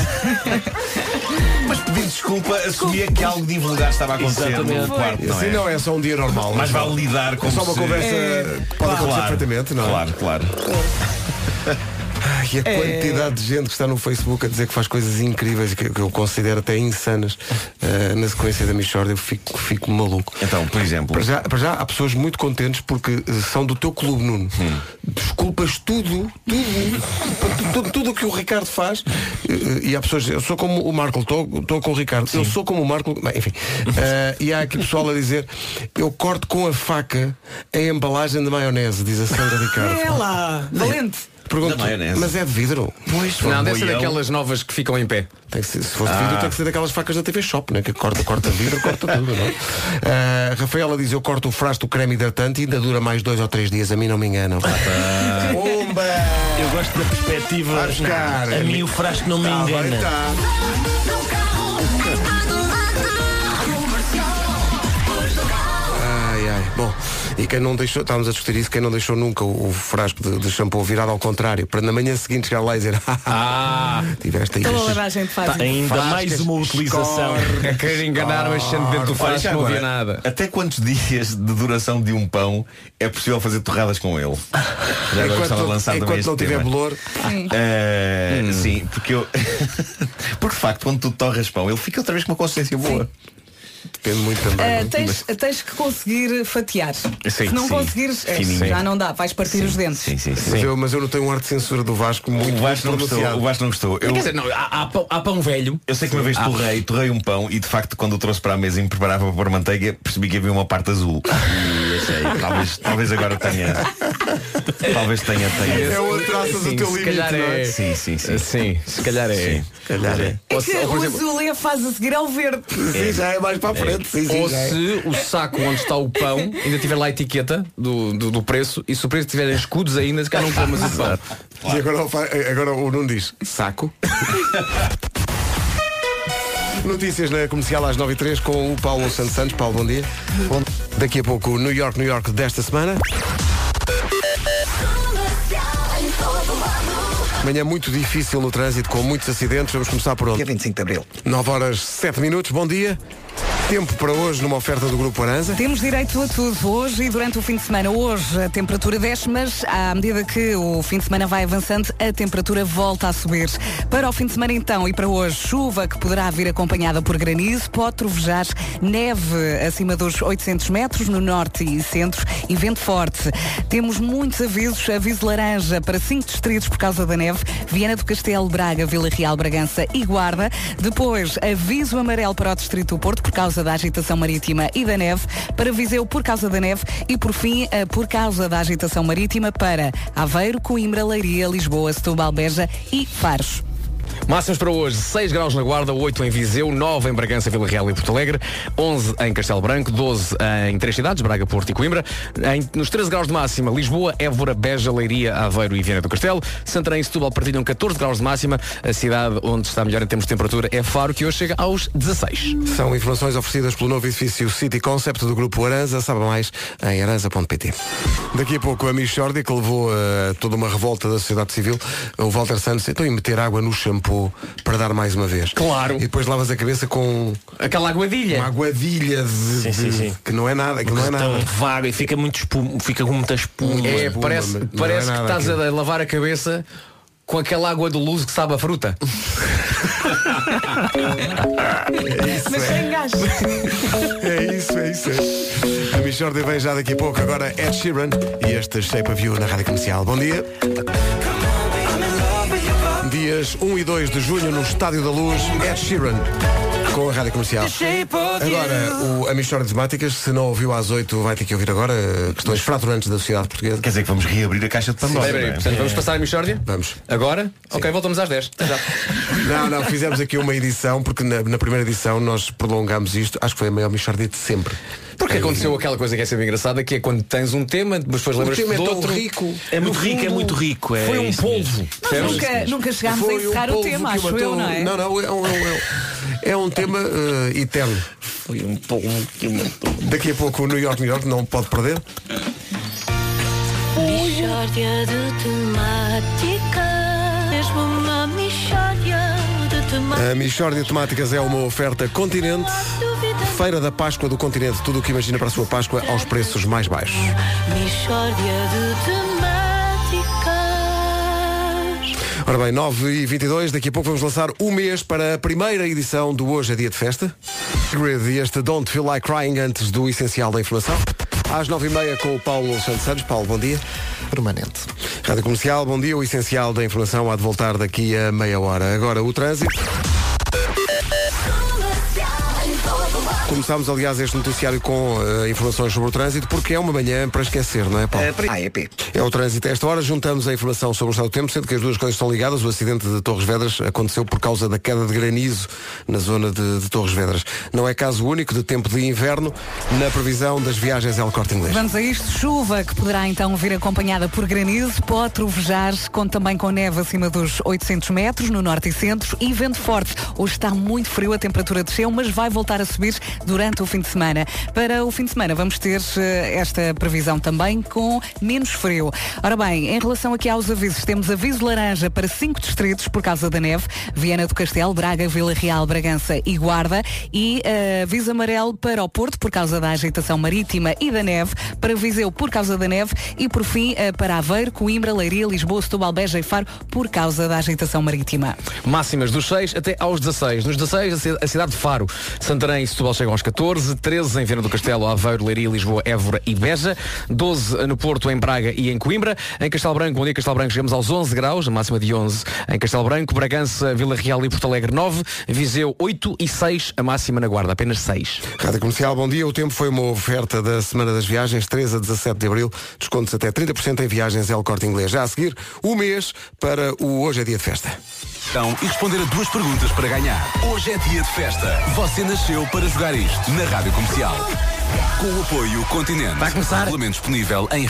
[SPEAKER 12] Mas pedir desculpa assumia que algo de invulgar estava a acontecer no quarto, não
[SPEAKER 1] Assim
[SPEAKER 12] é?
[SPEAKER 1] não é só um dia normal.
[SPEAKER 12] Mas
[SPEAKER 1] João.
[SPEAKER 12] vale lidar com
[SPEAKER 1] É só uma
[SPEAKER 12] se-
[SPEAKER 1] conversa
[SPEAKER 12] É.
[SPEAKER 1] que pode acontecer
[SPEAKER 12] Claro.
[SPEAKER 1] perfeitamente, não é?
[SPEAKER 12] Claro, claro.
[SPEAKER 1] Ai, e a
[SPEAKER 12] É.
[SPEAKER 1] quantidade de gente que está no Facebook a dizer que faz coisas incríveis, que, que eu considero até insanas, eh, na sequência da Michord, eu fico, fico maluco.
[SPEAKER 12] Então, por exemplo.
[SPEAKER 1] Para já, para já há pessoas muito contentes porque eh, são do teu clube, Nuno.
[SPEAKER 12] Hum.
[SPEAKER 1] Desculpas tudo, tudo, tu- tudo, tudo o que o Ricardo faz. eh, E há pessoas, a dizer, eu sou como o Marco, estou estou com o Ricardo, eu sou como o Marco, Bem, enfim. Eh, e há aqui pessoal a dizer, eu corto com a faca a embalagem de maionese, diz a Sandra Ricardo.
[SPEAKER 4] É lá, valente.
[SPEAKER 1] Pergunto, mas é de vidro? Pois,
[SPEAKER 5] Não, deve ser daquelas novas que ficam em pé.
[SPEAKER 1] Tem que ser, se fosse de
[SPEAKER 12] Ah.
[SPEAKER 1] vidro, tem que ser daquelas facas da TV Shop, né? que corta, corta vidro, corta tudo. Não? é? Ah, Rafaela diz: Eu corto o frasco do creme hidratante e ainda dura mais dois ou três dias. A mim não me enganam. Bomba!
[SPEAKER 13] Eu gosto da perspectiva.
[SPEAKER 1] Vai buscar.
[SPEAKER 13] A mim o frasco não me
[SPEAKER 1] Tá bem,
[SPEAKER 13] engana.
[SPEAKER 1] tá. Ai, ai. Bom, e quem não deixou, estávamos a discutir isso, quem não deixou nunca o, o frasco de, de shampoo virado ao contrário, para na manhã seguinte chegar lá e dizer: Ah, tiveste aí.
[SPEAKER 4] Toda lavagem de faz.
[SPEAKER 1] Tá,
[SPEAKER 13] Ainda mais uma utilização.
[SPEAKER 5] A querer enganar, mas sendo dentro do frasco
[SPEAKER 12] Olha, já
[SPEAKER 5] não
[SPEAKER 12] agora,
[SPEAKER 5] havia nada.
[SPEAKER 12] Até quantos dias de duração de um pão é possível fazer torradas com ele? Já agora
[SPEAKER 1] Enquanto
[SPEAKER 12] gostava de
[SPEAKER 1] não-
[SPEAKER 12] lançar
[SPEAKER 1] enquanto
[SPEAKER 12] também este
[SPEAKER 1] não tiver
[SPEAKER 12] tema.
[SPEAKER 1] bolor. Ah,
[SPEAKER 12] Eh,
[SPEAKER 5] Hum.
[SPEAKER 12] Sim, porque eu. porque de facto, quando tu torras pão, ele fica outra vez com uma consistência boa.
[SPEAKER 1] Depende muito também. é?
[SPEAKER 4] Ah, tens, tens que conseguir fatiar.
[SPEAKER 1] Sim,
[SPEAKER 4] Se não
[SPEAKER 1] sim.
[SPEAKER 4] conseguires, é,
[SPEAKER 1] Fininho.
[SPEAKER 4] já não dá, vais partir os dentes.
[SPEAKER 1] Mas, eu, mas eu não tenho um ar de censura do Vasco muito
[SPEAKER 12] O Vasco não
[SPEAKER 1] muito
[SPEAKER 12] gostou.
[SPEAKER 1] pronunciado. É
[SPEAKER 12] O Vasco não gostou. Eu-
[SPEAKER 5] Quer dizer, não, há, há pão, há pão velho.
[SPEAKER 12] Eu sei que uma vez
[SPEAKER 5] Ah.
[SPEAKER 12] torrei, torrei um pão e de facto quando o trouxe para a mesa e me preparava para pôr manteiga, percebi que havia uma parte azul. E achei, talvez, talvez agora tenha. Talvez tenha, tenha.
[SPEAKER 1] É onde traças o teu limite, não é?
[SPEAKER 12] Sim, sim, sim.
[SPEAKER 5] Sim, se calhar é.
[SPEAKER 12] Se calhar é.
[SPEAKER 4] É que o azul é a fase a seguir ao verde.
[SPEAKER 12] É.
[SPEAKER 1] Sim, já é mais para a frente. Exatamente, sim, sim,
[SPEAKER 5] Ou
[SPEAKER 1] já é.
[SPEAKER 5] se o saco onde está o pão ainda tiver lá a etiqueta do, do, do preço e se o preço tiver em escudos ainda, se calhar não comas o pão.
[SPEAKER 1] E agora, o fa- eh, agora o Nuno diz Saco Notícias na comercial às 9 e três com o Paulo Santos Santos. Paulo, bom dia. Bom- Daqui a pouco, o New York, New York desta semana. Manhã muito difícil no trânsito, com muitos acidentes. Vamos começar por onde? Dia
[SPEAKER 3] 25 de Abril.
[SPEAKER 1] 9 horas 7 minutos, bom dia. Tempo para hoje numa oferta do Grupo Aranza.
[SPEAKER 4] Temos direito a tudo hoje e durante o fim de semana. Hoje a temperatura desce, mas à medida que o fim de semana vai avançando, a temperatura volta a subir. Para o fim de semana então e para hoje, chuva que poderá vir acompanhada por granizo, pode trovejar, neve acima dos 800 metros no norte e centro e vento forte. Temos muitos avisos, aviso laranja para cinco distritos por causa da neve, Viana do Castelo, Braga, Vila Real, Bragança e Guarda. Depois, aviso amarelo para o distrito do Porto por causa da agitação marítima e da neve, para Viseu por causa da neve e por fim, eh, por causa da agitação marítima para Aveiro, Coimbra, Leiria, Lisboa, Setúbal, Beja e Faros.
[SPEAKER 5] Máximas para hoje, 6 graus na Guarda, 8 em Viseu, 9 em Bragança, Vila Real e Porto Alegre, 11 em Castelo Branco, 12 em três cidades, Braga, Porto e Coimbra, em, nos 13 graus de máxima, Lisboa, Évora, Beja, Leiria, Aveiro e Viana do Castelo, Santarém e Setúbal partilham 14 graus de máxima, a cidade onde está melhor em termos de temperatura é Faro, que hoje chega aos 16.
[SPEAKER 1] São informações oferecidas pelo novo edifício City Concept do Grupo Aranza. Sabe mais em aranza.pt. Daqui a pouco a Michordi, que levou eh, toda uma revolta da sociedade civil, o Walter Santos, então e meter água no shampoo para dar mais uma vez. Claro. E depois lavas a cabeça com...
[SPEAKER 5] Aquela aguadilha.
[SPEAKER 1] Uma aguadilha de... de-
[SPEAKER 9] sim, sim.
[SPEAKER 1] Que não é nada, que não é
[SPEAKER 9] Tão
[SPEAKER 1] nada.
[SPEAKER 9] vago e fica muito espuma, fica com muita espuma.
[SPEAKER 5] É, parece,
[SPEAKER 9] Não é
[SPEAKER 5] parece que
[SPEAKER 9] nada
[SPEAKER 5] estás
[SPEAKER 9] aquilo.
[SPEAKER 5] a lavar a cabeça com aquela água do luz que sabe a fruta.
[SPEAKER 4] Mas sem gás.
[SPEAKER 1] É isso, é isso. A Michordi vem já daqui a pouco. Agora é Ed Sheeran e este Shape of You na Rádio Comercial. Bom dia. Dias 1 e 2 de junho no Estádio da Luz, Ed Sheeran com a Rádio Comercial. Agora, o, a Michordi de Temáticas, se não ouviu às 8, vai ter que ouvir agora eh, questões fraturantes da sociedade portuguesa. Quer
[SPEAKER 12] dizer que vamos reabrir a caixa de é?
[SPEAKER 5] Sim, peraí, portanto, vamos passar a Michórdia?
[SPEAKER 1] Vamos.
[SPEAKER 5] Agora? Ok, voltamos às 10. Já.
[SPEAKER 1] Não, não, fizemos aqui uma edição, porque na, na primeira edição nós prolongámos isto, acho que foi a maior Michordi de sempre.
[SPEAKER 5] Porque aconteceu aquela coisa que é sempre engraçada, que é quando tens um tema, mas depois
[SPEAKER 1] O
[SPEAKER 5] lembras-te
[SPEAKER 1] tema é
[SPEAKER 5] de
[SPEAKER 1] tão
[SPEAKER 5] outro.
[SPEAKER 1] rico.
[SPEAKER 9] É
[SPEAKER 5] No
[SPEAKER 9] muito rico, é
[SPEAKER 5] fundo,
[SPEAKER 9] muito rico. É
[SPEAKER 5] foi um
[SPEAKER 9] isso
[SPEAKER 5] polvo.
[SPEAKER 9] mesmo.
[SPEAKER 4] Nunca, nunca chegámos a
[SPEAKER 1] Foi um
[SPEAKER 4] encerrar o
[SPEAKER 1] polvo
[SPEAKER 4] tema,
[SPEAKER 1] que
[SPEAKER 4] acho
[SPEAKER 1] matou-
[SPEAKER 4] eu, não é?
[SPEAKER 1] Não, não, é um, é um- é um- é um tema eh, eterno.
[SPEAKER 9] Foi um polvo que matou.
[SPEAKER 1] Daqui a pouco o New York, New York não pode perder.
[SPEAKER 14] Michórdia de temáticas Mesmo uma michórdia de temáticas
[SPEAKER 1] A Michórdia de Temáticas é uma oferta continente. Feira da Páscoa do Continente, tudo o que imagina para a sua Páscoa aos preços mais baixos.
[SPEAKER 14] Michórdia de temáticas
[SPEAKER 1] Ora bem, 9 e 22 daqui a pouco vamos lançar o mês para a primeira edição do Hoje é Dia de Festa. Grid e este Don't Feel Like Crying antes do essencial da informação. Às 9h30 com o Paulo Santos Santos. Paulo, bom dia. Permanente. Rádio Comercial, bom dia. O essencial da informação há de voltar daqui a meia hora. Agora o trânsito. Começámos, aliás, este noticiário com eh, informações sobre o trânsito, porque é uma manhã para esquecer, não é,
[SPEAKER 3] Eh,
[SPEAKER 1] Paulo? É o trânsito. A esta hora juntamos a informação sobre o estado do tempo, sendo que as duas coisas estão ligadas. O acidente de Torres Vedras aconteceu por causa da queda de granizo na zona de, de Torres Vedras. Não é caso único de tempo de inverno na previsão das viagens El Corte Inglês.
[SPEAKER 4] Vamos a isto, chuva que poderá então vir acompanhada por granizo, pode trovejar, conta também com neve acima dos 800 metros no norte e centro e vento forte. Hoje está muito frio, a temperatura desceu, mas vai voltar a subir durante o fim de semana. Para o fim de semana vamos ter eh, esta previsão também com menos frio. Ora bem, em relação aqui aos avisos, temos aviso laranja para cinco distritos por causa da neve, Viana do Castelo, Braga, Vila Real, Bragança e Guarda e eh, aviso amarelo para o Porto por causa da agitação marítima e da neve, para Viseu por causa da neve e por fim eh, para Aveiro, Coimbra, Leiria, Lisboa, Setúbal, Beja e Faro por causa da agitação marítima.
[SPEAKER 5] Máximas dos 6 até aos 16. Nos 16, a ci- a cidade de Faro, Santarém e Setúbal chegam aos 14, 13 em Viana do Castelo, Aveiro, Leiria, Lisboa, Évora e Beja, 12 no Porto, em Braga e em Coimbra. Em Castelo Branco, bom dia Castelo Branco, chegamos aos 11 graus, a máxima de 11 em Castelo Branco, Bragança, Vila Real e Porto Alegre 9, Viseu 8 e 6, a máxima na Guarda, apenas 6.
[SPEAKER 1] Rádio Comercial, bom dia. O tempo foi uma oferta da Semana das Viagens, 3 a 17 de Abril. Descontos até 30% em viagens El Corte Inglês. Já a seguir, o mês para o Hoje é Dia de Festa.
[SPEAKER 15] Então, e responder a duas perguntas para ganhar. Hoje é dia de festa. Você nasceu para jogar começar isto na Rádio Comercial. Com o apoio Continente. Vai começar. Regulamento disponível em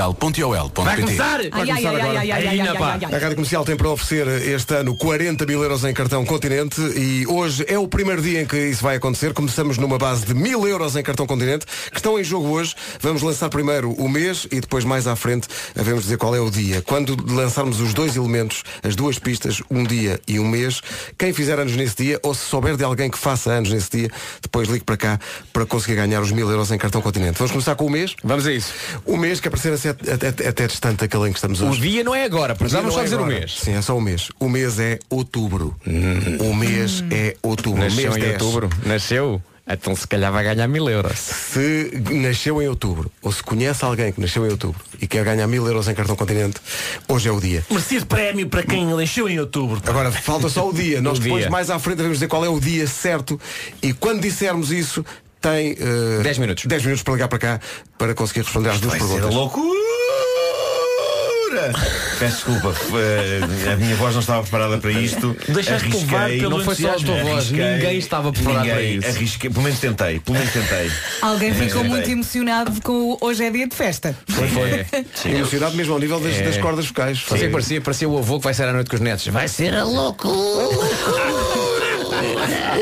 [SPEAKER 15] radiocomercial.ol.pt
[SPEAKER 1] Vai começar? Vai Ai, ai, começar ai, agora. ai, ai, ai, ai, ai, ai. A Rádio Comercial tem para oferecer este ano 40 mil euros em cartão Continente e hoje é o primeiro dia em que isso vai acontecer. Começamos numa base de mil euros em cartão Continente que estão em jogo hoje. Vamos lançar primeiro o mês e depois mais à frente devemos dizer qual é o dia. Quando lançarmos os dois elementos, as duas pistas, um dia e um mês, quem fizer anos nesse dia ou se souber de alguém que faça anos nesse dia, depois ligue para cá para conseguir ganhar os mil euros em cartão Continente. Vamos começar com o mês?
[SPEAKER 5] Vamos a isso.
[SPEAKER 1] O mês que aparecer até, até, até distante daquele em que estamos
[SPEAKER 5] O
[SPEAKER 1] hoje.
[SPEAKER 5] dia não é agora,
[SPEAKER 1] O
[SPEAKER 5] para
[SPEAKER 1] dia
[SPEAKER 5] já vamos
[SPEAKER 1] não
[SPEAKER 5] só
[SPEAKER 1] é
[SPEAKER 5] dizer o
[SPEAKER 1] agora.
[SPEAKER 5] mês.
[SPEAKER 1] Sim, é só o mês. O mês é outubro. O mês é outubro.
[SPEAKER 5] Nasceu
[SPEAKER 1] mês
[SPEAKER 5] em
[SPEAKER 1] 10.
[SPEAKER 5] outubro. Nasceu? Então se calhar vai ganhar mil euros.
[SPEAKER 1] Se nasceu em outubro, ou se conhece alguém que nasceu em outubro e quer ganhar mil euros em cartão continente, hoje é o dia.
[SPEAKER 13] Merecido prémio para quem nasceu em outubro.
[SPEAKER 1] Agora falta só o dia. Nós
[SPEAKER 13] O
[SPEAKER 1] depois
[SPEAKER 13] dia.
[SPEAKER 1] mais à frente devemos dizer qual é o dia certo e quando dissermos isso tem 10 minutos. 10 minutos para ligar para cá para conseguir responder às duas
[SPEAKER 9] é,
[SPEAKER 12] Vai ser
[SPEAKER 1] perguntas.
[SPEAKER 12] loucura! Peço desculpa, eh, a minha voz não estava preparada para isto.
[SPEAKER 5] Deixaste-te levar pelo
[SPEAKER 12] não foi só a
[SPEAKER 5] entusiasmo.
[SPEAKER 12] tua voz, ninguém estava preparado para isso. Arrisquei, pelo menos tentei, pelo menos tentei.
[SPEAKER 4] Alguém
[SPEAKER 12] Pelo menos
[SPEAKER 4] ficou muito
[SPEAKER 12] tentei.
[SPEAKER 4] emocionado com o hoje é dia de festa.
[SPEAKER 5] Foi, foi.
[SPEAKER 1] Emocionado mesmo ao nível das, das cordas vocais.
[SPEAKER 5] Foi. Assim que parecia, parecia o avô que vai sair à noite com os netos. Vai ser a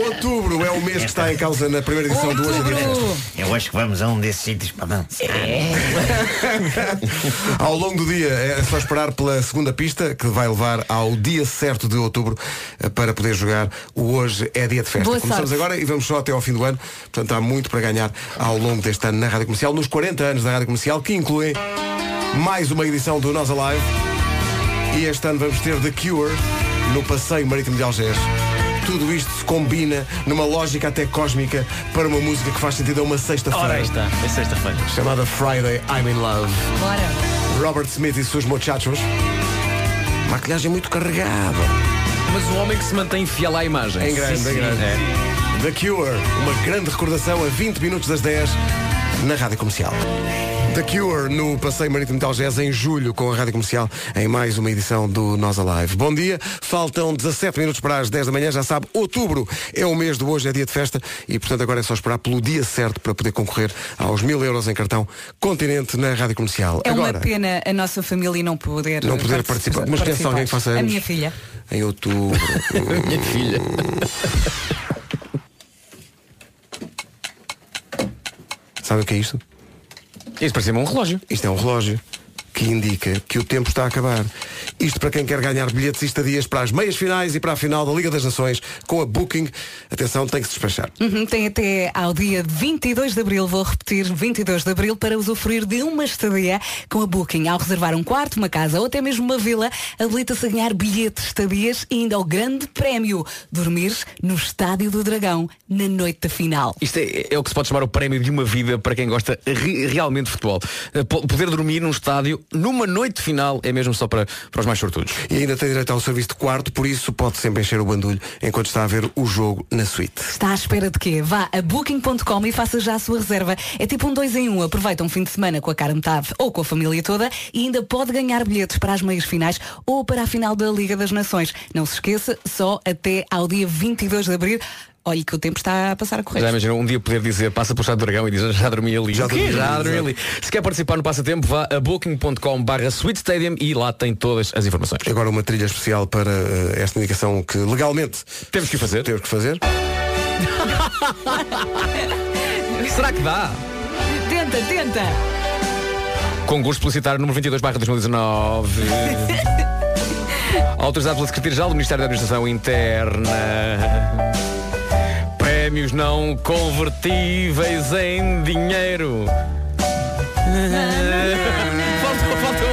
[SPEAKER 1] Outubro é o mês que está em causa na primeira edição do Hoje é Dia de Festa.
[SPEAKER 16] Eu acho que vamos a um desses sítios para dançar.
[SPEAKER 1] Ao longo do dia é só esperar pela segunda pista que vai levar ao dia certo de outubro eh, para poder jogar o Hoje é Dia de Festa.
[SPEAKER 4] Boa
[SPEAKER 1] Começamos
[SPEAKER 4] sorte.
[SPEAKER 1] agora e vamos só até ao fim do ano. Portanto, há muito para ganhar ao longo deste ano na Rádio Comercial, nos 40 anos da Rádio Comercial, que incluem mais uma edição do Nós Alive. E este ano vamos ter The Cure no Passeio Marítimo de Algés. Tudo isto se combina numa lógica até cósmica para uma música que faz sentido a uma
[SPEAKER 13] Ora,
[SPEAKER 1] sexta-feira.
[SPEAKER 13] aí está. É sexta-feira.
[SPEAKER 1] Chamada Friday I'm in Love. Robert Smith e seus mochachos. Maquilhagem é muito carregada.
[SPEAKER 5] Mas o homem que se mantém fiel à imagem.
[SPEAKER 1] Em grande,
[SPEAKER 5] Sim,
[SPEAKER 1] em
[SPEAKER 5] sim.
[SPEAKER 1] grande.
[SPEAKER 5] É.
[SPEAKER 1] The Cure, uma grande recordação a 20 minutos das 10 na Rádio Comercial. The Cure no Passeio Marítimo de Algés em julho com a Rádio Comercial em mais uma edição do Nós Alive. Bom dia, faltam 17 minutos para as 10 da manhã, já sabe, outubro é o mês de hoje, é dia de festa e portanto agora é só esperar pelo dia certo para poder concorrer aos mil euros em cartão Continente na Rádio Comercial.
[SPEAKER 4] É
[SPEAKER 1] agora,
[SPEAKER 4] uma pena a nossa família não poder
[SPEAKER 1] Não poder participar. Mas conhece alguém que faça
[SPEAKER 4] A
[SPEAKER 1] anos?
[SPEAKER 4] minha filha.
[SPEAKER 1] em outubro. Minha filha. Sabe o que é isto?
[SPEAKER 5] Isto parecia um relógio.
[SPEAKER 1] Isto é um relógio que indica que o tempo está a acabar. Isto para quem quer ganhar bilhetes e estadias para as meias finais e para a final da Liga das Nações com a Booking. Atenção, tem que se despachar.
[SPEAKER 5] Hum.
[SPEAKER 4] Uhum, tem até ao dia 22 de Abril, vou repetir, 22 de Abril, para usufruir de uma estadia com a Booking. Ao reservar um quarto, uma casa ou até mesmo uma vila, habilita-se a ganhar bilhetes, estadias e ainda o grande prémio, dormir no Estádio do Dragão, na noite da final.
[SPEAKER 5] Isto é, é o que se pode chamar o prémio de uma vida para quem gosta re- realmente de futebol. Eh, po- Poder dormir num estádio numa noite final é mesmo só para, para os mais sortudos.
[SPEAKER 1] E ainda tem direito ao serviço de quarto, por isso pode sempre encher o bandulho enquanto está a ver o jogo na suíte.
[SPEAKER 4] Está à espera de quê? Vá a booking.com e faça já a sua reserva. É tipo um dois em um. Aproveita um fim de semana com a cara metade ou com a família toda e ainda pode ganhar bilhetes para as meias finais ou para a final da Liga das Nações. Não se esqueça, só até ao dia 22 de abril. Olhe que o tempo está a passar a correr.
[SPEAKER 5] Já imaginou um dia poder dizer passa pelo Estado do Dragão e diz já dormi ali. Já,
[SPEAKER 1] dormi ali,
[SPEAKER 5] já dormi
[SPEAKER 1] exato.
[SPEAKER 5] ali. Se quer participar no passatempo, vá a booking.com barra Sweet Stadium e lá tem todas as informações.
[SPEAKER 1] Agora uma trilha especial para eh, esta indicação que legalmente
[SPEAKER 5] temos que fazer.
[SPEAKER 1] Temos que fazer.
[SPEAKER 5] Será que dá?
[SPEAKER 4] Tenta, tenta!
[SPEAKER 5] Concurso publicitário número 22 barra 2019. Autorizado pela Secretaria-Geral do Ministério da Administração Interna. Prémios não convertíveis em dinheiro. Faltou, faltou.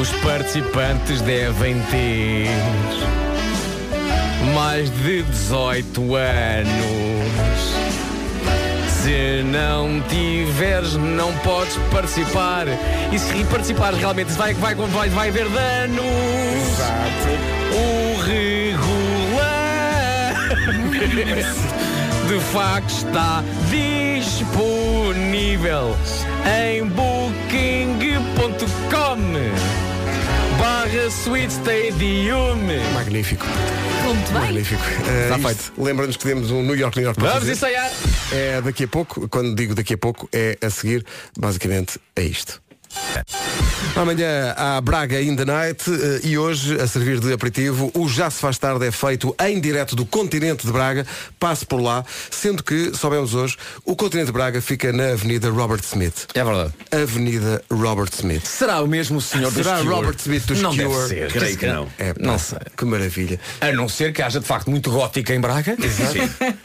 [SPEAKER 5] Os participantes devem ter mais de 18 anos. Se não tiveres, não podes participar. E se participares realmente, vai, vai, vai, vai haver danos. O regular de facto está disponível em booking.com barra the sweet stadium. Magnífico.
[SPEAKER 4] Muito bem.
[SPEAKER 1] Magnífico. Eh,
[SPEAKER 5] Está
[SPEAKER 1] isto
[SPEAKER 5] feito.
[SPEAKER 1] Lembra-nos que temos um New York, New York. para
[SPEAKER 5] Vamos
[SPEAKER 1] fazer.
[SPEAKER 5] ensaiar.
[SPEAKER 1] É daqui a pouco, quando digo daqui a pouco, é a seguir, basicamente, é isto. Amanhã há Braga in the Night eh, e hoje, a servir de aperitivo, o Já Se Faz Tarde é feito em direto do continente de Braga. Passe por lá, sendo que, soubemos hoje, o continente de Braga fica na Avenida Robert Smith.
[SPEAKER 5] É verdade.
[SPEAKER 1] Avenida Robert Smith.
[SPEAKER 5] Será o mesmo senhor do
[SPEAKER 1] Será
[SPEAKER 5] Skewer?
[SPEAKER 1] Robert Smith do
[SPEAKER 5] Não
[SPEAKER 1] Skewer?
[SPEAKER 5] deve ser.
[SPEAKER 1] Creio que não.
[SPEAKER 5] É,
[SPEAKER 1] É,
[SPEAKER 5] pá,
[SPEAKER 1] pá,
[SPEAKER 5] não sei.
[SPEAKER 1] Que maravilha.
[SPEAKER 5] A não ser que haja de facto muito gótica em Braga.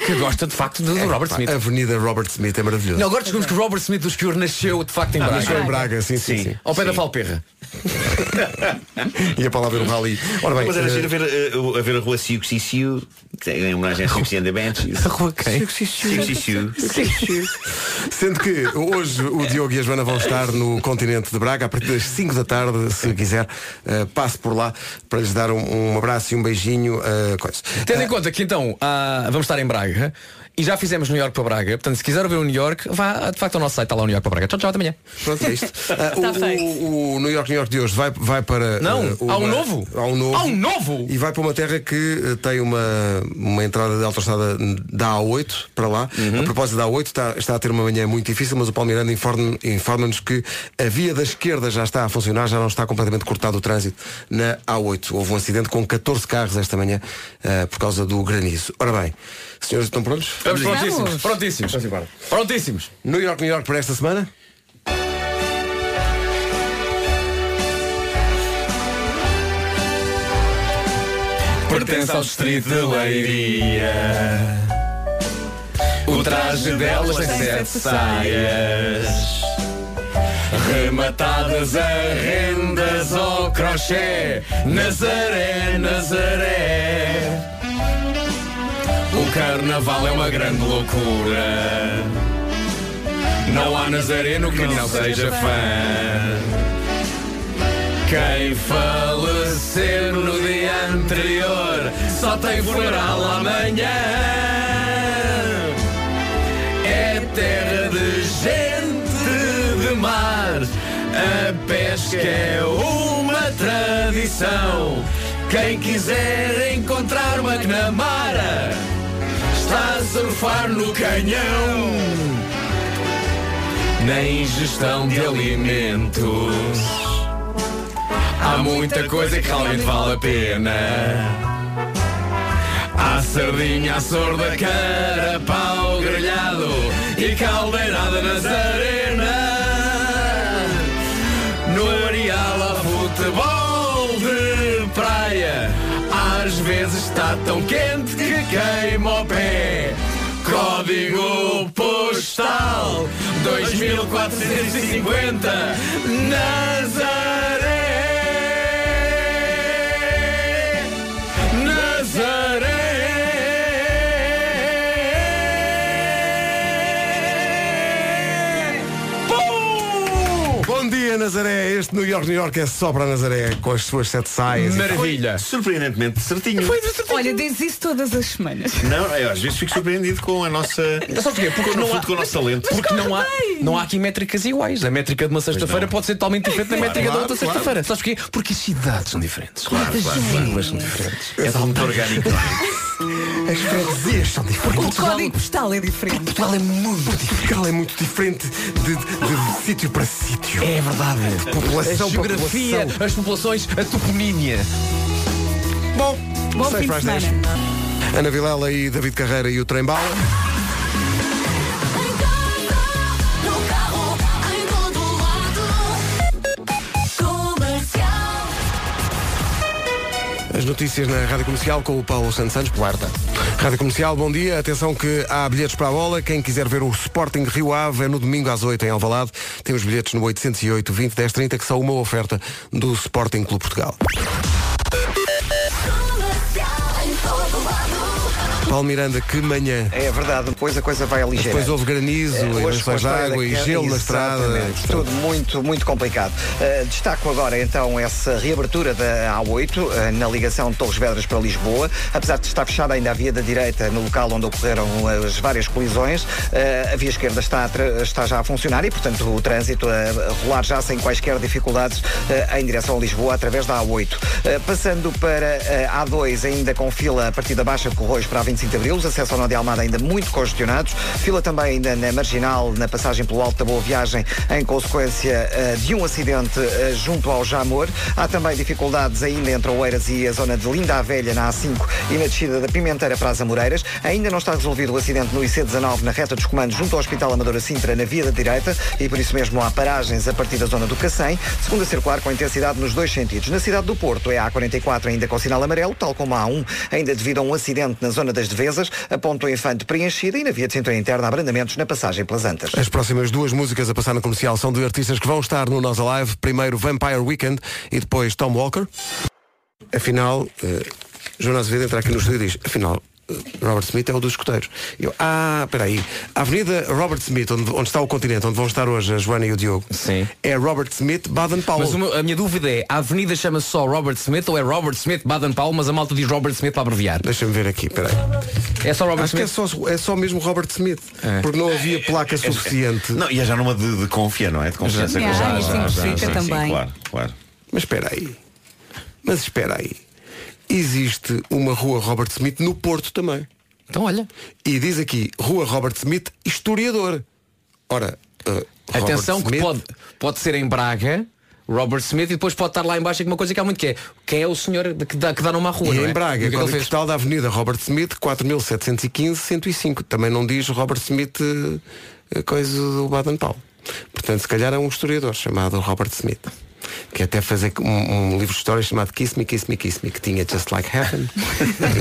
[SPEAKER 5] Que gosta de facto do do Robert
[SPEAKER 1] Pá,
[SPEAKER 5] Smith.
[SPEAKER 1] Avenida Robert Smith é maravilhoso.
[SPEAKER 5] Não, agora descobrimos que o Robert Smith do Esquior nasceu de facto em
[SPEAKER 1] Ah,
[SPEAKER 5] Braga.
[SPEAKER 1] nasceu em Braga, sim, sim, sim.
[SPEAKER 5] Ao pé da
[SPEAKER 1] Sim.
[SPEAKER 5] Falperra.
[SPEAKER 1] E a palavra no um rally. Ora bem,
[SPEAKER 12] Mas era
[SPEAKER 1] eh,
[SPEAKER 12] giro a ver, eh, o- a ver a rua Siu Siu, que é em homenagem a Siu and the Benches. A
[SPEAKER 5] rua quem?
[SPEAKER 12] Siu
[SPEAKER 1] Sendo que hoje
[SPEAKER 12] É.
[SPEAKER 1] o Diogo e a Joana vão estar no continente de Braga a partir das 5 da tarde, se quiser, eh, passe por lá para lhes dar um, um abraço e um beijinho. eh, coisa.
[SPEAKER 5] Tendo em conta que então ah, vamos estar em Braga e já fizemos New York para Braga, portanto se quiser ver o New York, vá de facto ao nosso site, está lá o New York para Braga. Tchau, tchau, até amanhã.
[SPEAKER 1] Pronto, é isto. Ah, o- o, o New York, New York de hoje vai, vai para.
[SPEAKER 5] Não,
[SPEAKER 1] eh,
[SPEAKER 5] há um novo?
[SPEAKER 1] Há um novo.
[SPEAKER 5] Há um novo?
[SPEAKER 1] E vai para uma terra que eh, tem uma, uma entrada de autostrada da A8 para lá.
[SPEAKER 5] Uhum.
[SPEAKER 1] A propósito da A8, está, está a ter uma manhã muito difícil, mas o Palmeirando informa-nos que a via da esquerda já está a funcionar, já não está completamente cortado o trânsito na A8. Houve um acidente com 14 carros esta manhã eh, por causa do granizo. Ora bem, senhores, estão prontos?
[SPEAKER 5] Estamos prontíssimos, prontíssimos. Prontíssimos.
[SPEAKER 1] New York, New York para esta semana?
[SPEAKER 5] Pertence ao distrito de Leiria. O traje delas tem sete saias. Rematadas a rendas ao crochê. Nazaré, Nazaré. O carnaval é uma grande loucura. Não há nazareno que não seja fã. Quem falecer no dia anterior só tem funeral amanhã. É terra de gente de mar, a pesca é uma tradição. Quem quiser encontrar uma Knamara está a surfar no canhão. Na ingestão de alimentos. Há muita coisa que realmente vale a pena. Há sardinha, há sorda, carapau grelhado e caldeirada nazarena. No areal há futebol de praia. Às vezes está tão quente que queima o pé. Código postal 2450 Nazaré. Nazaré.
[SPEAKER 1] Bom dia, Nazaré. Este New York, New York é só para Nazaré, com as suas sete saias.
[SPEAKER 5] Maravilha.
[SPEAKER 12] surpreendentemente certinho.
[SPEAKER 4] Olha, diz isso todas as semanas.
[SPEAKER 12] Não, eu às vezes fico surpreendido com a nossa.
[SPEAKER 5] Sabe porquê? Porque
[SPEAKER 12] com,
[SPEAKER 5] não
[SPEAKER 12] no fundo,
[SPEAKER 5] há-
[SPEAKER 12] com o nosso talento.
[SPEAKER 5] Porque não há, não há aqui métricas iguais. A métrica de uma sexta-feira pode ser totalmente diferente da
[SPEAKER 12] Claro,
[SPEAKER 5] métrica da
[SPEAKER 12] claro,
[SPEAKER 5] outra
[SPEAKER 12] claro.
[SPEAKER 5] sexta-feira. Sabes porquê? Porque as cidades são diferentes.
[SPEAKER 12] Claro, claro, claro.
[SPEAKER 5] As vilas são diferentes.
[SPEAKER 12] É tal muito orgânico.
[SPEAKER 1] As freguesias são diferentes.
[SPEAKER 4] O código postal é diferente.
[SPEAKER 1] Portugal é muito diferente. Portugal é muito diferente de, de- de sítio para sítio.
[SPEAKER 5] É verdade.
[SPEAKER 1] De população
[SPEAKER 5] a
[SPEAKER 1] para
[SPEAKER 5] geografia,
[SPEAKER 1] população.
[SPEAKER 5] as populações, a toponímia.
[SPEAKER 1] Bom,
[SPEAKER 4] Bom
[SPEAKER 1] seis
[SPEAKER 4] fim
[SPEAKER 1] para
[SPEAKER 4] de
[SPEAKER 1] as
[SPEAKER 4] semana.
[SPEAKER 1] dez. Ana Vilela e David Carreira e o Trem Bala. As notícias na Rádio Comercial com o Paulo Santos Santos Guarda. Rádio Comercial, bom dia. Atenção que há bilhetes para a bola. Quem quiser ver o Sporting Rio Ave é no domingo às 8 em Alvalade. Temos bilhetes no 808 20 10 30 que são uma oferta do Sporting Clube Portugal. Paulo Miranda, que manhã.
[SPEAKER 3] É verdade, depois a coisa vai ligeira.
[SPEAKER 1] Depois houve granizo,
[SPEAKER 3] Eh,
[SPEAKER 1] e
[SPEAKER 3] hoje com a
[SPEAKER 1] lençóis de
[SPEAKER 3] estrada
[SPEAKER 1] água, e
[SPEAKER 3] que- é
[SPEAKER 1] gelo na
[SPEAKER 3] Exatamente.
[SPEAKER 1] estrada.
[SPEAKER 3] Tudo muito, muito complicado. Eh, destaco agora então essa reabertura da A8 eh, na ligação de Torres Vedras para Lisboa. Apesar de estar fechada ainda a via da direita no local onde ocorreram eh, as várias colisões, eh, a via esquerda está, a tra- está já a funcionar e, portanto, o trânsito a rolar já sem quaisquer dificuldades eh, em direção a Lisboa através da A8. Eh, Passando para eh, a A2, ainda com fila a partir da Baixa de Corroios para a 25 de Abril, os acessos ao Nó de Almada ainda muito congestionados, fila também ainda na Marginal, na passagem pelo Alto da Boa Viagem, em consequência eh, de um acidente eh, junto ao Jamor. Há também dificuldades ainda entre Oeiras e a zona de Linda a Velha, na A5, e na descida da Pimenteira para as Amoreiras. Ainda não está resolvido o acidente no IC19, na reta dos comandos, junto ao Hospital Amadora Sintra, na via da direita, e por isso mesmo há paragens a partir da zona do Cacém. Segunda circular com intensidade nos dois sentidos. Na cidade do Porto, é a A44 ainda com sinal amarelo, tal como a A1, ainda devido a um acidente na zona das Devesas, a Ponto Infante preenchida e na via de cintura interna, abrandamentos na passagem pelas Antas.
[SPEAKER 1] As próximas duas músicas a passar na comercial são de artistas que vão estar no Nós Alive. Primeiro Vampire Weekend e depois Tom Walker. Afinal, eh, Jonas Azevedo entra aqui no estúdio e diz, afinal, eh, Robert Smith é o dos escuteiros. Eu, ah, peraí. A Avenida Robert Smith, onde, onde está o continente, onde vão estar hoje a Joana e o Diogo, é Robert Smith Baden Powell.
[SPEAKER 5] Mas o meu- a minha dúvida é, a avenida chama-se só Robert Smith ou é Robert Smith Baden Powell, mas a malta diz Robert Smith para abreviar.
[SPEAKER 1] Deixa-me ver aqui, peraí.
[SPEAKER 5] É só Robert
[SPEAKER 1] Acho
[SPEAKER 5] Smith.
[SPEAKER 1] que é só, é só mesmo Robert Smith, porque não havia placa suficiente.
[SPEAKER 12] Não, e é já numa de, de confia, não é? De confiança.
[SPEAKER 1] Já,
[SPEAKER 12] que eu
[SPEAKER 1] isso simplifica
[SPEAKER 12] sim, sim,
[SPEAKER 1] também.
[SPEAKER 12] claro, claro.
[SPEAKER 1] Mas espera aí. Mas espera aí. Existe uma rua Robert Smith no Porto também.
[SPEAKER 5] Então olha.
[SPEAKER 1] E diz aqui, Rua Robert Smith, historiador. Ora, eh, Robert
[SPEAKER 5] Atenção que
[SPEAKER 1] Smith-
[SPEAKER 5] pode, pode ser em Braga, Robert Smith, e depois pode estar lá em baixo uma coisa que há muito que é quem é o senhor de- que dá, que dá numa rua.
[SPEAKER 1] E
[SPEAKER 5] não é?
[SPEAKER 1] em
[SPEAKER 5] E o
[SPEAKER 1] Braga,
[SPEAKER 5] que é que ele
[SPEAKER 1] Código
[SPEAKER 5] fez?
[SPEAKER 1] Postal da Avenida Robert Smith, 4715-105. Também não diz Robert Smith eh, eh, coisa do Baden Powell. Portanto, se calhar é um historiador chamado Robert Smith. Que até fazer um, um livro de história chamado Kiss Me, Kiss Me, Kiss Me, que tinha Just Like Heaven,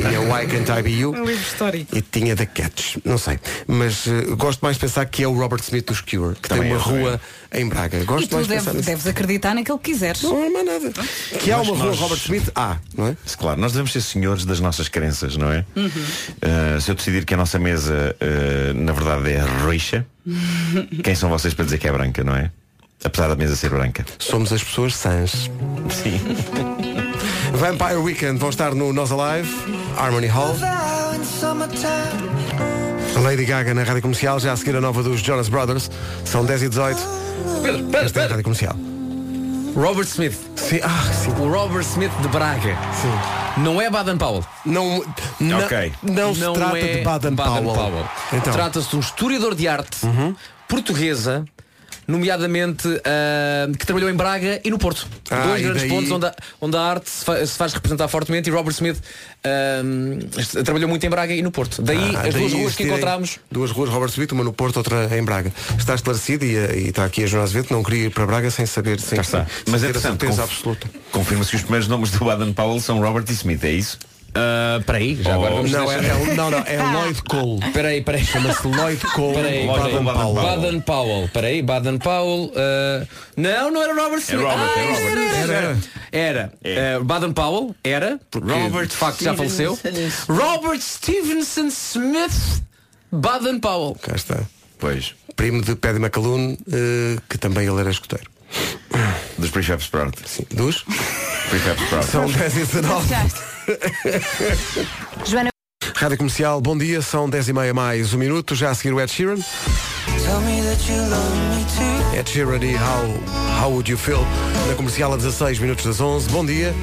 [SPEAKER 1] tinha Why Can't I Be You
[SPEAKER 4] Um livro histórico.
[SPEAKER 1] e tinha The Cats. Não sei. Mas eh, gosto mais de pensar que é o Robert Smith do Cure, que
[SPEAKER 12] Também
[SPEAKER 1] tem uma
[SPEAKER 12] eu, também
[SPEAKER 1] rua
[SPEAKER 5] é.
[SPEAKER 1] em Braga. Gosto
[SPEAKER 4] E tu
[SPEAKER 1] mais de
[SPEAKER 4] deve-
[SPEAKER 1] pensar nisso.
[SPEAKER 4] deves acreditar naquilo que quiseres.
[SPEAKER 1] Não é mais nada. Que há uma rua Robert Smith, há, não é?
[SPEAKER 12] Claro, nós devemos ser senhores das nossas crenças, não é? Uh, se eu decidir que a nossa mesa, uh, na verdade, é roxa, quem são vocês para dizer que é branca, não é? Apesar da mesa ser branca.
[SPEAKER 1] Somos as pessoas sãs.
[SPEAKER 12] Sim.
[SPEAKER 1] Vampire Weekend vão estar no Nós Alive, Harmony Hall. Lady Gaga na rádio comercial, já a seguir a nova dos Jonas Brothers. São 10 e 18.
[SPEAKER 5] Pedro, Pedro,
[SPEAKER 1] Esta é a rádio comercial. ah,
[SPEAKER 5] Robert Smith. O Robert Smith de Braga. Não é Baden Powell.
[SPEAKER 1] Não,
[SPEAKER 5] não, é
[SPEAKER 1] Ok. não se trata de Baden-Powell. Então.
[SPEAKER 5] Trata-se de um historiador de arte
[SPEAKER 12] Uhum.
[SPEAKER 5] portuguesa, nomeadamente ah, que trabalhou em Braga e no Porto.
[SPEAKER 1] Ah,
[SPEAKER 5] Dois
[SPEAKER 1] e
[SPEAKER 5] grandes
[SPEAKER 1] daí-
[SPEAKER 5] pontos onde a, onde a arte se, fa- se faz representar fortemente e Robert Smith ah, trabalhou muito em Braga e no Porto. Daí
[SPEAKER 1] Ah,
[SPEAKER 5] as duas
[SPEAKER 1] daí
[SPEAKER 5] ruas que
[SPEAKER 1] existirem
[SPEAKER 5] encontramos.
[SPEAKER 1] Duas ruas Robert Smith, uma no Porto, outra em Braga. Está esclarecido e, eh, e está aqui a Jonas Azevedo, não queria ir para Braga sem saber, sem,
[SPEAKER 12] está.
[SPEAKER 1] sem
[SPEAKER 12] Mas,
[SPEAKER 1] ter a
[SPEAKER 12] entretanto,
[SPEAKER 1] certeza
[SPEAKER 12] conf-
[SPEAKER 1] absoluta.
[SPEAKER 12] Confirma-se que os primeiros nomes do Baden Powell são Robert e Smith, é isso?
[SPEAKER 5] Para aí,
[SPEAKER 12] já agora
[SPEAKER 1] Não, é, é- não, não, é Lloyd Cole.
[SPEAKER 5] Peraí, peraí.
[SPEAKER 1] Chama-se Lloyd Cole
[SPEAKER 5] Peraí,
[SPEAKER 1] Baden Powell.
[SPEAKER 5] Baden Powell. Peraí, Baden Powell. eh, não, não era Robert Smith.
[SPEAKER 1] Robert,
[SPEAKER 5] Ah,
[SPEAKER 1] é Robert.
[SPEAKER 5] Era,
[SPEAKER 1] Era, É.
[SPEAKER 5] era. era. eh, Baden Powell era, porque Robert de facto já faleceu. Robert Stevenson Smith Baden Powell. Oh,
[SPEAKER 1] Cá está.
[SPEAKER 12] Pois.
[SPEAKER 1] Primo de Paddy McAloon, eh, que também ele era escoteiro.
[SPEAKER 12] Dos Prefab Sprout.
[SPEAKER 1] Sim. Dos?
[SPEAKER 12] Prefab Sprout.
[SPEAKER 1] São 10 e 19.
[SPEAKER 11] Joana.
[SPEAKER 1] Rádio Comercial, bom dia, são 10 e meia mais um minuto, já a seguir o Ed Sheeran. Ed Sheeran e How, How Would You Feel, na comercial a 16 minutos das 11, bom dia.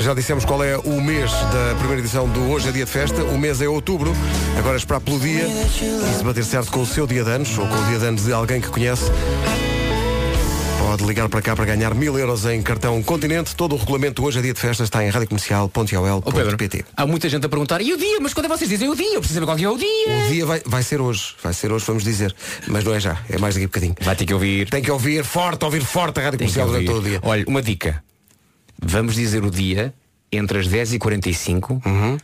[SPEAKER 1] Já dissemos qual é o mês da primeira edição do Hoje é Dia de Festa, o mês é outubro, agora é esperar pelo dia e se bater certo com o seu dia de anos ou com o dia de anos de alguém que conhece. Pode ligar para cá para ganhar mil euros em cartão Continente. Todo o regulamento hoje é dia de festa está em radiocomercial.ol.pt.
[SPEAKER 5] Há muita gente a perguntar, e o dia? Mas quando é que vocês dizem o dia? Eu preciso saber qual que é o dia.
[SPEAKER 1] O dia vai, vai ser hoje, vai ser hoje, vamos dizer. Mas não é já, é mais daqui a bocadinho.
[SPEAKER 5] Vai ter que ouvir.
[SPEAKER 1] Tem que ouvir forte, ouvir forte a rádio
[SPEAKER 5] Tem que
[SPEAKER 1] comercial durante
[SPEAKER 5] ouvir.
[SPEAKER 1] todo o dia.
[SPEAKER 5] Olha, uma dica. Vamos dizer o dia entre as 10h45
[SPEAKER 1] Uhum.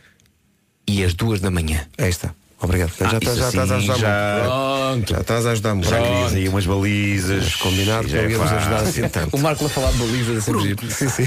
[SPEAKER 5] e as 2 da manhã.
[SPEAKER 1] Aí está. É Obrigado.
[SPEAKER 5] Ah,
[SPEAKER 1] já, estás-
[SPEAKER 5] isso
[SPEAKER 1] já estás a
[SPEAKER 5] assim,
[SPEAKER 1] ajudar
[SPEAKER 5] já-
[SPEAKER 1] muito. Já estás a ajudar muito.
[SPEAKER 12] Já querias aí umas balizas.
[SPEAKER 1] Combinado,
[SPEAKER 12] já
[SPEAKER 1] não
[SPEAKER 12] é
[SPEAKER 1] íamos
[SPEAKER 12] fácil.
[SPEAKER 1] ajudar assim tanto.
[SPEAKER 5] O Marco a falar de balizas a é sempre giro.
[SPEAKER 1] Sim, sim.